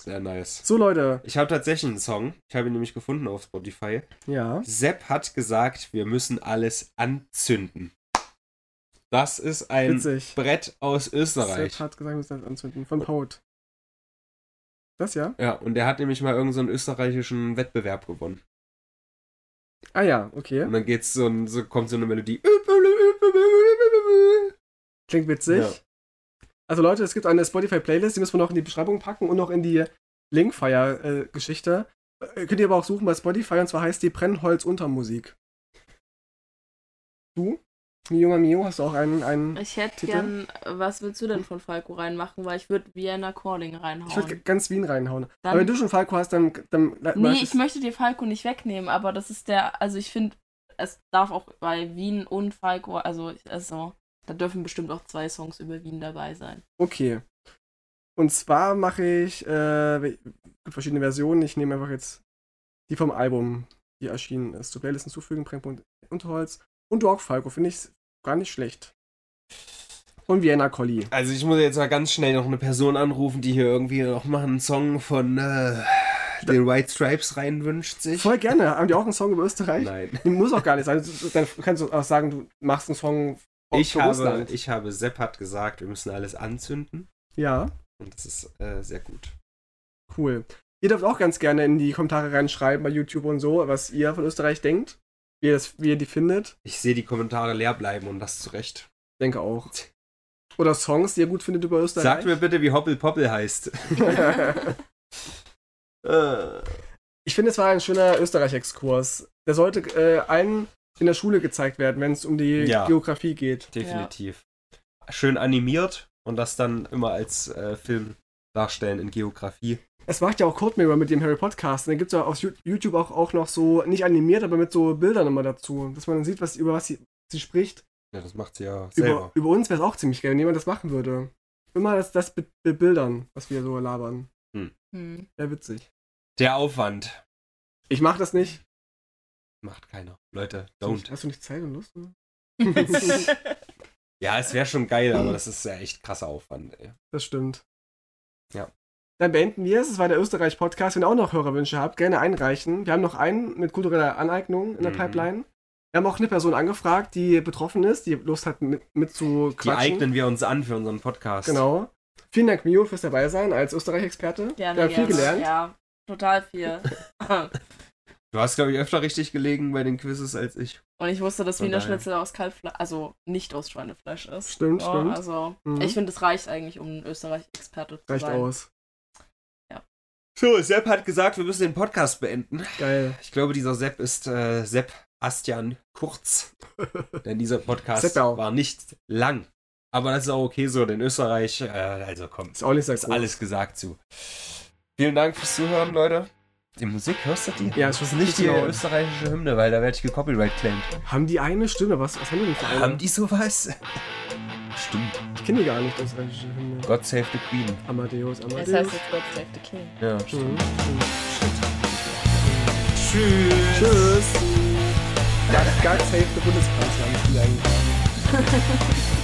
Speaker 2: Sehr nice.
Speaker 1: So, Leute.
Speaker 2: Ich habe tatsächlich einen Song. Ich habe ihn nämlich gefunden auf Spotify.
Speaker 1: Ja.
Speaker 2: Sepp hat gesagt, wir müssen alles anzünden. Das ist ein
Speaker 1: Witzig.
Speaker 2: Brett aus Österreich.
Speaker 1: Sepp hat gesagt, wir müssen das anzünden. Von Poet. Das ja?
Speaker 2: Ja, und der hat nämlich mal irgendeinen so einen österreichischen Wettbewerb gewonnen.
Speaker 1: Ah ja, okay.
Speaker 2: Und dann geht's so, ein- so kommt so eine Melodie.
Speaker 1: Klingt witzig.
Speaker 2: Hm. Ja.
Speaker 1: Also Leute, es gibt eine Spotify-Playlist, die müssen wir noch in die Beschreibung packen und noch in die Linkfire-Geschichte. Äh, könnt ihr aber auch suchen bei Spotify und zwar heißt die Brennholz Untermusik. Du? Mio Mio, hast du auch einen, einen
Speaker 3: Ich hätte
Speaker 1: Titel?
Speaker 3: gern, äh, was willst du denn von Falco reinmachen? Weil ich würde Vienna Calling
Speaker 1: Ich würde
Speaker 3: reinhauen.
Speaker 1: ganz Wien reinhauen.
Speaker 3: Dann-
Speaker 1: aber wenn du schon Falco hast, dann. dann
Speaker 3: nee, ich möchte dir Falco nicht wegnehmen, aber das ist der, also ich finde, es darf auch bei Wien und Falco, also, also da dürfen bestimmt auch zwei Songs über Wien dabei sein.
Speaker 1: Okay. Und zwar mache ich äh, we- gut, verschiedene Versionen. Ich nehme einfach jetzt die vom Album, die erschienen ist. Zur Playlist hinzufügen, Brennpunkt Unterholz. Und du auch, Falco, finde ich gar nicht schlecht. Und Vienna Colli.
Speaker 2: Also ich muss jetzt mal ganz schnell noch eine Person anrufen, die hier irgendwie noch mal einen Song von äh, den White Stripes reinwünscht sich.
Speaker 1: Voll gerne. Haben die auch einen Song über Österreich?
Speaker 2: Nein.
Speaker 1: Muss auch gar nicht sein. Du- Dann kannst du auch sagen, du machst einen Song auf-
Speaker 2: Ich
Speaker 1: für
Speaker 2: habe,
Speaker 1: Russland.
Speaker 2: ich habe Sepp hat gesagt, wir müssen alles anzünden.
Speaker 1: Ja.
Speaker 2: Und das ist äh, sehr gut.
Speaker 1: Cool. Ihr dürft auch ganz gerne in die Kommentare reinschreiben bei YouTube und so, was ihr von Österreich denkt, wie ihr, das, wie ihr die findet.
Speaker 2: Ich sehe die Kommentare leer bleiben und das zu Recht.
Speaker 1: Denke auch. Oder Songs, die ihr gut findet über Österreich.
Speaker 2: Sagt mir bitte, wie Hoppel Poppel heißt. Äh,
Speaker 1: <laughs> ich finde, es war ein schöner Österreich-Exkurs. Der sollte äh, allen in der Schule gezeigt werden, wenn es um die
Speaker 2: Ja.
Speaker 1: Geografie geht.
Speaker 2: Definitiv. Schön animiert und das dann immer als äh, Film darstellen in Geografie.
Speaker 1: Es macht ja auch Code Mirror mit dem Harry Podcast. Und dann gibt es ja auf Ju- YouTube auch, auch noch so, nicht animiert, aber mit so Bildern immer dazu, dass man dann sieht, was, über was sie, sie spricht.
Speaker 2: Ja, das macht sie ja
Speaker 1: Über,
Speaker 2: selber.
Speaker 1: über uns wäre es auch ziemlich geil, wenn jemand das machen würde. Immer das, das be- bebildern, was wir so labern.
Speaker 3: Hm.
Speaker 1: Wäre witzig.
Speaker 2: Der Aufwand
Speaker 1: Ich mach das nicht.
Speaker 2: macht keiner. Leute,
Speaker 1: Hast du nicht-
Speaker 2: don't.
Speaker 1: Hast du nicht Zeit und Lust? Ne?
Speaker 2: Ja, es wäre schon geil, aber das ist ja echt krasser Aufwand. Ey.
Speaker 1: Das stimmt.
Speaker 2: Ja.
Speaker 1: Dann beenden wir es. Es war der Österreich-Podcast. Wenn ihr auch noch Hörerwünsche habt, gerne einreichen. Wir haben noch einen mit kultureller Aneignung in der
Speaker 2: Mhm.
Speaker 1: Pipeline. Wir haben auch eine Person angefragt, die betroffen ist, die Lust hat, mit, mit zu
Speaker 2: Die
Speaker 1: quatschen.
Speaker 2: eignen wir uns an für unseren Podcast.
Speaker 1: Genau. Vielen Dank, Mio, fürs Dabeisein als Österreich-Experte.
Speaker 3: Gerne,
Speaker 1: Wir haben viel
Speaker 3: gerne.
Speaker 1: gelernt.
Speaker 3: also, Ja, total
Speaker 1: <laughs>
Speaker 3: viel. <laughs>
Speaker 2: Du hast, glaube ich, öfter richtig gelegen bei den Quizzes als ich.
Speaker 3: Und ich wusste, dass
Speaker 2: Von
Speaker 3: Wiener
Speaker 2: daher.
Speaker 3: Schnitzel aus Kalbfleisch, also nicht aus Schweinefleisch ist.
Speaker 1: Stimmt,
Speaker 3: Ja,
Speaker 1: stimmt.
Speaker 3: Also,
Speaker 1: Mhm.
Speaker 3: ich finde, es reicht eigentlich, um ein Österreich-Experte zu
Speaker 1: Reicht
Speaker 3: sein.
Speaker 1: aus.
Speaker 2: So, Sepp hat gesagt, wir müssen den Podcast beenden.
Speaker 1: Geil.
Speaker 2: Ich glaube, dieser Sepp ist äh, Sepp Astian <laughs> Kurz. Denn dieser Podcast
Speaker 1: Seppau.
Speaker 2: war nicht lang. Aber das ist auch okay so, denn Österreich, äh, also komm,
Speaker 1: Ist auch nicht sehr
Speaker 2: ist
Speaker 1: groß.
Speaker 2: alles gesagt zu. Vielen Dank fürs Zuhören, Leute. Die Musik, hörst du die?
Speaker 1: Ja, es ist
Speaker 2: Nicht die
Speaker 1: laut.
Speaker 2: österreichische Hymne, weil da werde ich gecopyright-claimed.
Speaker 1: Haben die eine Stimme? Was, was haben die denn für eine?
Speaker 2: Haben die sowas? Ähm, Stimmt.
Speaker 1: Ich kenne die gar nicht, österreichische Hymne.
Speaker 2: God save the Queen.
Speaker 1: Amadeus, Amadeus.
Speaker 3: Das heißt jetzt God Save the King.
Speaker 2: Ja, stimmt.
Speaker 1: Mhm.
Speaker 2: Tschüss.
Speaker 1: Tschüss. Ganz, ganz safe der Bundeskanzler.